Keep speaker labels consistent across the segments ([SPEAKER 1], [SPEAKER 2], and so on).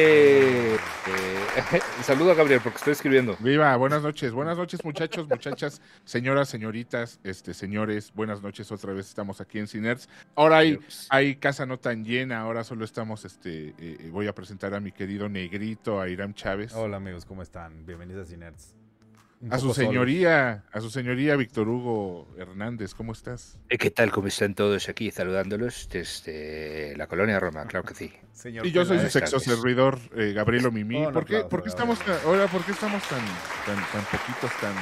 [SPEAKER 1] Eh, eh, saludo a Gabriel porque estoy escribiendo.
[SPEAKER 2] Viva, buenas noches, buenas noches muchachos, muchachas, señoras, señoritas, este, señores, buenas noches, otra vez estamos aquí en Ciners. Ahora hay, hay casa no tan llena, ahora solo estamos, este, eh, voy a presentar a mi querido negrito, a Iram Chávez,
[SPEAKER 3] Hola amigos, ¿cómo están? Bienvenidos a Cinerds. Un
[SPEAKER 2] Pues, a su
[SPEAKER 3] poco solos.
[SPEAKER 2] señoría, a su señoría Víctor Hugo Hernández, ¿cómo estás?
[SPEAKER 1] Eh, ¿Qué tal? ¿Cómo están todos aquí? Saludándolos desde la colonia Roma, claro que sí.
[SPEAKER 3] Señor
[SPEAKER 2] Y yo soy su
[SPEAKER 3] Peláez.
[SPEAKER 1] Buenas
[SPEAKER 2] sexo
[SPEAKER 1] tardes.
[SPEAKER 2] servidor, eh, Gabriel Omimí.
[SPEAKER 3] Oh, no,
[SPEAKER 2] ¿Por, qué,
[SPEAKER 3] claro,
[SPEAKER 2] por qué
[SPEAKER 3] claro.
[SPEAKER 2] estamos tan, ahora, ¿por qué estamos tan, tan, tan poquitos, tan,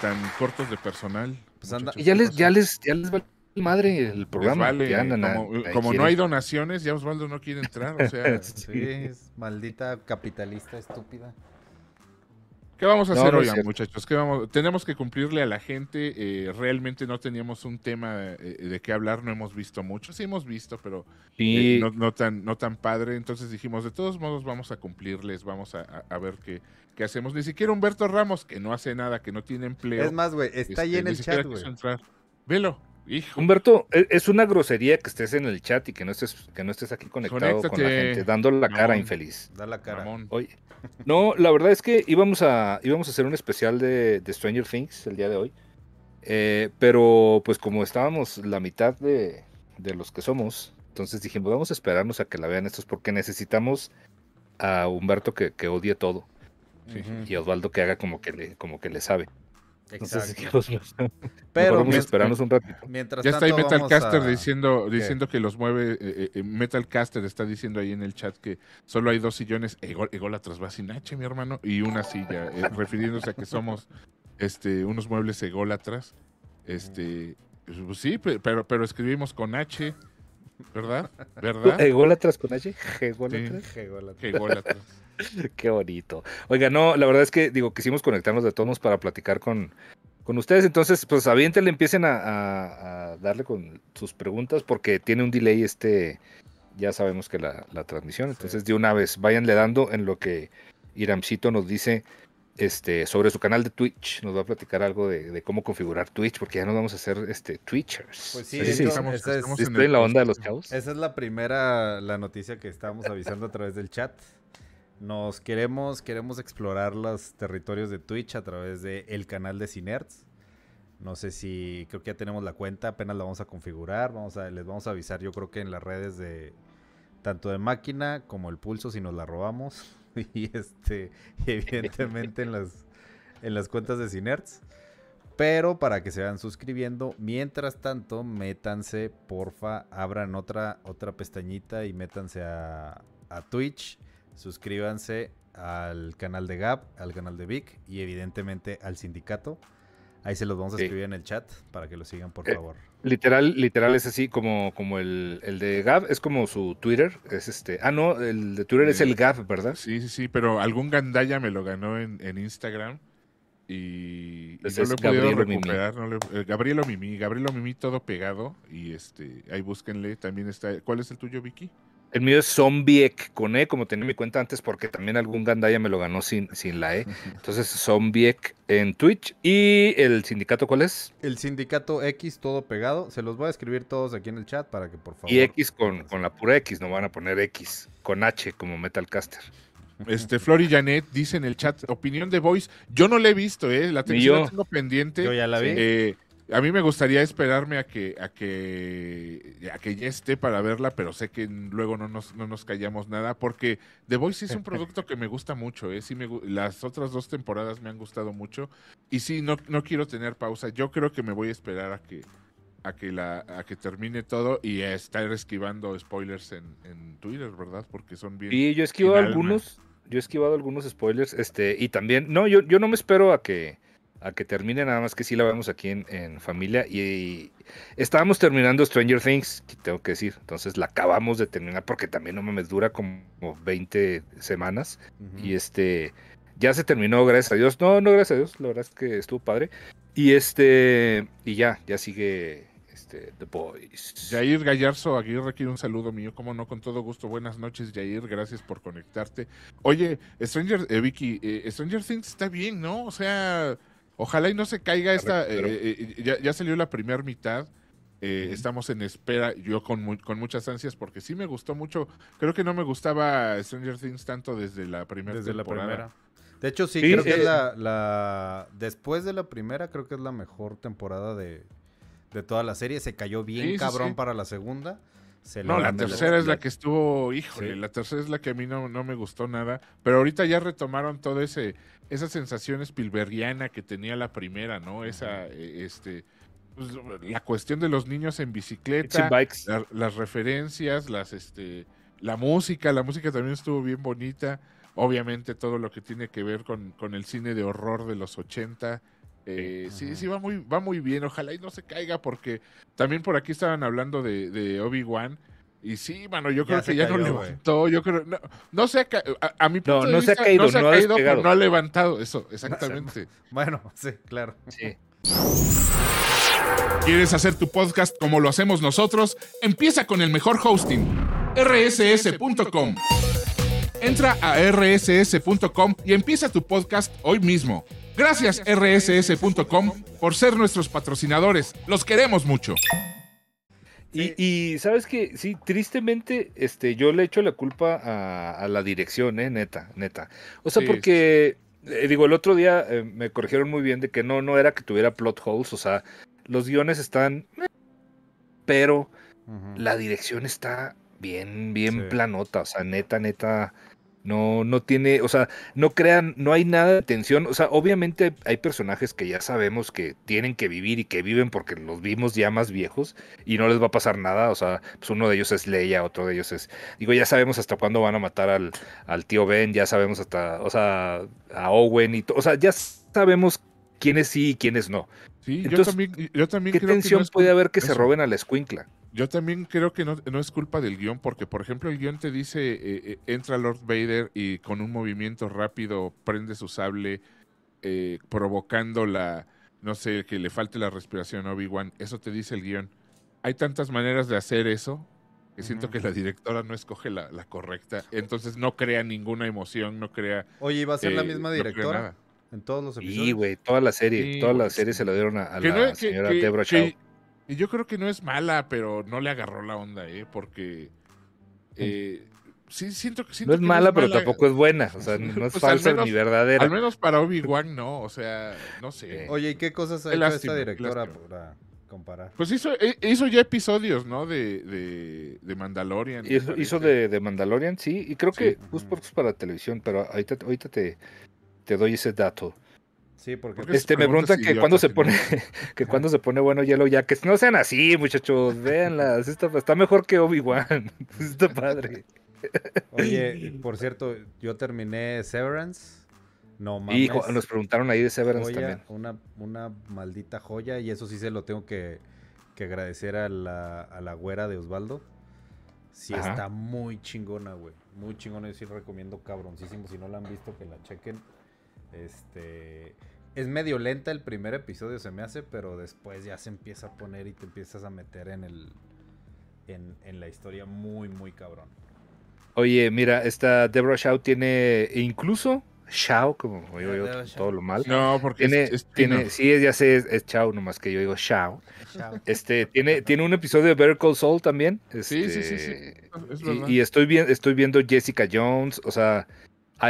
[SPEAKER 2] tan, tan cortos de personal?
[SPEAKER 3] Pues anda-
[SPEAKER 2] muchachos?
[SPEAKER 1] Y ya
[SPEAKER 2] ¿Qué
[SPEAKER 1] les,
[SPEAKER 2] pasa?
[SPEAKER 1] ya les, ya les vale madre el
[SPEAKER 2] Les
[SPEAKER 1] programa.
[SPEAKER 2] vale,
[SPEAKER 1] ya andan a-
[SPEAKER 2] como
[SPEAKER 1] ahí
[SPEAKER 2] como no
[SPEAKER 1] quieren.
[SPEAKER 2] hay donaciones, ya Osvaldo no quiere entrar. O sea,
[SPEAKER 3] Sí, es maldita capitalista estúpida.
[SPEAKER 2] ¿qué vamos a
[SPEAKER 1] No,
[SPEAKER 2] hacer
[SPEAKER 1] no es
[SPEAKER 2] hoy,
[SPEAKER 1] cierto.
[SPEAKER 2] muchachos? ¿Qué vamos? Tenemos que cumplirle a la gente. eh, realmente no teníamos un tema eh, de qué hablar, no hemos visto mucho. Sí hemos visto, pero eh,
[SPEAKER 1] Sí,
[SPEAKER 2] no, no tan, no tan padre. Entonces dijimos, de todos modos vamos a cumplirles, vamos a, a- a ver qué, qué hacemos. Ni siquiera Humberto Ramos, que no hace nada, que no tiene empleo.
[SPEAKER 3] Es más, güey, está ahí
[SPEAKER 2] este,
[SPEAKER 3] en
[SPEAKER 2] ni
[SPEAKER 3] el
[SPEAKER 2] siquiera
[SPEAKER 3] chat,
[SPEAKER 2] quiso
[SPEAKER 3] güey.
[SPEAKER 2] entrar. Velo, hijo.
[SPEAKER 1] Humberto, e- es una grosería que estés en el chat y que no estés, que no estés aquí conectado con la
[SPEAKER 2] Conéctate.
[SPEAKER 1] gente, dando la cara
[SPEAKER 2] No.
[SPEAKER 1] infeliz.
[SPEAKER 3] Da la cara.
[SPEAKER 2] Ramón.
[SPEAKER 1] Oye, no, la verdad es que íbamos a, íbamos a hacer un especial de, de Stranger Things el día de hoy. Eh, pero pues como estábamos la mitad de, de los que somos, entonces dijimos, vamos a esperarnos a que la vean estos porque necesitamos a Humberto que, que odie todo
[SPEAKER 2] Sí.
[SPEAKER 3] Ujú.
[SPEAKER 1] y a Osvaldo que haga como que le, como que le sabe. Entonces
[SPEAKER 3] Exacto.
[SPEAKER 1] dijimos, mejor
[SPEAKER 3] Pero pues,
[SPEAKER 1] vamos a
[SPEAKER 3] mien-
[SPEAKER 1] esperarnos un ratito.
[SPEAKER 3] mientras
[SPEAKER 2] Ya está ahí
[SPEAKER 3] tanto vamos
[SPEAKER 2] Metalcaster
[SPEAKER 3] a-
[SPEAKER 2] diciendo, diciendo que los mueve. eh, eh, Metalcaster está diciendo ahí en el chat que solo hay dos sillones. Egol, ególatras va sin H, mi hermano, y una silla, eh, refiriéndose a que somos este, unos muebles ególatras. Este, pues sí, pe- pero, pero escribimos con H, ¿verdad?
[SPEAKER 1] Eh,
[SPEAKER 2] ¿Verdad?
[SPEAKER 1] Ególatras con H, ególatras.
[SPEAKER 3] Jególatra.
[SPEAKER 2] Que ególatras.
[SPEAKER 1] Qué bonito. Oiga, no, la verdad es que digo, quisimos conectarnos de todos modos para platicar con, con ustedes. Entonces, pues aviéntenle, empiecen a, a- a darle con sus preguntas, porque tiene un delay este, ya sabemos que la, la transmisión. Entonces, de una vez, váyanle dando en lo que Iramcito nos dice este, sobre su canal de Twitch. Nos va a platicar algo de, de cómo configurar Twitch, porque ya nos vamos a hacer este Twitchers.
[SPEAKER 3] Pues sí,
[SPEAKER 1] Así
[SPEAKER 3] de
[SPEAKER 1] se
[SPEAKER 3] hecho,
[SPEAKER 1] dice.
[SPEAKER 3] estamos- esa es-
[SPEAKER 1] ¿Sí estoy en la onda de los chavos.
[SPEAKER 3] Esa es la primera la noticia que estábamos avisando a través del chat. Nos queremos queremos explorar los territorios de Twitch a través del el canal de Cinerts. No sé si creo que ya tenemos la cuenta, apenas la vamos a configurar, vamos a les vamos a avisar yo creo que en las redes de tanto de máquina como el pulso si nos la robamos y este y evidentemente en las en las cuentas de Cinerts. Pero para que se vayan suscribiendo, mientras tanto, métanse, porfa, abran otra, otra pestañita y métanse a, a Twitch. Suscríbanse al canal de Gap, al canal de Vic y evidentemente al sindicato. Ahí se los vamos a
[SPEAKER 1] Sí.
[SPEAKER 3] escribir en el chat para que lo sigan, por
[SPEAKER 1] Eh,
[SPEAKER 3] favor.
[SPEAKER 1] Literal, literal es así como, como el, el de Gab, es como su Twitter, es este, ah no, el de Twitter es el Gab, ¿verdad?
[SPEAKER 2] Sí, sí, sí, pero algún gandalla me lo ganó en, en Instagram y, y
[SPEAKER 1] Pues
[SPEAKER 2] no
[SPEAKER 1] es
[SPEAKER 2] lo he podido
[SPEAKER 1] Gabriel Omimí.
[SPEAKER 2] recuperar. no lo he- eh, Gabriel Omimí, Gabriel Omimí todo pegado y este, ahí búsquenle, también está. ¿Cuál es el tuyo, Vicky?
[SPEAKER 1] El mío es Zombiek con E, como tenía mi cuenta antes, porque también algún gandaya me lo ganó sin, sin la E. Entonces, Zombiek en Twitch. ¿Y el sindicato cuál es?
[SPEAKER 3] El sindicato X, todo pegado. Se los voy a escribir todos aquí en el chat para que, por favor.
[SPEAKER 1] Y X con, con la pura X, no van a poner X, con H como Metalcaster.
[SPEAKER 2] Este, Flor y Janet dice en el chat, opinión de Voice. Yo no la he visto, ¿eh? La, tengo-
[SPEAKER 1] Ni
[SPEAKER 2] sí la
[SPEAKER 1] yo.
[SPEAKER 2] tengo pendiente.
[SPEAKER 3] Yo ya la vi.
[SPEAKER 2] Eh, a mí me gustaría esperarme a que, a que a que ya esté para verla, pero sé que luego no nos, no nos callamos nada, porque The Voice es un producto que me gusta mucho, ¿eh? Sí me gu- las otras dos temporadas me han gustado mucho, y sí, no, no quiero tener pausa, yo creo que me voy a esperar a que a que la a que termine todo y a estar esquivando spoilers en, en Twitter, ¿verdad? Porque son bien...
[SPEAKER 1] Y yo he esquivado
[SPEAKER 2] Sin alma.
[SPEAKER 1] algunos, yo he esquivado algunos spoilers, este, y también, no, yo, yo no me espero a que a que termine, nada más que sí la vemos aquí en, en familia. Y, estábamos terminando Stranger Things, que tengo que decir, entonces la acabamos de terminar porque también no mames, dura como 20 semanas.
[SPEAKER 3] Ujú.
[SPEAKER 1] Y este, ya se terminó, gracias a Dios. No, no, gracias a Dios, la verdad es que estuvo padre. Y este, y ya, ya sigue este, The Boys.
[SPEAKER 2] Jair Gallarzo Aguirre quiere un saludo mío, como no, con todo gusto. Buenas noches, Jair, gracias por conectarte. Oye, Stranger, eh, Vicky, eh, Stranger Things está bien, ¿no? O sea, ojalá y no se caiga esta.
[SPEAKER 1] pero-
[SPEAKER 2] eh, eh, ya, ya salió la primera mitad. Eh, estamos en espera, yo con, mu- con muchas ansias, porque sí me gustó mucho. Creo que no me gustaba Stranger Things tanto desde la primera
[SPEAKER 3] Desde la
[SPEAKER 2] temporada.
[SPEAKER 3] primera. De hecho, sí,
[SPEAKER 1] Sí,
[SPEAKER 3] creo que
[SPEAKER 1] eh,
[SPEAKER 3] es la, la- Después de la primera, creo que es la mejor temporada de, de toda la serie. Se cayó bien
[SPEAKER 2] Sí, sí,
[SPEAKER 3] cabrón
[SPEAKER 2] sí.
[SPEAKER 3] para la segunda. Se
[SPEAKER 2] No, la
[SPEAKER 3] van de los-
[SPEAKER 2] tercera es la que estuvo, híjole,
[SPEAKER 3] Sí.
[SPEAKER 2] la tercera es la que a mí no, no me gustó nada, pero ahorita ya retomaron todo ese, esa sensación spilbergiana que tenía la primera, ¿no? Esa, eh, este, pues, la cuestión de los niños
[SPEAKER 1] It's
[SPEAKER 2] en
[SPEAKER 1] in
[SPEAKER 2] bicicleta,
[SPEAKER 1] bikes.
[SPEAKER 2] la- las referencias, las, este, la música, la música también estuvo bien bonita, obviamente todo lo que tiene que ver con, con el cine de horror de los 80. eh, sí,
[SPEAKER 3] Ajá.
[SPEAKER 2] sí, va muy, va muy bien. Ojalá y no se caiga, porque también por aquí estaban hablando de, de Obi-Wan. Y sí, mano, yo
[SPEAKER 3] Ya
[SPEAKER 2] creo
[SPEAKER 3] se
[SPEAKER 2] que ya no
[SPEAKER 3] cayó, güey.
[SPEAKER 2] levantó. Yo creo. No, no se ha ca- a, a mi punto de
[SPEAKER 1] no se ha
[SPEAKER 2] vista,
[SPEAKER 1] caído,
[SPEAKER 2] no se ha
[SPEAKER 1] no ha
[SPEAKER 2] caído, pero
[SPEAKER 1] despegado.
[SPEAKER 2] no ha levantado. Eso, exactamente.
[SPEAKER 3] Bueno, sí, claro.
[SPEAKER 1] Sí.
[SPEAKER 2] ¿Quieres hacer tu podcast como lo hacemos nosotros? Empieza con el mejor hosting, rss.com. Entra a rss.com y empieza tu podcast hoy mismo. Gracias rss.com por ser nuestros patrocinadores. Los queremos mucho.
[SPEAKER 1] Y, y, sabes que sí, tristemente, este, yo le echo la culpa a, a la dirección, eh, neta, neta. O sea,
[SPEAKER 2] Sí,
[SPEAKER 1] porque eh, digo, el otro día eh, me corrigieron muy bien de que no, no era que tuviera plot holes, o sea, los guiones están, eh, pero
[SPEAKER 3] Ujú.
[SPEAKER 1] la dirección está bien, bien
[SPEAKER 3] Sí.
[SPEAKER 1] planota, o sea, neta, neta, no, no tiene, o sea, no crean, no hay nada de tensión, o sea, obviamente hay personajes que ya sabemos que tienen que vivir y que viven porque los vimos ya más viejos y no les va a pasar nada, o sea, pues uno de ellos es Leia, otro de ellos es, digo, ya sabemos hasta cuándo van a matar al, al tío Ben, ya sabemos hasta, o sea, a Owen y todo, o sea, ya sabemos quiénes sí y quiénes no.
[SPEAKER 2] Sí,
[SPEAKER 1] yo Entonces,
[SPEAKER 2] también, yo también
[SPEAKER 1] ¿Qué tensión puede haber que se
[SPEAKER 2] eso.
[SPEAKER 1] roben a la escuincla?
[SPEAKER 2] Yo también creo que no, no es culpa del guión, porque por ejemplo el guión te dice, eh, eh, entra Lord Vader y con un movimiento rápido prende su sable, eh, provocando la, no sé, que le falte la respiración a Obi-Wan. Eso te dice el guión. Hay tantas maneras de hacer eso que siento
[SPEAKER 3] Ujú.
[SPEAKER 2] que la directora no escoge la, la correcta. Entonces no crea ninguna emoción, no crea...
[SPEAKER 3] Oye, ¿iba a ser la
[SPEAKER 2] eh,
[SPEAKER 3] misma
[SPEAKER 2] no crea
[SPEAKER 3] directora
[SPEAKER 2] nada.
[SPEAKER 3] en todos los episodios?
[SPEAKER 1] Y, güey, toda la serie,
[SPEAKER 2] Sí,
[SPEAKER 1] toda la
[SPEAKER 2] güey,
[SPEAKER 1] serie
[SPEAKER 2] sí.
[SPEAKER 1] se la dieron a, a
[SPEAKER 2] Que
[SPEAKER 1] la
[SPEAKER 2] no es- que-
[SPEAKER 1] señora
[SPEAKER 2] que-
[SPEAKER 1] Debra
[SPEAKER 2] que-
[SPEAKER 1] Chow.
[SPEAKER 2] Y yo creo que no es mala, pero no le agarró la onda, ¿eh? Porque... eh, sí, siento, que- siento
[SPEAKER 1] No es
[SPEAKER 2] que
[SPEAKER 1] mala, pero
[SPEAKER 2] mala.
[SPEAKER 1] tampoco es buena. O sea, no es
[SPEAKER 2] Pues al
[SPEAKER 1] falsa
[SPEAKER 2] menos-
[SPEAKER 1] ni verdadera.
[SPEAKER 2] Al menos para Obi-Wan no, o sea, no sé.
[SPEAKER 1] Sí.
[SPEAKER 3] Oye, ¿y qué cosas ha
[SPEAKER 2] Qué
[SPEAKER 3] hecho
[SPEAKER 2] lástima,
[SPEAKER 3] esta
[SPEAKER 2] qué
[SPEAKER 3] directora
[SPEAKER 2] lástima.
[SPEAKER 3] para comparar?
[SPEAKER 2] Pues hizo, eh, hizo ya episodios, ¿no? De, de, de Mandalorian. me
[SPEAKER 1] hizo, hizo
[SPEAKER 2] parece.
[SPEAKER 1] de, de Mandalorian, sí, y creo
[SPEAKER 2] Sí.
[SPEAKER 1] que
[SPEAKER 3] Ujú.
[SPEAKER 1] justo porque es para televisión, pero ahorita, ahorita te, te doy ese dato.
[SPEAKER 3] Sí, porque...
[SPEAKER 2] ¿Por qué? Esas
[SPEAKER 1] Este, me
[SPEAKER 2] preguntas
[SPEAKER 1] preguntan que cuándo
[SPEAKER 2] idiotas
[SPEAKER 1] se
[SPEAKER 2] que
[SPEAKER 1] pone, que cuándo se pone bueno hielo ya, que no sean así, muchachos, véanlas, está, está mejor que Obi-Wan, está padre.
[SPEAKER 3] Oye, por cierto, yo terminé Severance. No mames.
[SPEAKER 1] Y jo- nos preguntaron ahí de Severance
[SPEAKER 3] joya,
[SPEAKER 1] también.
[SPEAKER 3] Una, una maldita joya. Y eso sí se lo tengo que, que agradecer a la, a la güera de Osvaldo. Sí,
[SPEAKER 1] Ajá.
[SPEAKER 3] está muy chingona, güey. Muy chingona. Yo sí recomiendo cabroncísimo. Si no la han visto, que la chequen. Este. Es medio lenta el primer episodio, se me hace, pero después ya se empieza a poner y te empiezas a meter en el. En, en la historia muy, muy cabrón.
[SPEAKER 1] Oye, mira, esta Deborah Shaw tiene e incluso Shaw, como digo yo,
[SPEAKER 3] Deborah
[SPEAKER 1] todo
[SPEAKER 3] Chow.
[SPEAKER 1] lo mal.
[SPEAKER 2] No, porque es-
[SPEAKER 1] Tiene,
[SPEAKER 2] es chino.
[SPEAKER 1] tiene, sí, ya sé, es, es Chao, nomás que yo digo Chao.
[SPEAKER 3] Chao.
[SPEAKER 1] Este, tiene, tiene un episodio de Better Call Saul también.
[SPEAKER 2] Sí, sí, sí, sí.
[SPEAKER 1] este,
[SPEAKER 2] Es verdad.
[SPEAKER 1] Y, y estoy, bien, estoy viendo Jessica Jones, o sea,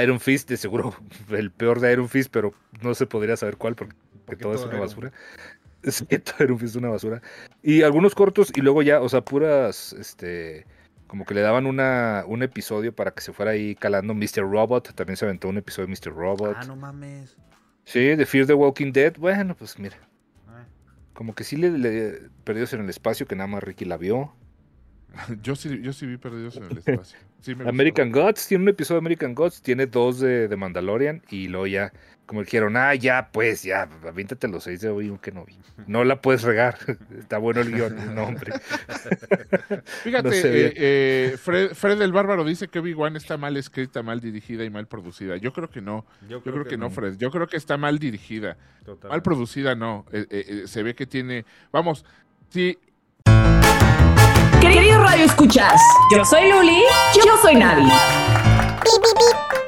[SPEAKER 1] Iron Fist, de seguro, el peor de Iron Fist, pero no se podría saber cuál porque,
[SPEAKER 3] Porque
[SPEAKER 1] todo, es
[SPEAKER 3] todo
[SPEAKER 1] una
[SPEAKER 3] era-
[SPEAKER 1] basura. Sí, todo Iron Fist es una basura. Y algunos cortos y luego ya, o sea, puras, este, como que le daban una, un episodio para que se fuera ahí calando Mr. Robot, también se aventó un episodio de Mr. Robot.
[SPEAKER 3] Ah, no mames.
[SPEAKER 1] Sí, de Fear the Walking Dead, bueno, pues mira.
[SPEAKER 3] Ah.
[SPEAKER 1] Como que sí le, le- perdidos en el espacio, que nada más Ricky la vio.
[SPEAKER 2] Yo, sí, yo sí vi Perdidos en el Espacio. Sí, me gustó.
[SPEAKER 1] American Gods, tiene un episodio de American Gods, tiene dos de, de Mandalorian y luego ya, como dijeron, ah, ya, pues, ya, aviéntate los seis de hoy, un que no vi. No la puedes regar, está bueno el guión, no, hombre.
[SPEAKER 2] Fíjate,
[SPEAKER 1] no sé bien.
[SPEAKER 2] eh, eh, Fred, Fred el Bárbaro dice que Obi-Wan está mal escrita, mal dirigida y mal producida. Yo creo que no. Yo creo que no, Fred. Yo creo que está mal dirigida. Mal
[SPEAKER 3] Totalmente.
[SPEAKER 2] producida, no. Eh, eh, eh, se ve que tiene. Vamos, sí.
[SPEAKER 4] Queridos Radio Escuchas, yo soy Luli, yo soy Navi.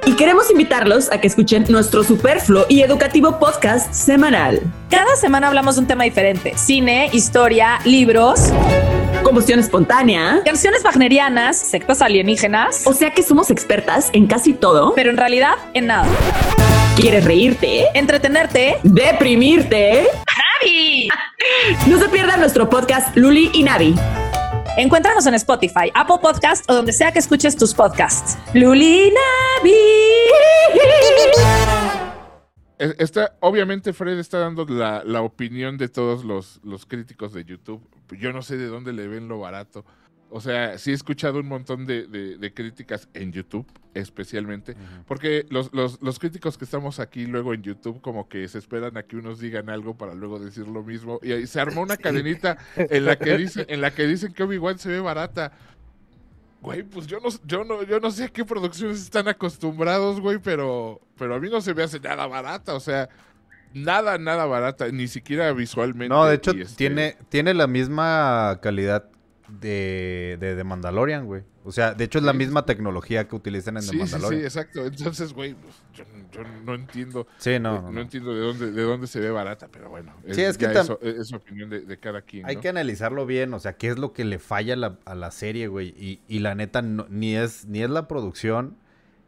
[SPEAKER 4] Y queremos invitarlos a que escuchen nuestro superfluo y educativo podcast semanal.
[SPEAKER 5] Cada semana hablamos de un tema diferente. Cine, historia, libros,
[SPEAKER 4] Combustión espontánea.
[SPEAKER 5] canciones wagnerianas, sectas alienígenas,
[SPEAKER 4] O sea que somos expertas en casi todo.
[SPEAKER 5] pero en realidad en nada.
[SPEAKER 4] ¿Quieres reírte?
[SPEAKER 5] Entretenerte.
[SPEAKER 4] ¿Deprimirte?
[SPEAKER 5] ¡Javi!
[SPEAKER 4] No se pierdan nuestro podcast Luli y Navi.
[SPEAKER 5] Encuéntranos en Spotify, Apple Podcast o donde sea que escuches tus podcasts. Lulina
[SPEAKER 2] Es- e, Está, obviamente Fred está dando la, la opinión de todos los, los críticos de YouTube. Yo no sé de dónde le ven lo barato. O sea, sí he escuchado un montón de, de- de críticas en YouTube, especialmente. Porque los, los- los críticos que estamos aquí luego en YouTube, como que se esperan a que unos digan algo para luego decir lo mismo. Y ahí se armó una cadenita en la que dicen, en la que dicen que Obi-Wan se ve barata. Güey, pues yo no, yo no, yo no sé a qué producciones están acostumbrados, güey, pero, pero a mí no se me hace nada barata, o sea, nada, nada barata, ni siquiera visualmente.
[SPEAKER 3] No, de hecho,
[SPEAKER 2] y, este,
[SPEAKER 3] tiene, tiene la misma calidad de, de, The Mandalorian, güey. O sea, de hecho es la
[SPEAKER 2] Sí.
[SPEAKER 3] misma tecnología que utilizan en The
[SPEAKER 2] Sí, sí, sí,
[SPEAKER 3] Mandalorian. Sí,
[SPEAKER 2] exacto. Entonces, güey, pues, yo, yo no entiendo.
[SPEAKER 3] no.
[SPEAKER 2] eh,
[SPEAKER 3] no,
[SPEAKER 2] no,
[SPEAKER 3] no.
[SPEAKER 2] entiendo de dónde, de dónde se ve barata, pero bueno.
[SPEAKER 3] Sí, es que
[SPEAKER 2] ya
[SPEAKER 3] tam-
[SPEAKER 2] eso- e, es es opinión de, de cada quien.
[SPEAKER 3] Hay
[SPEAKER 2] ¿no?
[SPEAKER 3] que analizarlo bien, o sea, qué es lo que le falla a la, a la serie, güey. Y, y la neta, no- ni, es, ni es la producción,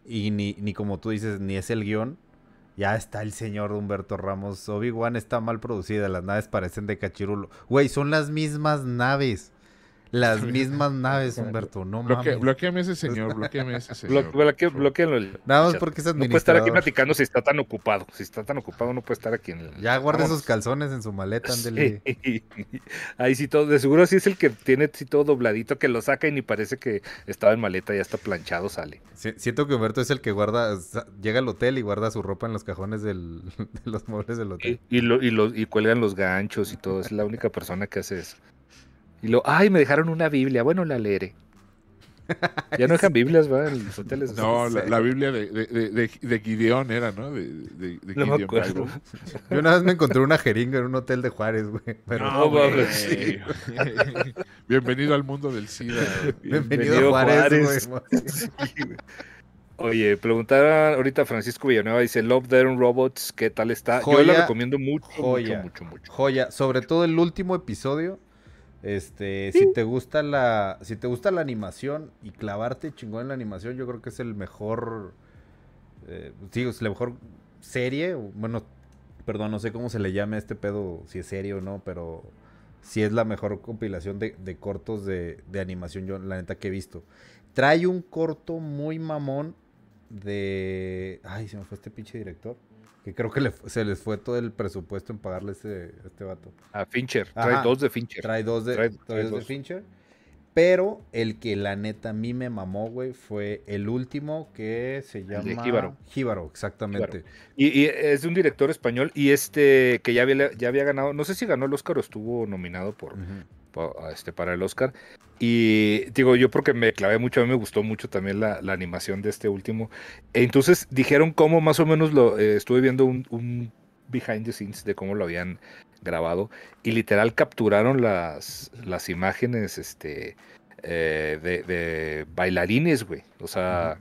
[SPEAKER 3] y ni, ni como tú dices, ni es el guión. Ya está el señor Humberto Ramos. Obi-Wan está mal producida, las naves parecen de cachirulo. Güey, son las mismas naves. Las mismas naves, Humberto, no
[SPEAKER 2] Bloque-
[SPEAKER 3] mames.
[SPEAKER 2] bloqueame a ese señar, bloqueame a ese señor.
[SPEAKER 1] Bloque-
[SPEAKER 2] por
[SPEAKER 1] bloque-
[SPEAKER 2] favor.
[SPEAKER 1] bloquéenlo el-
[SPEAKER 3] Nada más
[SPEAKER 1] chat.
[SPEAKER 3] porque es
[SPEAKER 1] No puede estar aquí
[SPEAKER 3] administrador.
[SPEAKER 1] platicando si está tan ocupado. Si está tan ocupado, no puede estar aquí en el.
[SPEAKER 3] Ya guarde
[SPEAKER 1] Vámonos.
[SPEAKER 3] sus calzones en su maleta, ándele.
[SPEAKER 1] Sí. Ahí sí todo, de seguro sí es el que tiene sí todo dobladito, que lo saca y ni parece que estaba en maleta, ya está planchado, sale.
[SPEAKER 3] Si- Siento que Humberto es el que guarda, sa- llega al hotel y guarda su ropa en los cajones del- de los muebles del hotel.
[SPEAKER 1] Y, y lo, y, lo- y cuelgan los ganchos y todo, es la única persona que hace eso. Y lo, ay, me dejaron una Biblia, bueno, la leeré. Ya no dejan Biblias, ¿va? En los hoteles.
[SPEAKER 2] No, la,
[SPEAKER 1] Sí.
[SPEAKER 2] la Biblia de, de, de, de- de Gideón era, ¿no? De, de, de
[SPEAKER 1] No me
[SPEAKER 2] Gideon
[SPEAKER 1] acuerdo.
[SPEAKER 2] Bible.
[SPEAKER 3] Yo una vez me encontré una jeringa en un hotel de Juárez, güey. Pero
[SPEAKER 1] No,
[SPEAKER 2] güey.
[SPEAKER 1] mames, sí.
[SPEAKER 2] Bienvenido al mundo del SIDA. güey.
[SPEAKER 3] bienvenido, a Juárez, güey.
[SPEAKER 1] Sí, güey. Oye, preguntaban ahorita a Francisco Villanueva, dice Love Dead and Robots, ¿qué tal está? Yo
[SPEAKER 3] Joya,
[SPEAKER 1] la recomiendo mucho,
[SPEAKER 3] joya.
[SPEAKER 1] mucho, mucho, mucho.
[SPEAKER 3] Joya, sobre todo el último episodio. Este, si te gusta la si te gusta la animación y clavarte chingón en la animación, yo creo que es el mejor eh, sí, es la mejor serie, o- bueno, perdón, no sé cómo se le llame a este pedo, si es serie o no, pero si es la mejor compilación de, de cortos de, de animación, yo la neta que he visto. Trae un corto muy mamón de... Ay, se me fue este pinche director. Que creo que le fu- se les fue todo el presupuesto en pagarle a este, a este vato.
[SPEAKER 1] A Fincher, trae
[SPEAKER 3] Ajá.
[SPEAKER 1] dos de Fincher.
[SPEAKER 3] Trae dos de,
[SPEAKER 1] Trae-
[SPEAKER 3] trae
[SPEAKER 1] trae
[SPEAKER 3] dos de
[SPEAKER 1] dos.
[SPEAKER 3] Fincher. Pero el que la neta a mí me mamó, güey, fue el último que se
[SPEAKER 1] de
[SPEAKER 3] llama...
[SPEAKER 1] Jíbaro.
[SPEAKER 3] Jíbaro, exactamente.
[SPEAKER 1] Y, y es de un director español y este que ya había, ya había ganado, no sé si ganó el Oscar o estuvo nominado por,
[SPEAKER 3] Ujú.
[SPEAKER 1] pa- a este, para el Oscar. Y digo, yo porque me clavé mucho, a mí me gustó mucho también la, la animación de este último. E entonces dijeron cómo más o menos lo eh, estuve viendo un, un behind the scenes de cómo lo habían grabado y literal capturaron las, las imágenes este, eh, de, de bailarines, güey. O sea,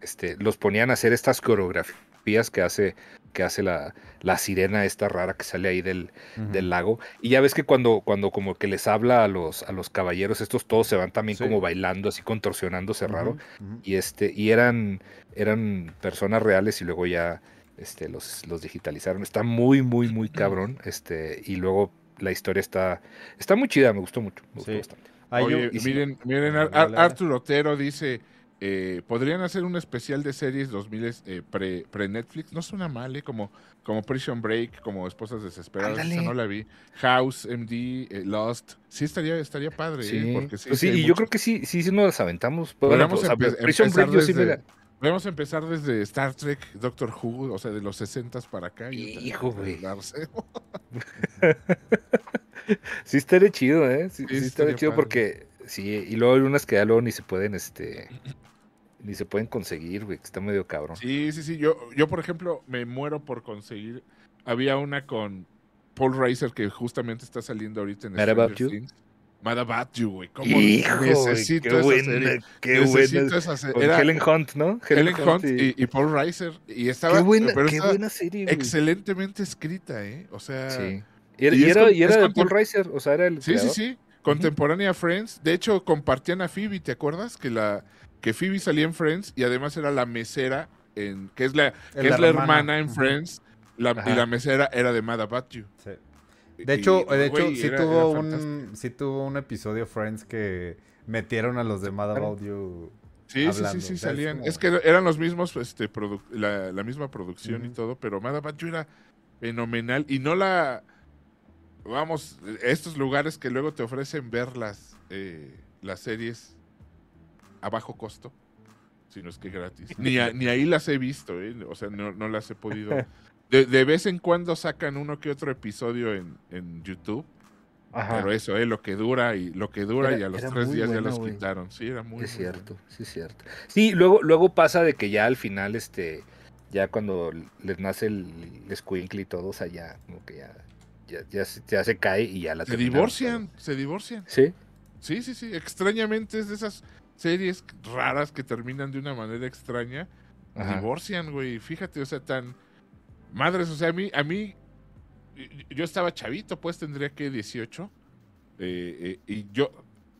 [SPEAKER 1] este, los ponían a hacer estas coreografías que hace, que hace la, la sirena esta rara que sale ahí del,
[SPEAKER 3] Ujú.
[SPEAKER 1] del lago. Y ya ves que cuando, cuando como que les habla a los, a los caballeros, estos todos se van también
[SPEAKER 3] Sí.
[SPEAKER 1] como bailando, así contorsionándose raro.
[SPEAKER 3] Ujú, ujú.
[SPEAKER 1] Y este, y eran, eran personas reales y luego ya este, los, los digitalizaron. Está muy, muy, muy cabrón. Este, y luego la historia está, está muy chida, me gustó mucho. Me gustó
[SPEAKER 3] Sí.
[SPEAKER 1] bastante.
[SPEAKER 3] Hay
[SPEAKER 2] Oye,
[SPEAKER 3] un-
[SPEAKER 2] miren, miren,
[SPEAKER 3] Dale,
[SPEAKER 2] Ar- Ar-
[SPEAKER 3] dale.
[SPEAKER 2] Arthur Otero dice, eh, podrían hacer un especial de series 2000 eh, pre, pre-Netflix, no suena mal, eh, como, como Prison Break, como Esposas Desesperadas, esa
[SPEAKER 1] Ándale.
[SPEAKER 2] no la vi, House, MD, eh, Lost, sí estaría, estaría padre,
[SPEAKER 1] Sí,
[SPEAKER 2] eh, porque sí,
[SPEAKER 1] pues
[SPEAKER 2] sí
[SPEAKER 1] sí,
[SPEAKER 2] hay
[SPEAKER 1] y yo
[SPEAKER 2] mucho.
[SPEAKER 1] creo que sí, sí, sí nos las aventamos. Bueno,
[SPEAKER 2] Podríamos
[SPEAKER 1] pues, a ver,
[SPEAKER 2] empe-
[SPEAKER 1] Prison
[SPEAKER 2] empezar
[SPEAKER 1] Break yo sí me
[SPEAKER 2] desde-
[SPEAKER 1] la-
[SPEAKER 2] Podemos empezar desde Star Trek, Doctor Who, o sea, de los 60 para acá. y ahorita
[SPEAKER 1] Hijo, güey.
[SPEAKER 2] darse.
[SPEAKER 1] Sí estaría chido, ¿eh? Sí, sí
[SPEAKER 2] Sí, estaría
[SPEAKER 1] estaría chido
[SPEAKER 2] padre.
[SPEAKER 1] porque sí, y luego hay unas que ya luego ni se pueden, este, ni se pueden conseguir, güey, que está medio cabrón.
[SPEAKER 2] Sí, sí, sí. Yo, yo, por ejemplo, me muero por conseguir. Había una con Paul Reiser que justamente está saliendo ahorita en
[SPEAKER 1] Mad About
[SPEAKER 2] Stranger
[SPEAKER 1] You.
[SPEAKER 2] Things. Mad About You, güey. ¿Cómo
[SPEAKER 1] Hijo, güey,
[SPEAKER 2] necesito
[SPEAKER 1] qué
[SPEAKER 2] esa
[SPEAKER 1] buena,
[SPEAKER 2] serie?
[SPEAKER 1] qué
[SPEAKER 2] Necesito
[SPEAKER 1] buena.
[SPEAKER 2] esa serie.
[SPEAKER 1] Con
[SPEAKER 2] Era
[SPEAKER 1] Helen Hunt, ¿no?
[SPEAKER 2] Helen Hunt y, y Paul Reiser. Y estaba,
[SPEAKER 1] Qué buena,
[SPEAKER 2] pero
[SPEAKER 1] qué
[SPEAKER 2] estaba
[SPEAKER 1] buena serie, güey.
[SPEAKER 2] excelentemente escrita, ¿eh? O sea,
[SPEAKER 1] Sí. Y era,
[SPEAKER 2] Y
[SPEAKER 1] y
[SPEAKER 2] es
[SPEAKER 1] era-
[SPEAKER 2] con-
[SPEAKER 1] y era
[SPEAKER 2] es
[SPEAKER 1] de
[SPEAKER 2] contem-
[SPEAKER 1] Paul Reiser, o sea, era el.
[SPEAKER 2] Sí, sí,
[SPEAKER 1] creador.
[SPEAKER 2] sí. Contemporánea a Friends. De hecho, compartían a Phoebe, ¿te acuerdas? Que la que Phoebe salía en Friends y además era la mesera, en, que es la, que
[SPEAKER 3] la
[SPEAKER 2] es la
[SPEAKER 3] hermana.
[SPEAKER 2] hermana en
[SPEAKER 3] Ujú.
[SPEAKER 2] Friends. la- y
[SPEAKER 1] Ajá.
[SPEAKER 2] la mesera era de Mad About You.
[SPEAKER 3] Sí.
[SPEAKER 2] Y-
[SPEAKER 3] De hecho,
[SPEAKER 2] y,
[SPEAKER 3] de hecho
[SPEAKER 2] güey,
[SPEAKER 3] sí,
[SPEAKER 2] era-
[SPEAKER 3] tuvo
[SPEAKER 2] era fantástico.
[SPEAKER 3] un, sí tuvo un episodio Friends que metieron a los de Mad
[SPEAKER 1] Claro.
[SPEAKER 3] About You.
[SPEAKER 2] Sí, sí,
[SPEAKER 3] hablando,
[SPEAKER 2] sí, sí,
[SPEAKER 3] o sea, es
[SPEAKER 2] salían.
[SPEAKER 3] como-
[SPEAKER 2] Es, que eran los mismos, este, produ- la, la misma producción y
[SPEAKER 3] Ujú.
[SPEAKER 2] todo, pero Mad About You era fenomenal. Y no la. Vamos, estos lugares que luego te ofrecen ver las, eh, las series a bajo costo, si no es que gratis. Ni, a- ni ahí las he visto, ¿eh? o sea, no, no las he podido. De, de vez en cuando sacan uno que otro episodio en, en YouTube,
[SPEAKER 1] Ajá.
[SPEAKER 2] pero eso, ¿eh? lo que dura y lo que dura
[SPEAKER 1] Era-
[SPEAKER 2] y a los
[SPEAKER 1] era
[SPEAKER 2] tres
[SPEAKER 1] muy
[SPEAKER 2] días ya
[SPEAKER 1] buena,
[SPEAKER 2] los
[SPEAKER 1] güey.
[SPEAKER 2] quitaron. Sí, era muy.
[SPEAKER 1] es
[SPEAKER 2] muy buena.
[SPEAKER 1] cierto, sí es cierto. Sí, luego, luego pasa de que ya al final, este, ya cuando les nace el, el escuincle y todo, o sea, ya, como que ya, ya, ya, se, ya se cae y ya la
[SPEAKER 2] Se
[SPEAKER 1] terminaron,
[SPEAKER 2] divorcian, se divorcian.
[SPEAKER 1] pero- Sí,
[SPEAKER 2] Sí, sí, sí. Extrañamente es de esas series raras que terminan de una manera extraña.
[SPEAKER 1] ajá.
[SPEAKER 2] Divorcian, güey. Fíjate, o sea, tan. Madres, o sea, a mí. A mí yo estaba chavito, pues tendría que 18. eh, eh, y yo,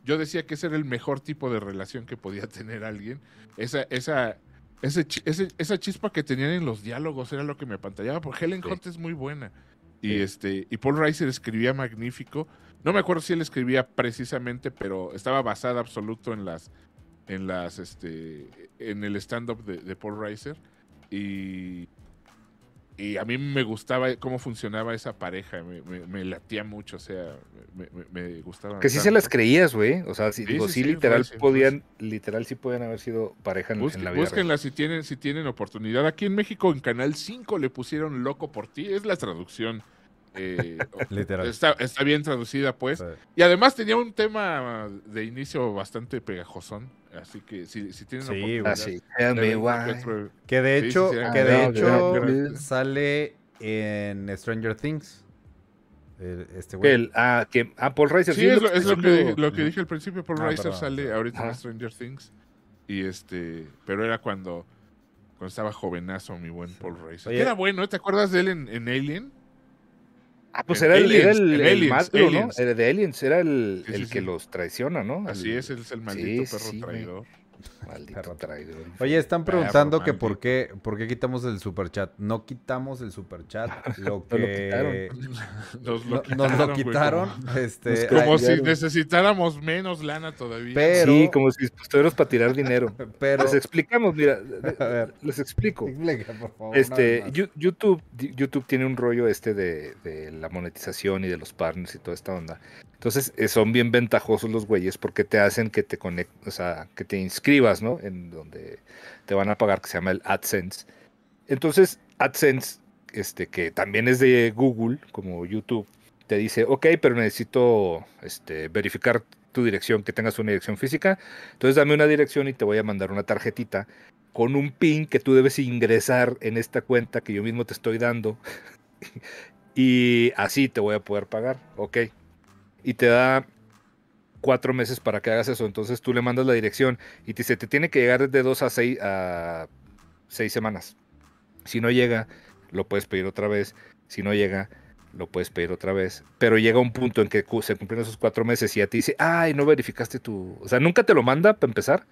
[SPEAKER 2] yo decía que ese era el mejor tipo de relación que podía tener alguien. Esa, esa, ese, chi- ese- esa chispa que tenían en los diálogos era lo que me apantallaba, porque Helen
[SPEAKER 1] Sí.
[SPEAKER 2] Hunt es muy buena. Y,
[SPEAKER 1] Sí.
[SPEAKER 2] este, y Paul Reiser escribía magnífico. No me acuerdo si él escribía precisamente, pero estaba basada absoluto en las en las este en el stand up de, de Paul Reiser y y a mí me gustaba cómo funcionaba esa pareja, me, me- me latía mucho, o sea, me, me- me gustaba.
[SPEAKER 1] Que sí se
[SPEAKER 2] tanto.
[SPEAKER 1] las creías, güey. O sea, sí,
[SPEAKER 2] Sí,
[SPEAKER 1] digo,
[SPEAKER 2] sí,
[SPEAKER 1] sí,
[SPEAKER 2] sí,
[SPEAKER 1] literal
[SPEAKER 2] fue así, fue
[SPEAKER 1] podían, literal sí podían haber sido pareja en, en
[SPEAKER 2] Busque-
[SPEAKER 1] la vida. real.
[SPEAKER 2] búsquenla si tienen, si tienen oportunidad. Aquí en México, en Canal 5, le pusieron Loco por ti. Es la traducción. eh,
[SPEAKER 3] Literal.
[SPEAKER 2] está, está bien traducida,
[SPEAKER 3] O
[SPEAKER 2] pues.
[SPEAKER 3] sea,
[SPEAKER 2] Y además tenía un tema de inicio bastante pegajosón. Así que si, si tienen
[SPEAKER 3] Sí,
[SPEAKER 2] oportunidad.
[SPEAKER 1] Ah, sí. Tell
[SPEAKER 2] de
[SPEAKER 1] me
[SPEAKER 2] ver uno que
[SPEAKER 1] why.
[SPEAKER 2] otro-
[SPEAKER 3] Que de
[SPEAKER 2] Sí, sí,
[SPEAKER 3] hecho,
[SPEAKER 2] sí, ah,
[SPEAKER 3] que de
[SPEAKER 1] ya,
[SPEAKER 3] hecho
[SPEAKER 1] ya, ya.
[SPEAKER 3] sale en Stranger Things. El- este güey.
[SPEAKER 1] El- ah, que, ah, Paul Reiser.
[SPEAKER 2] Sí, es lo, es lo que, dije- lo que
[SPEAKER 3] Ujú.
[SPEAKER 2] dije al principio. Paul
[SPEAKER 3] Ah,
[SPEAKER 2] Reiser
[SPEAKER 3] perdón.
[SPEAKER 2] sale ahorita en
[SPEAKER 1] Ajá.
[SPEAKER 2] Stranger Things. Y este, pero era cuando, cuando estaba jovenazo mi buen Paul Reiser.
[SPEAKER 3] Oye.
[SPEAKER 2] Que era bueno, ¿eh? ¿te acuerdas de él en, en Alien?
[SPEAKER 1] Ah, pues
[SPEAKER 2] en
[SPEAKER 1] era el, era
[SPEAKER 2] Aliens,
[SPEAKER 1] el,
[SPEAKER 2] en
[SPEAKER 1] el
[SPEAKER 2] Aliens,
[SPEAKER 1] malo,
[SPEAKER 2] Aliens.
[SPEAKER 1] ¿no? Era de Aliens, era el,
[SPEAKER 2] Sí, sí,
[SPEAKER 1] el que
[SPEAKER 2] sí.
[SPEAKER 1] los traiciona, ¿no?
[SPEAKER 2] Así
[SPEAKER 1] El
[SPEAKER 2] es, él es el maldito
[SPEAKER 1] sí,
[SPEAKER 2] perro
[SPEAKER 1] sí, güey.
[SPEAKER 2] traidor.
[SPEAKER 1] Maldito
[SPEAKER 3] Perro.
[SPEAKER 1] traidor.
[SPEAKER 3] Oye,
[SPEAKER 2] Ah,
[SPEAKER 3] están preguntando
[SPEAKER 2] Perro,
[SPEAKER 3] que
[SPEAKER 2] man,
[SPEAKER 3] por qué, por qué quitamos el superchat. No quitamos el superchat. Lo
[SPEAKER 1] No lo
[SPEAKER 3] que
[SPEAKER 2] Nos
[SPEAKER 3] no-
[SPEAKER 2] lo
[SPEAKER 3] nos lo
[SPEAKER 2] güey,
[SPEAKER 3] quitaron.
[SPEAKER 2] como-
[SPEAKER 3] este,
[SPEAKER 1] Nos
[SPEAKER 2] Como
[SPEAKER 1] Ay,
[SPEAKER 2] si
[SPEAKER 1] claro.
[SPEAKER 2] necesitáramos menos lana todavía.
[SPEAKER 3] pero,
[SPEAKER 1] Sí, como si estuviéramos para tirar dinero.
[SPEAKER 3] pero
[SPEAKER 1] Les explicamos, mira,
[SPEAKER 3] A ver.
[SPEAKER 1] les explico.
[SPEAKER 3] Explica, por favor, una vez
[SPEAKER 1] Este,
[SPEAKER 3] más.
[SPEAKER 1] Yu- YouTube, YouTube tiene un rollo este de, de la monetización y de los partners y toda esta onda. Entonces eh, son bien ventajosos los güeyes porque te hacen que te conectes, o sea, que te inscribas, ¿no? En donde te van a pagar, que se llama el AdSense. Entonces, AdSense, este, que también es de Google, como YouTube, te dice, ok, pero necesito este, verificar tu dirección, que tengas una dirección física. Entonces dame una dirección y te voy a mandar una tarjetita con un pin que tú debes ingresar en esta cuenta que yo mismo te estoy dando. y así te voy a poder pagar. Ok. Y te da cuatro meses para que hagas eso. Entonces tú le mandas la dirección y te dice, te tiene que llegar de dos a seis, a seis semanas. Si no llega, lo puedes pedir otra vez. Si no llega, lo puedes pedir otra vez. Pero llega un punto en que cu- se cumplen esos cuatro meses y ya te dice, ay, no verificaste tu... O sea, nunca te lo manda para empezar.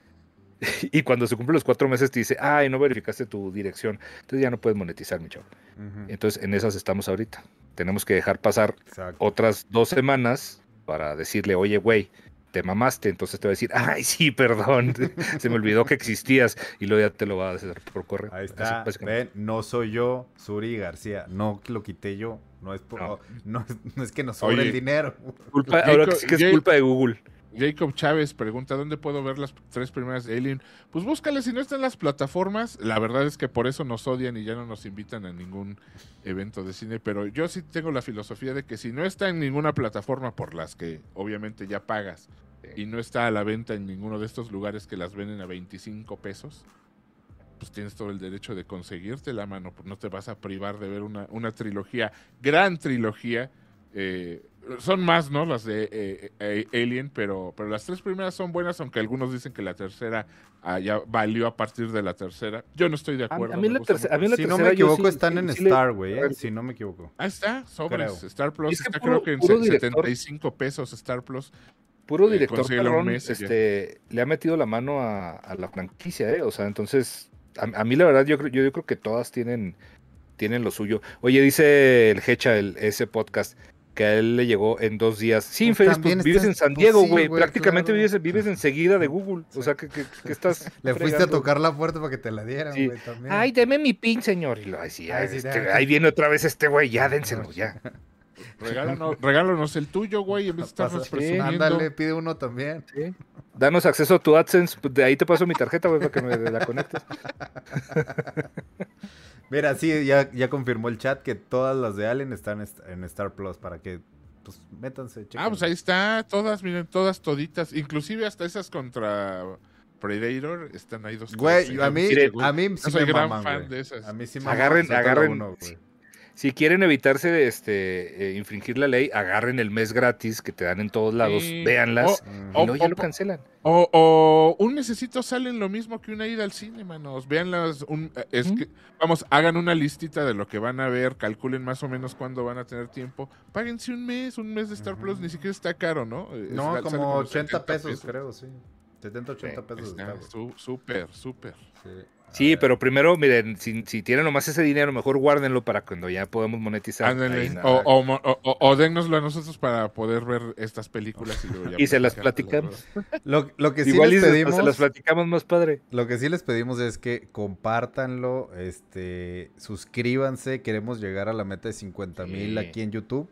[SPEAKER 1] Y cuando se cumplen los cuatro meses te dice, ay, no verificaste tu dirección. Entonces ya no puedes monetizar, mi chavo.
[SPEAKER 3] Ujú,
[SPEAKER 1] Entonces en esas estamos ahorita. Tenemos que dejar pasar
[SPEAKER 3] Exacto.
[SPEAKER 1] otras dos semanas para decirle, oye, güey, te mamaste. Entonces te va a decir, ay, sí, perdón, se me olvidó que existías. Y luego ya te lo va a hacer por correo.
[SPEAKER 3] Ahí
[SPEAKER 1] Así,
[SPEAKER 3] está.
[SPEAKER 1] básicamente.
[SPEAKER 3] Ven, no soy yo, Suri García. No lo quité yo. No es, por-
[SPEAKER 1] No.
[SPEAKER 3] no es- no es que nos sobre
[SPEAKER 2] Oye.
[SPEAKER 3] el dinero.
[SPEAKER 1] Culpa- ahora que
[SPEAKER 2] Jacob-
[SPEAKER 1] sí que es
[SPEAKER 2] Jake-
[SPEAKER 1] culpa de Google.
[SPEAKER 2] Jacob Chávez pregunta, ¿dónde puedo ver las tres primeras de Alien? Pues búscale, si no están las plataformas, la verdad es que por eso nos odian y ya no nos invitan a ningún evento de cine, pero yo sí tengo la filosofía de que si no está en ninguna plataforma por las que obviamente ya pagas y no está a la venta en ninguno de estos lugares que las venden a 25 pesos, pues tienes todo el derecho de conseguirte la mano, pues no te vas a privar de ver una, una trilogía, gran trilogía Eh, son más, ¿no? Las de eh, eh, Alien, pero, pero las tres primeras son buenas, aunque algunos dicen que la tercera ah, ya valió a partir de la tercera. Yo no estoy de
[SPEAKER 1] A- a
[SPEAKER 2] acuerdo.
[SPEAKER 1] mí
[SPEAKER 2] me
[SPEAKER 1] la
[SPEAKER 2] gusta
[SPEAKER 1] tercera-
[SPEAKER 2] mucho.
[SPEAKER 1] a mí la
[SPEAKER 2] Sí,
[SPEAKER 3] Si no me
[SPEAKER 1] tercera yo
[SPEAKER 3] equivoco,
[SPEAKER 1] sí-
[SPEAKER 3] están en
[SPEAKER 1] sí- sí le-
[SPEAKER 3] Star, güey. eh,
[SPEAKER 1] Creo.
[SPEAKER 3] Si no me equivoco.
[SPEAKER 2] Ahí está, sobres.
[SPEAKER 3] Creo.
[SPEAKER 2] Star Plus
[SPEAKER 1] Es que
[SPEAKER 2] está
[SPEAKER 1] puro-
[SPEAKER 2] creo que en
[SPEAKER 1] puro
[SPEAKER 2] se-
[SPEAKER 1] director.
[SPEAKER 2] 75 pesos Star Plus.
[SPEAKER 1] Puro
[SPEAKER 2] Eh,
[SPEAKER 1] director
[SPEAKER 2] consíguelo un
[SPEAKER 1] perrón,
[SPEAKER 2] mes y ya.
[SPEAKER 1] este, le ha metido la mano a, a la franquicia, ¿eh? O sea, entonces, a, a mí la verdad, yo, creo- yo, yo creo que todas tienen, tienen lo suyo. Oye, dice el Hecha, el, ese podcast, que a él le llegó en dos días. Sí,
[SPEAKER 3] Pues
[SPEAKER 1] infeliz,
[SPEAKER 3] también
[SPEAKER 1] pues, vives
[SPEAKER 3] estás-
[SPEAKER 1] en San
[SPEAKER 3] pues
[SPEAKER 1] Diego,
[SPEAKER 3] sí,
[SPEAKER 1] güey.
[SPEAKER 3] güey,
[SPEAKER 1] Prácticamente
[SPEAKER 3] claro.
[SPEAKER 1] vives, vives enseguida de Google. O sea, que, que- que estás.
[SPEAKER 3] Le fuiste a
[SPEAKER 1] fregando.
[SPEAKER 3] tocar la puerta para que te la dieran,
[SPEAKER 1] Sí.
[SPEAKER 3] güey, también.
[SPEAKER 1] Ay, deme mi pin, señor. Y lo decía,
[SPEAKER 3] Ay, sí,
[SPEAKER 1] este,
[SPEAKER 3] dame.
[SPEAKER 1] ahí viene otra vez este güey, ya dénselo, ya.
[SPEAKER 2] Regálanos, regálanos el tuyo, güey, en vez de estarnos
[SPEAKER 3] Pasa-
[SPEAKER 1] presumiendo.
[SPEAKER 3] Ándale, pide uno también.
[SPEAKER 1] Danos acceso a tu AdSense, pues, de ahí te paso mi tarjeta, güey, para que me la conectes.
[SPEAKER 3] Mira, sí, ya, ya confirmó el chat que todas las de Alien están est- en Star Plus para que, pues, métanse.
[SPEAKER 2] Ah, pues ahí está, todas, miren, todas, toditas, inclusive hasta esas contra Predator, están ahí dos.
[SPEAKER 3] Güey,
[SPEAKER 2] tres,
[SPEAKER 3] a mí,
[SPEAKER 1] Mire,
[SPEAKER 3] a mí sí
[SPEAKER 2] Yo soy
[SPEAKER 3] me
[SPEAKER 2] gran
[SPEAKER 3] maman,
[SPEAKER 2] fan
[SPEAKER 3] güey.
[SPEAKER 2] de esas.
[SPEAKER 3] A mí sí me
[SPEAKER 1] Agarren-
[SPEAKER 3] maman, sácalo
[SPEAKER 1] agarren-
[SPEAKER 3] uno, güey.
[SPEAKER 1] Si quieren evitarse este, eh, infringir la ley, agarren el mes gratis que te dan en todos lados,
[SPEAKER 2] Sí.
[SPEAKER 1] véanlas
[SPEAKER 3] Mm.
[SPEAKER 2] o-
[SPEAKER 1] y luego ya
[SPEAKER 2] o-
[SPEAKER 1] lo cancelan.
[SPEAKER 2] O, o un necesito salen lo mismo que una ida al cine, manos. Vean las. Un, es que, vamos, hagan una listita de lo que van a ver, calculen más o menos cuándo van a tener tiempo. Páguense un mes, un mes de Star Plus, ni siquiera está caro, ¿no? Eh,
[SPEAKER 3] No,
[SPEAKER 2] sal- sale
[SPEAKER 3] como 80
[SPEAKER 2] 70
[SPEAKER 3] pesos, creo, sí. 70, 80
[SPEAKER 2] Ahí
[SPEAKER 3] pesos.
[SPEAKER 2] está,
[SPEAKER 3] está, güey.
[SPEAKER 2] su- Súper, súper.
[SPEAKER 3] Sí. A
[SPEAKER 1] Sí,
[SPEAKER 3] ver.
[SPEAKER 1] pero primero, miren, si, si tienen nomás ese dinero, mejor guárdenlo para cuando ya podamos monetizar.
[SPEAKER 2] Ándale,
[SPEAKER 1] Ahí,
[SPEAKER 2] O, o, mo- o, o- o dénnoslo a nosotros para poder ver estas películas y, luego ya
[SPEAKER 1] Y se las
[SPEAKER 2] platicamos.
[SPEAKER 3] Lo, lo que sí
[SPEAKER 1] Igual y
[SPEAKER 3] les
[SPEAKER 1] se-
[SPEAKER 3] pedimos...
[SPEAKER 1] se las platicamos más padre.
[SPEAKER 3] Lo que sí les pedimos es que compártanlo, este, suscríbanse, queremos llegar a la meta de 50 mil
[SPEAKER 1] Sí.
[SPEAKER 3] aquí en YouTube.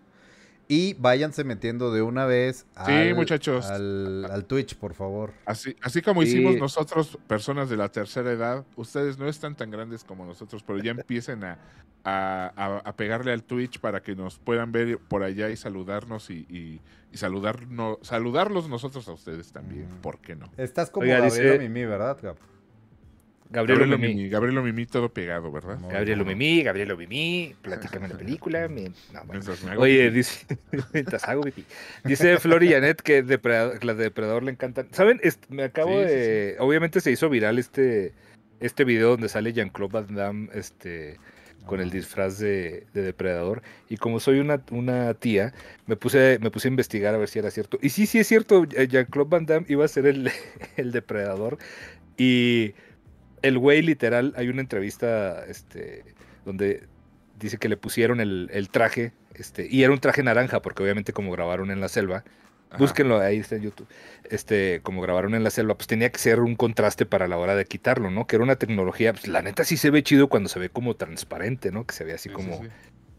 [SPEAKER 3] Y váyanse metiendo de una vez
[SPEAKER 2] Sí, muchachos.
[SPEAKER 3] Al, al Twitch, por favor.
[SPEAKER 2] Así, así como
[SPEAKER 1] Sí.
[SPEAKER 2] hicimos nosotros, personas de la tercera edad, ustedes no están tan grandes como nosotros, pero ya empiecen a, a- a- a pegarle al Twitch para que nos puedan ver por allá y saludarnos y, y, y saludarnos, saludarlos nosotros a ustedes también.
[SPEAKER 1] Mm.
[SPEAKER 3] Ujú.
[SPEAKER 2] ¿Por qué no?
[SPEAKER 3] Estás como
[SPEAKER 1] Oiga,
[SPEAKER 3] Gabriela
[SPEAKER 1] dice-
[SPEAKER 3] Mimí, ¿verdad, Gab?
[SPEAKER 1] Gabriel
[SPEAKER 2] Gabriel
[SPEAKER 1] Lumimí.
[SPEAKER 2] Omimí, Gabriel Omimí, todo pegado, ¿verdad?
[SPEAKER 3] Muy
[SPEAKER 1] Gabriel
[SPEAKER 3] bien.
[SPEAKER 1] Lumimí, Gabriel Lumimí, platícame la película. mi- no, bueno.
[SPEAKER 2] Mientras me hago-
[SPEAKER 1] Oye, dice, mientras hago pipí. Dice Flor y Janet que Depredador, la de Depredador le encantan. ¿Saben? Est- me acabo
[SPEAKER 2] Sí, sí,
[SPEAKER 1] de. Obviamente se hizo viral este, este video donde sale Jean-Claude Van Damme este, con el disfraz de, de Depredador. Y como soy una, una tía, me puse, me puse a investigar a ver si era cierto. Y sí, sí es cierto, eh, Jean-Claude Van Damme iba a ser el, el Depredador. Y el güey, literal, hay una entrevista este, donde dice que le pusieron el, el traje, este, y era un traje naranja, porque obviamente como grabaron en la selva,
[SPEAKER 2] Ajá.
[SPEAKER 1] búsquenlo, ahí está en YouTube, este, como grabaron en la selva, pues tenía que ser un contraste para la hora de quitarlo, ¿no? Que era una tecnología, pues la neta sí se ve chido cuando se ve como transparente, ¿no? Que se ve así
[SPEAKER 2] Sí, sí,
[SPEAKER 1] como...
[SPEAKER 2] sí.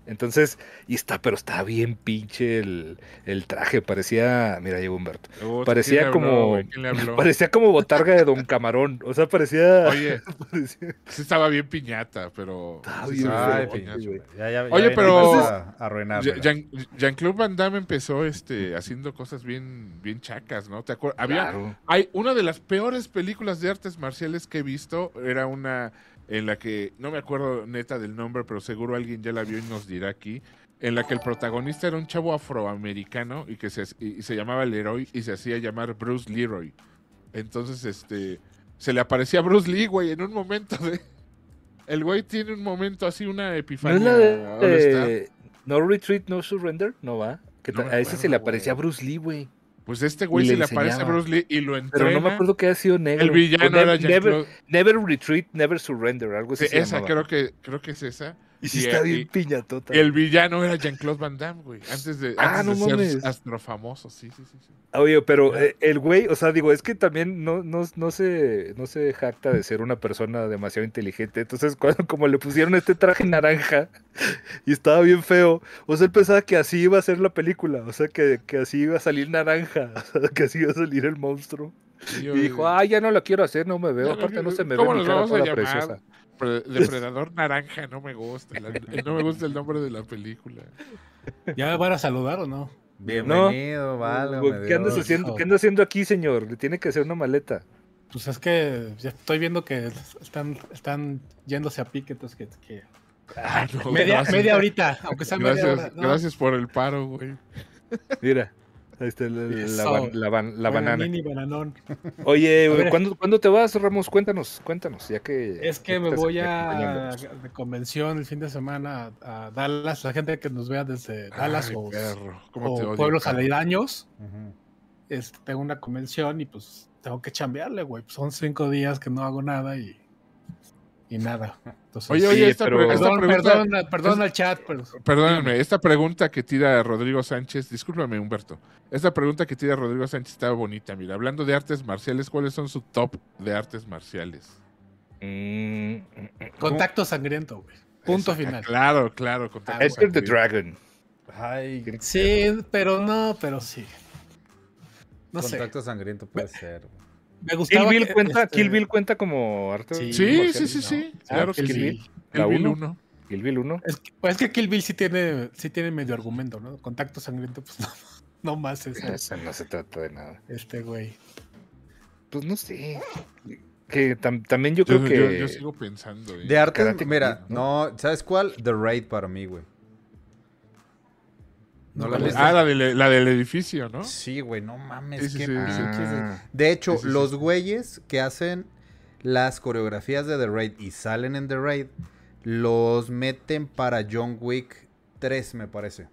[SPEAKER 1] Entonces, y está, pero está bien pinche el, el traje, parecía, mira, llegó Humberto,
[SPEAKER 2] Uy,
[SPEAKER 1] parecía
[SPEAKER 2] ¿quién le habló,
[SPEAKER 1] como-
[SPEAKER 2] güey? ¿Quién le habló?
[SPEAKER 1] parecía como botarga de Don Camarón, o sea, parecía...
[SPEAKER 2] Oye,
[SPEAKER 1] parecía-
[SPEAKER 2] sí estaba bien piñata, pero...
[SPEAKER 1] Está
[SPEAKER 2] sí
[SPEAKER 1] bien
[SPEAKER 2] se veía
[SPEAKER 1] feo,
[SPEAKER 3] Ay,
[SPEAKER 2] bien
[SPEAKER 1] pinche,
[SPEAKER 2] piñata.
[SPEAKER 1] güey.
[SPEAKER 3] Ya, ya, ya
[SPEAKER 2] Oye,
[SPEAKER 3] venimos
[SPEAKER 2] pero-
[SPEAKER 3] a- a arruinarla.
[SPEAKER 2] Ya- Jean- Jean-Claude Van Damme empezó este, haciendo cosas bien, bien chacas, ¿no? ¿Te acuer- Había,
[SPEAKER 1] Claro.
[SPEAKER 2] Hay una de las peores películas de artes marciales que he visto. Era una en la que, no me acuerdo neta del nombre, pero seguro alguien ya la vio y nos dirá aquí. En la que el protagonista era un chavo afroamericano y que se, y- y se llamaba Leroy y se hacía llamar Bruce Leroy. Entonces, este, se le aparecía a Bruce Lee, güey, en un momento de... El güey tiene un momento así, una
[SPEAKER 1] ¿No
[SPEAKER 2] epifanía.
[SPEAKER 1] es la
[SPEAKER 2] All Star.
[SPEAKER 1] de eh, No Retreat, No Surrender? No va. Que
[SPEAKER 2] No
[SPEAKER 1] ta-
[SPEAKER 2] me
[SPEAKER 1] a ese se
[SPEAKER 2] acuerdo,
[SPEAKER 1] le aparecía
[SPEAKER 2] güey.
[SPEAKER 1] Bruce Lee, güey.
[SPEAKER 2] Pues este güey
[SPEAKER 1] y
[SPEAKER 2] se
[SPEAKER 1] le
[SPEAKER 2] le aparece a
[SPEAKER 1] enseñaba.
[SPEAKER 2] Bruce Lee y lo
[SPEAKER 1] Pero
[SPEAKER 2] entrena.
[SPEAKER 1] no me acuerdo Pues, que ha sido negro.
[SPEAKER 2] El
[SPEAKER 1] O
[SPEAKER 2] villano
[SPEAKER 1] ne-
[SPEAKER 2] era
[SPEAKER 1] never,
[SPEAKER 2] Jean-Claude.
[SPEAKER 1] never Retreat, Never Surrender, algo así.
[SPEAKER 2] Sí,
[SPEAKER 1] se
[SPEAKER 2] esa
[SPEAKER 1] llamaba.
[SPEAKER 2] creo que, creo que es esa.
[SPEAKER 1] Y sí
[SPEAKER 2] y-
[SPEAKER 1] está bien
[SPEAKER 2] y-
[SPEAKER 1] piñatota.
[SPEAKER 2] El villano era Jean-Claude Van Damme, güey. Antes de,
[SPEAKER 1] Ah,
[SPEAKER 2] antes
[SPEAKER 1] no
[SPEAKER 2] de ser
[SPEAKER 1] mames.
[SPEAKER 2] astrofamoso, sí, sí, sí. sí.
[SPEAKER 1] Oye, pero eh, el güey, o sea, digo, es que también no, no, no, se, no se jacta de ser una persona demasiado inteligente. Entonces, cuando, como le pusieron este traje naranja y estaba bien feo, o sea, él pensaba que así iba a ser la película, o sea, que, que así iba a salir naranja, o sea, que así iba a salir el monstruo.
[SPEAKER 2] Sí,
[SPEAKER 1] Y dijo, ah, ya no lo quiero hacer, no me veo,
[SPEAKER 2] Ya no
[SPEAKER 1] aparte no
[SPEAKER 2] quiero-
[SPEAKER 1] se me ve
[SPEAKER 2] ¿cómo
[SPEAKER 1] mi
[SPEAKER 2] nos
[SPEAKER 1] cara
[SPEAKER 2] vamos a
[SPEAKER 1] toda
[SPEAKER 2] llamar?
[SPEAKER 1] preciosa.
[SPEAKER 2] "Pre- Depredador Naranja, no me gusta. la- no me gusta el nombre de la película.
[SPEAKER 6] ¿Ya me van a saludar o no?
[SPEAKER 3] Bienvenido, vale.
[SPEAKER 1] Güey, ¿Qué andas haciendo? ¿Qué andas haciendo aquí, señor? Le tiene que hacer una maleta.
[SPEAKER 6] Pues es que ya estoy viendo que están, están yéndose a pique, entonces que, que
[SPEAKER 2] Ah, no,
[SPEAKER 6] Media,
[SPEAKER 2] gracias,
[SPEAKER 6] media horita, aunque sea media
[SPEAKER 2] gracias,
[SPEAKER 6] hora, ¿no?
[SPEAKER 2] gracias por el paro, güey.
[SPEAKER 1] Mira. Ahí está la, la
[SPEAKER 6] Eso.
[SPEAKER 1] ban- la ban- la
[SPEAKER 6] Bueno,
[SPEAKER 1] banana.
[SPEAKER 6] mini bananón.
[SPEAKER 1] Oye,
[SPEAKER 6] A
[SPEAKER 1] güey,
[SPEAKER 6] ver.
[SPEAKER 1] ¿cuándo, cuándo te vas, Ramos? Cuéntanos, cuéntanos, ya que...
[SPEAKER 6] Es que me
[SPEAKER 1] estás
[SPEAKER 6] voy
[SPEAKER 1] aquí
[SPEAKER 6] a
[SPEAKER 1] acompañándonos.
[SPEAKER 6] de convención el fin de semana a, a Dallas. La gente que nos vea desde Dallas
[SPEAKER 2] Ay,
[SPEAKER 6] o,
[SPEAKER 2] perro, ¿cómo
[SPEAKER 6] o
[SPEAKER 2] te odio,
[SPEAKER 6] pueblos
[SPEAKER 2] cabrón?
[SPEAKER 6] aledaños,
[SPEAKER 3] Ujú.
[SPEAKER 6] este, tengo una convención y pues tengo que chambearle, güey. Pues son cinco días que no hago nada y, y nada. Entonces,
[SPEAKER 2] Oye,
[SPEAKER 1] Sí,
[SPEAKER 2] oye, esta,
[SPEAKER 1] pero-
[SPEAKER 2] pre- esta
[SPEAKER 6] perdón,
[SPEAKER 2] pregunta,
[SPEAKER 6] perdón, perdón
[SPEAKER 2] es-
[SPEAKER 6] al chat, pero
[SPEAKER 2] perdóname, esta pregunta que tira Rodrigo Sánchez, discúlpame Humberto, esta pregunta que tira Rodrigo Sánchez estaba bonita, mira, hablando de artes marciales, ¿cuáles son su top de artes marciales?
[SPEAKER 1] Mm,
[SPEAKER 6] contacto sangriento, güey. Punto
[SPEAKER 2] Esa-
[SPEAKER 6] final.
[SPEAKER 2] Claro, claro,
[SPEAKER 3] Ah,
[SPEAKER 2] contacto
[SPEAKER 1] Enter the
[SPEAKER 2] sangriento.
[SPEAKER 1] Dragon.
[SPEAKER 3] Ay,
[SPEAKER 6] Sí, pero no, pero sí. No sé.
[SPEAKER 3] contacto sangriento puede ser. güey.
[SPEAKER 6] Me
[SPEAKER 1] Kill
[SPEAKER 6] gustaba.
[SPEAKER 1] Bill,
[SPEAKER 6] que-
[SPEAKER 1] cuenta,
[SPEAKER 6] este-
[SPEAKER 1] Kill Bill cuenta como arte.
[SPEAKER 2] Sí,
[SPEAKER 6] Sí,
[SPEAKER 2] sí,
[SPEAKER 1] marcial,
[SPEAKER 2] sí,
[SPEAKER 1] ¿no?
[SPEAKER 2] sí,
[SPEAKER 1] Ah,
[SPEAKER 2] claro
[SPEAKER 1] Kill
[SPEAKER 2] que sí.
[SPEAKER 1] Bill.
[SPEAKER 2] El
[SPEAKER 1] La
[SPEAKER 2] Bill
[SPEAKER 1] uno.
[SPEAKER 2] uno.
[SPEAKER 1] Kill Bill 1.
[SPEAKER 6] Es que, pues es que Kill Bill sí tiene, sí tiene medio argumento, ¿no? Contacto sangriento, pues no, no más eso.
[SPEAKER 1] Eso no se trata de nada.
[SPEAKER 6] Este güey.
[SPEAKER 1] Pues no sé. Que tam- también yo creo
[SPEAKER 2] Yo,
[SPEAKER 1] que.
[SPEAKER 2] yo- yo sigo pensando. ¿eh?
[SPEAKER 3] De arte,
[SPEAKER 1] Karate Kid,
[SPEAKER 3] mira,
[SPEAKER 1] ¿no?
[SPEAKER 3] no, ¿sabes cuál? The Raid para mí, güey. No la
[SPEAKER 6] ¿Cuál es?
[SPEAKER 3] viste?
[SPEAKER 2] Ah, la, del- la del edificio, ¿no?
[SPEAKER 3] Sí, güey, no mames.
[SPEAKER 2] Sí, sí,
[SPEAKER 3] qué
[SPEAKER 2] sí, sí.
[SPEAKER 3] pinches-
[SPEAKER 1] Ah.
[SPEAKER 3] De hecho,
[SPEAKER 2] Sí, sí, sí.
[SPEAKER 3] los güeyes que hacen las coreografías de The Raid y salen en The Raid, los meten para John Wick 3, me parece.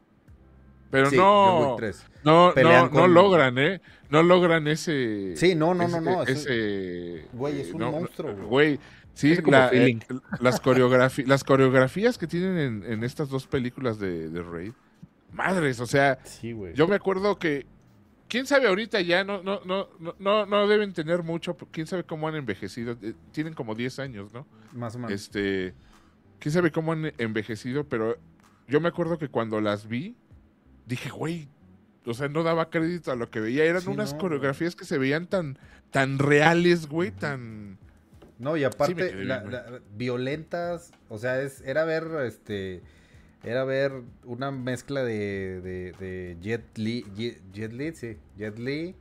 [SPEAKER 2] Pero
[SPEAKER 3] sí, John
[SPEAKER 2] no,
[SPEAKER 3] Wick 3.
[SPEAKER 2] no,
[SPEAKER 3] Pelean
[SPEAKER 2] no, no
[SPEAKER 3] con-
[SPEAKER 2] logran, ¿eh? No logran ese.
[SPEAKER 3] Sí, no, no, no, no,
[SPEAKER 2] ese-
[SPEAKER 3] es un-
[SPEAKER 2] ese-
[SPEAKER 3] Güey, es un monstruo, güey.
[SPEAKER 2] Güey, sí,
[SPEAKER 1] Es como
[SPEAKER 2] la-
[SPEAKER 1] feeling.
[SPEAKER 2] eh, las, coreografi- las coreografías que tienen en, en estas dos películas de, de Raid, madres, o sea,
[SPEAKER 3] Sí, güey.
[SPEAKER 2] yo me acuerdo que. Quién sabe ahorita ya, no, no, no, no- no, no deben tener mucho, quién sabe cómo han envejecido, eh, tienen como 10 años, ¿no?
[SPEAKER 3] Más o menos.
[SPEAKER 2] Este, quién sabe cómo han envejecido, pero yo me acuerdo que cuando las vi, dije, güey, o sea, no daba crédito a lo que veía. Eran
[SPEAKER 3] Sí,
[SPEAKER 2] unas
[SPEAKER 3] no,
[SPEAKER 2] coreografías que se veían tan, tan reales, güey, tan...
[SPEAKER 3] No, y aparte,
[SPEAKER 2] quedé
[SPEAKER 3] la-
[SPEAKER 2] bien,
[SPEAKER 3] la- violentas, o sea, es, era ver, este, era ver una mezcla de, de, de Jet Li, Jet, Jet Li, sí, Jet Li,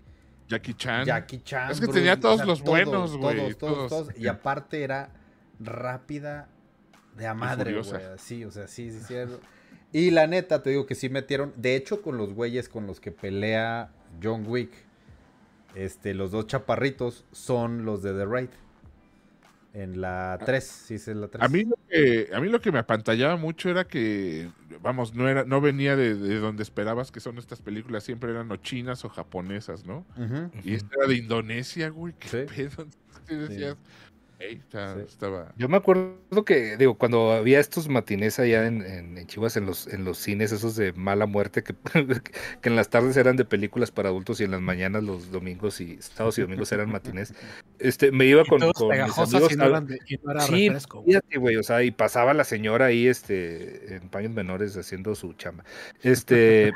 [SPEAKER 2] Jackie Chan.
[SPEAKER 3] Jackie Chan.
[SPEAKER 2] Es que
[SPEAKER 3] Bruce
[SPEAKER 2] tenía
[SPEAKER 3] Lee,
[SPEAKER 2] todos los buenos,
[SPEAKER 3] todos,
[SPEAKER 2] güey,
[SPEAKER 3] Todos, todos,
[SPEAKER 2] todos.
[SPEAKER 3] todos. Y aparte era rápida de a madre,
[SPEAKER 2] furiosa.
[SPEAKER 3] güey. Sí, o sea, sí, sí, sí. era- Y la neta, te digo que sí metieron. De hecho, con los güeyes con los que pelea John Wick, este, los dos chaparritos son los de The Raid. En la 3, sí, es en la 3.
[SPEAKER 2] A mí, lo que, a mí lo que me apantallaba mucho era que, vamos, no era no venía de, de donde esperabas que son estas películas, siempre eran o chinas o japonesas, ¿no?
[SPEAKER 3] Ujú.
[SPEAKER 2] Y esta era de Indonesia, güey, qué
[SPEAKER 3] Sí.
[SPEAKER 2] pedo. Y decías, "Ey, o sea,
[SPEAKER 3] Sí.
[SPEAKER 2] estaba...
[SPEAKER 1] Yo me acuerdo que, digo, cuando había estos matines allá en, en, en Chivas, en los, en los cines, esos de mala muerte, que, que en las tardes eran de películas para adultos y en las mañanas, los domingos y sábados y domingos eran matines. Este, me iba
[SPEAKER 6] y
[SPEAKER 1] con,
[SPEAKER 6] todos
[SPEAKER 1] con mis
[SPEAKER 6] pegajosas
[SPEAKER 1] amigos.
[SPEAKER 6] y no,
[SPEAKER 1] a-
[SPEAKER 6] eran de- y no era
[SPEAKER 1] Sí,
[SPEAKER 6] refresco. güey.
[SPEAKER 1] fíjate, güey, o sea, y pasaba la señora ahí, este, en paños menores haciendo su chamba. Este,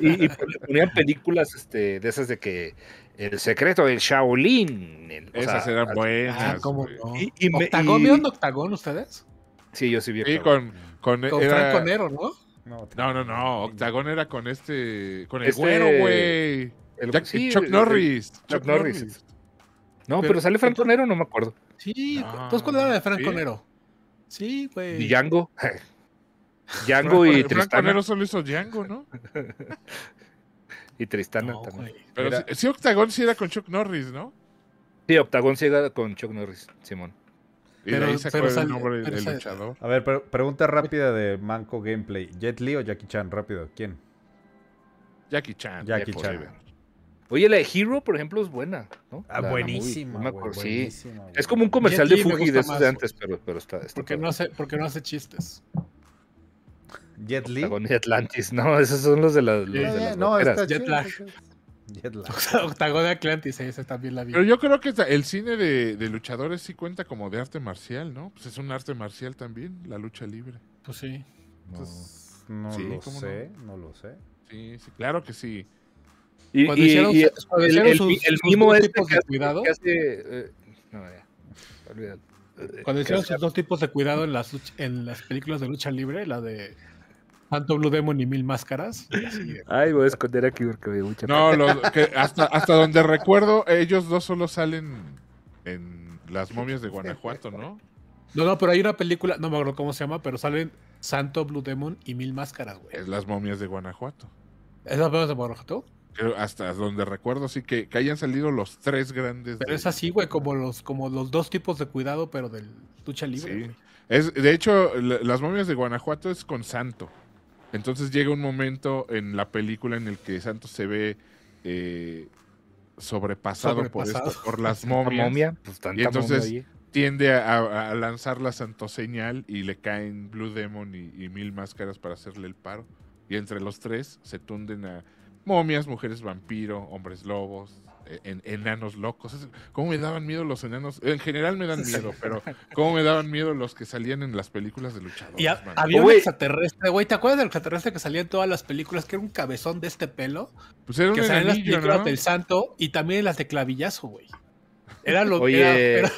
[SPEAKER 1] y, y pon- ponían películas, este, de esas de que El secreto del Shaolin. el- o
[SPEAKER 2] Esas
[SPEAKER 1] sea,
[SPEAKER 2] eran buenas.
[SPEAKER 6] Ah, cómo
[SPEAKER 2] güey.
[SPEAKER 6] no.
[SPEAKER 1] Y- y me-
[SPEAKER 6] ¿Octagón?
[SPEAKER 1] y-
[SPEAKER 6] ¿Vieron Octagón ustedes?
[SPEAKER 1] Sí, yo sí vi.
[SPEAKER 2] Sí,
[SPEAKER 1] Octagón.
[SPEAKER 2] con, con,
[SPEAKER 6] Con
[SPEAKER 2] era-
[SPEAKER 6] Franco Nero, ¿no?
[SPEAKER 3] No,
[SPEAKER 2] No, no, no. Octagón era con este. Con el
[SPEAKER 1] Este-
[SPEAKER 2] güero, güey.
[SPEAKER 1] El-
[SPEAKER 2] Jack-
[SPEAKER 1] sí,
[SPEAKER 2] Chuck
[SPEAKER 1] el-
[SPEAKER 2] Norris.
[SPEAKER 1] Chuck Norris. No, pero,
[SPEAKER 6] Pero-
[SPEAKER 1] sale Franco Nero, no me acuerdo.
[SPEAKER 6] Sí,
[SPEAKER 2] No,
[SPEAKER 6] ¿todos cuál era de Franco
[SPEAKER 2] ¿sí?
[SPEAKER 6] Nero? Sí, güey.
[SPEAKER 1] Django. Django
[SPEAKER 6] eh,
[SPEAKER 1] y
[SPEAKER 2] Franco- Franco
[SPEAKER 1] Tristana.
[SPEAKER 2] Nero solo hizo Django, ¿no?
[SPEAKER 1] Y Tristana
[SPEAKER 6] No,
[SPEAKER 1] también.
[SPEAKER 6] güey.
[SPEAKER 2] Pero
[SPEAKER 3] Era-
[SPEAKER 2] sí, sí, Octagón sí era con Chuck Norris, ¿no?
[SPEAKER 1] Sí, Octagón llega con Chuck Norris, Simón.
[SPEAKER 2] Y
[SPEAKER 6] Pero-
[SPEAKER 2] de ahí sacó
[SPEAKER 6] pero
[SPEAKER 2] el
[SPEAKER 6] sale-
[SPEAKER 2] nombre
[SPEAKER 6] pero
[SPEAKER 2] del
[SPEAKER 6] sale-
[SPEAKER 2] luchador.
[SPEAKER 3] A ver, pre- pregunta rápida de Manco Gameplay. ¿Jet Li o Jackie Chan? Rápido, ¿quién?
[SPEAKER 2] Jackie Chan.
[SPEAKER 3] Jackie
[SPEAKER 2] por
[SPEAKER 3] Chan.
[SPEAKER 2] ahí ven.
[SPEAKER 1] Oye, la de Hero, por ejemplo, es buena, ¿no? La- la
[SPEAKER 3] Ah,
[SPEAKER 1] movie.
[SPEAKER 3] buenísima,
[SPEAKER 1] No me
[SPEAKER 3] güey,
[SPEAKER 1] acuerdo, sí.
[SPEAKER 3] buenísima, güey.
[SPEAKER 1] Es como un comercial de
[SPEAKER 6] Jet Li me
[SPEAKER 1] Fuji
[SPEAKER 6] gusta
[SPEAKER 1] de esos
[SPEAKER 6] más,
[SPEAKER 1] de
[SPEAKER 6] güey.
[SPEAKER 1] antes, pero, pero está. está
[SPEAKER 6] Porque
[SPEAKER 1] padre.
[SPEAKER 6] no hace, porque no hace chistes.
[SPEAKER 3] Jet Li.
[SPEAKER 1] Octagón y Atlantis, no, esos son los de las. los de
[SPEAKER 3] Eh,
[SPEAKER 1] las
[SPEAKER 3] no,
[SPEAKER 1] loqueras.
[SPEAKER 3] está
[SPEAKER 6] Jet
[SPEAKER 3] chido,
[SPEAKER 6] lag.
[SPEAKER 3] está chido. Jet lag.
[SPEAKER 6] Octagón de Atlantis, esa también la vi.
[SPEAKER 2] Pero yo creo que ta- el cine de, de luchadores sí cuenta como de arte marcial, ¿no? Pues es un arte marcial también, la lucha libre.
[SPEAKER 6] Pues sí.
[SPEAKER 3] Pues, no
[SPEAKER 2] Sí,
[SPEAKER 3] lo
[SPEAKER 2] ¿cómo
[SPEAKER 3] sé, no? lo sé.
[SPEAKER 2] Sí, sí, claro que sí.
[SPEAKER 1] Y,
[SPEAKER 6] Cuando
[SPEAKER 1] y-
[SPEAKER 6] hicieron,
[SPEAKER 1] y
[SPEAKER 6] cuando
[SPEAKER 1] el,
[SPEAKER 6] hicieron
[SPEAKER 1] el-
[SPEAKER 6] sus,
[SPEAKER 1] el
[SPEAKER 6] sus
[SPEAKER 1] mimo
[SPEAKER 6] dos
[SPEAKER 1] este
[SPEAKER 6] tipos
[SPEAKER 1] que
[SPEAKER 6] de
[SPEAKER 1] hace.
[SPEAKER 6] cuidado,
[SPEAKER 1] que hace, eh, no, ya. Olvídalo. Eh,
[SPEAKER 6] cuando
[SPEAKER 1] que
[SPEAKER 6] hicieron
[SPEAKER 1] hace-
[SPEAKER 6] sus dos tipos de cuidado en las, luch- en las películas de lucha libre, la de Phantom Blue Demon y Mil Máscaras. así,
[SPEAKER 1] Ay, voy a esconder aquí porque me dio mucha
[SPEAKER 2] No, lo- que hasta, hasta donde recuerdo, ellos dos solo salen en las momias de Guanajuato, ¿no?
[SPEAKER 6] No, no, pero hay una película, no me acuerdo cómo se llama, pero salen Santo, Blue Demon y Mil Máscaras, güey.
[SPEAKER 2] Es las momias de Guanajuato.
[SPEAKER 6] ¿Es la de Guanajuato?
[SPEAKER 2] Creo- hasta donde recuerdo, sí que, que hayan salido los tres grandes.
[SPEAKER 6] Pero
[SPEAKER 2] de-
[SPEAKER 6] es así, güey, como los, como los dos tipos de cuidado, pero del lucha libre.
[SPEAKER 2] Sí.
[SPEAKER 6] güey.
[SPEAKER 2] Es, de hecho, la- las momias de Guanajuato es con Santo. Entonces llega un momento en la película en el que Santo se ve eh, sobrepasado,
[SPEAKER 6] Sobrepasado.
[SPEAKER 2] por esto, por las
[SPEAKER 1] Tanta
[SPEAKER 2] momias.
[SPEAKER 1] momia, pues tanta
[SPEAKER 2] Y entonces-
[SPEAKER 1] momia ahí.
[SPEAKER 2] Tiende a- a, a lanzar la Santo señal y le caen Blue Demon y, y mil máscaras para hacerle el paro. Y entre los tres se tunden a momias, mujeres vampiro, hombres lobos, eh, en- enanos locos. Es- ¿Cómo me daban miedo los enanos? En general me dan miedo, pero ¿cómo me daban miedo los que salían en las películas de luchadores?
[SPEAKER 6] Y ha-
[SPEAKER 2] man?
[SPEAKER 6] había un
[SPEAKER 1] Güey.
[SPEAKER 6] extraterrestre, güey. ¿Te acuerdas del extraterrestre que salía en todas las películas? Que era un cabezón de este pelo.
[SPEAKER 2] Pues era un
[SPEAKER 6] Que salía en las
[SPEAKER 2] enanillo,
[SPEAKER 6] películas
[SPEAKER 2] ¿no?
[SPEAKER 6] del santo y también en las de clavillazo, güey. Era lo
[SPEAKER 1] Oye,
[SPEAKER 6] era- era,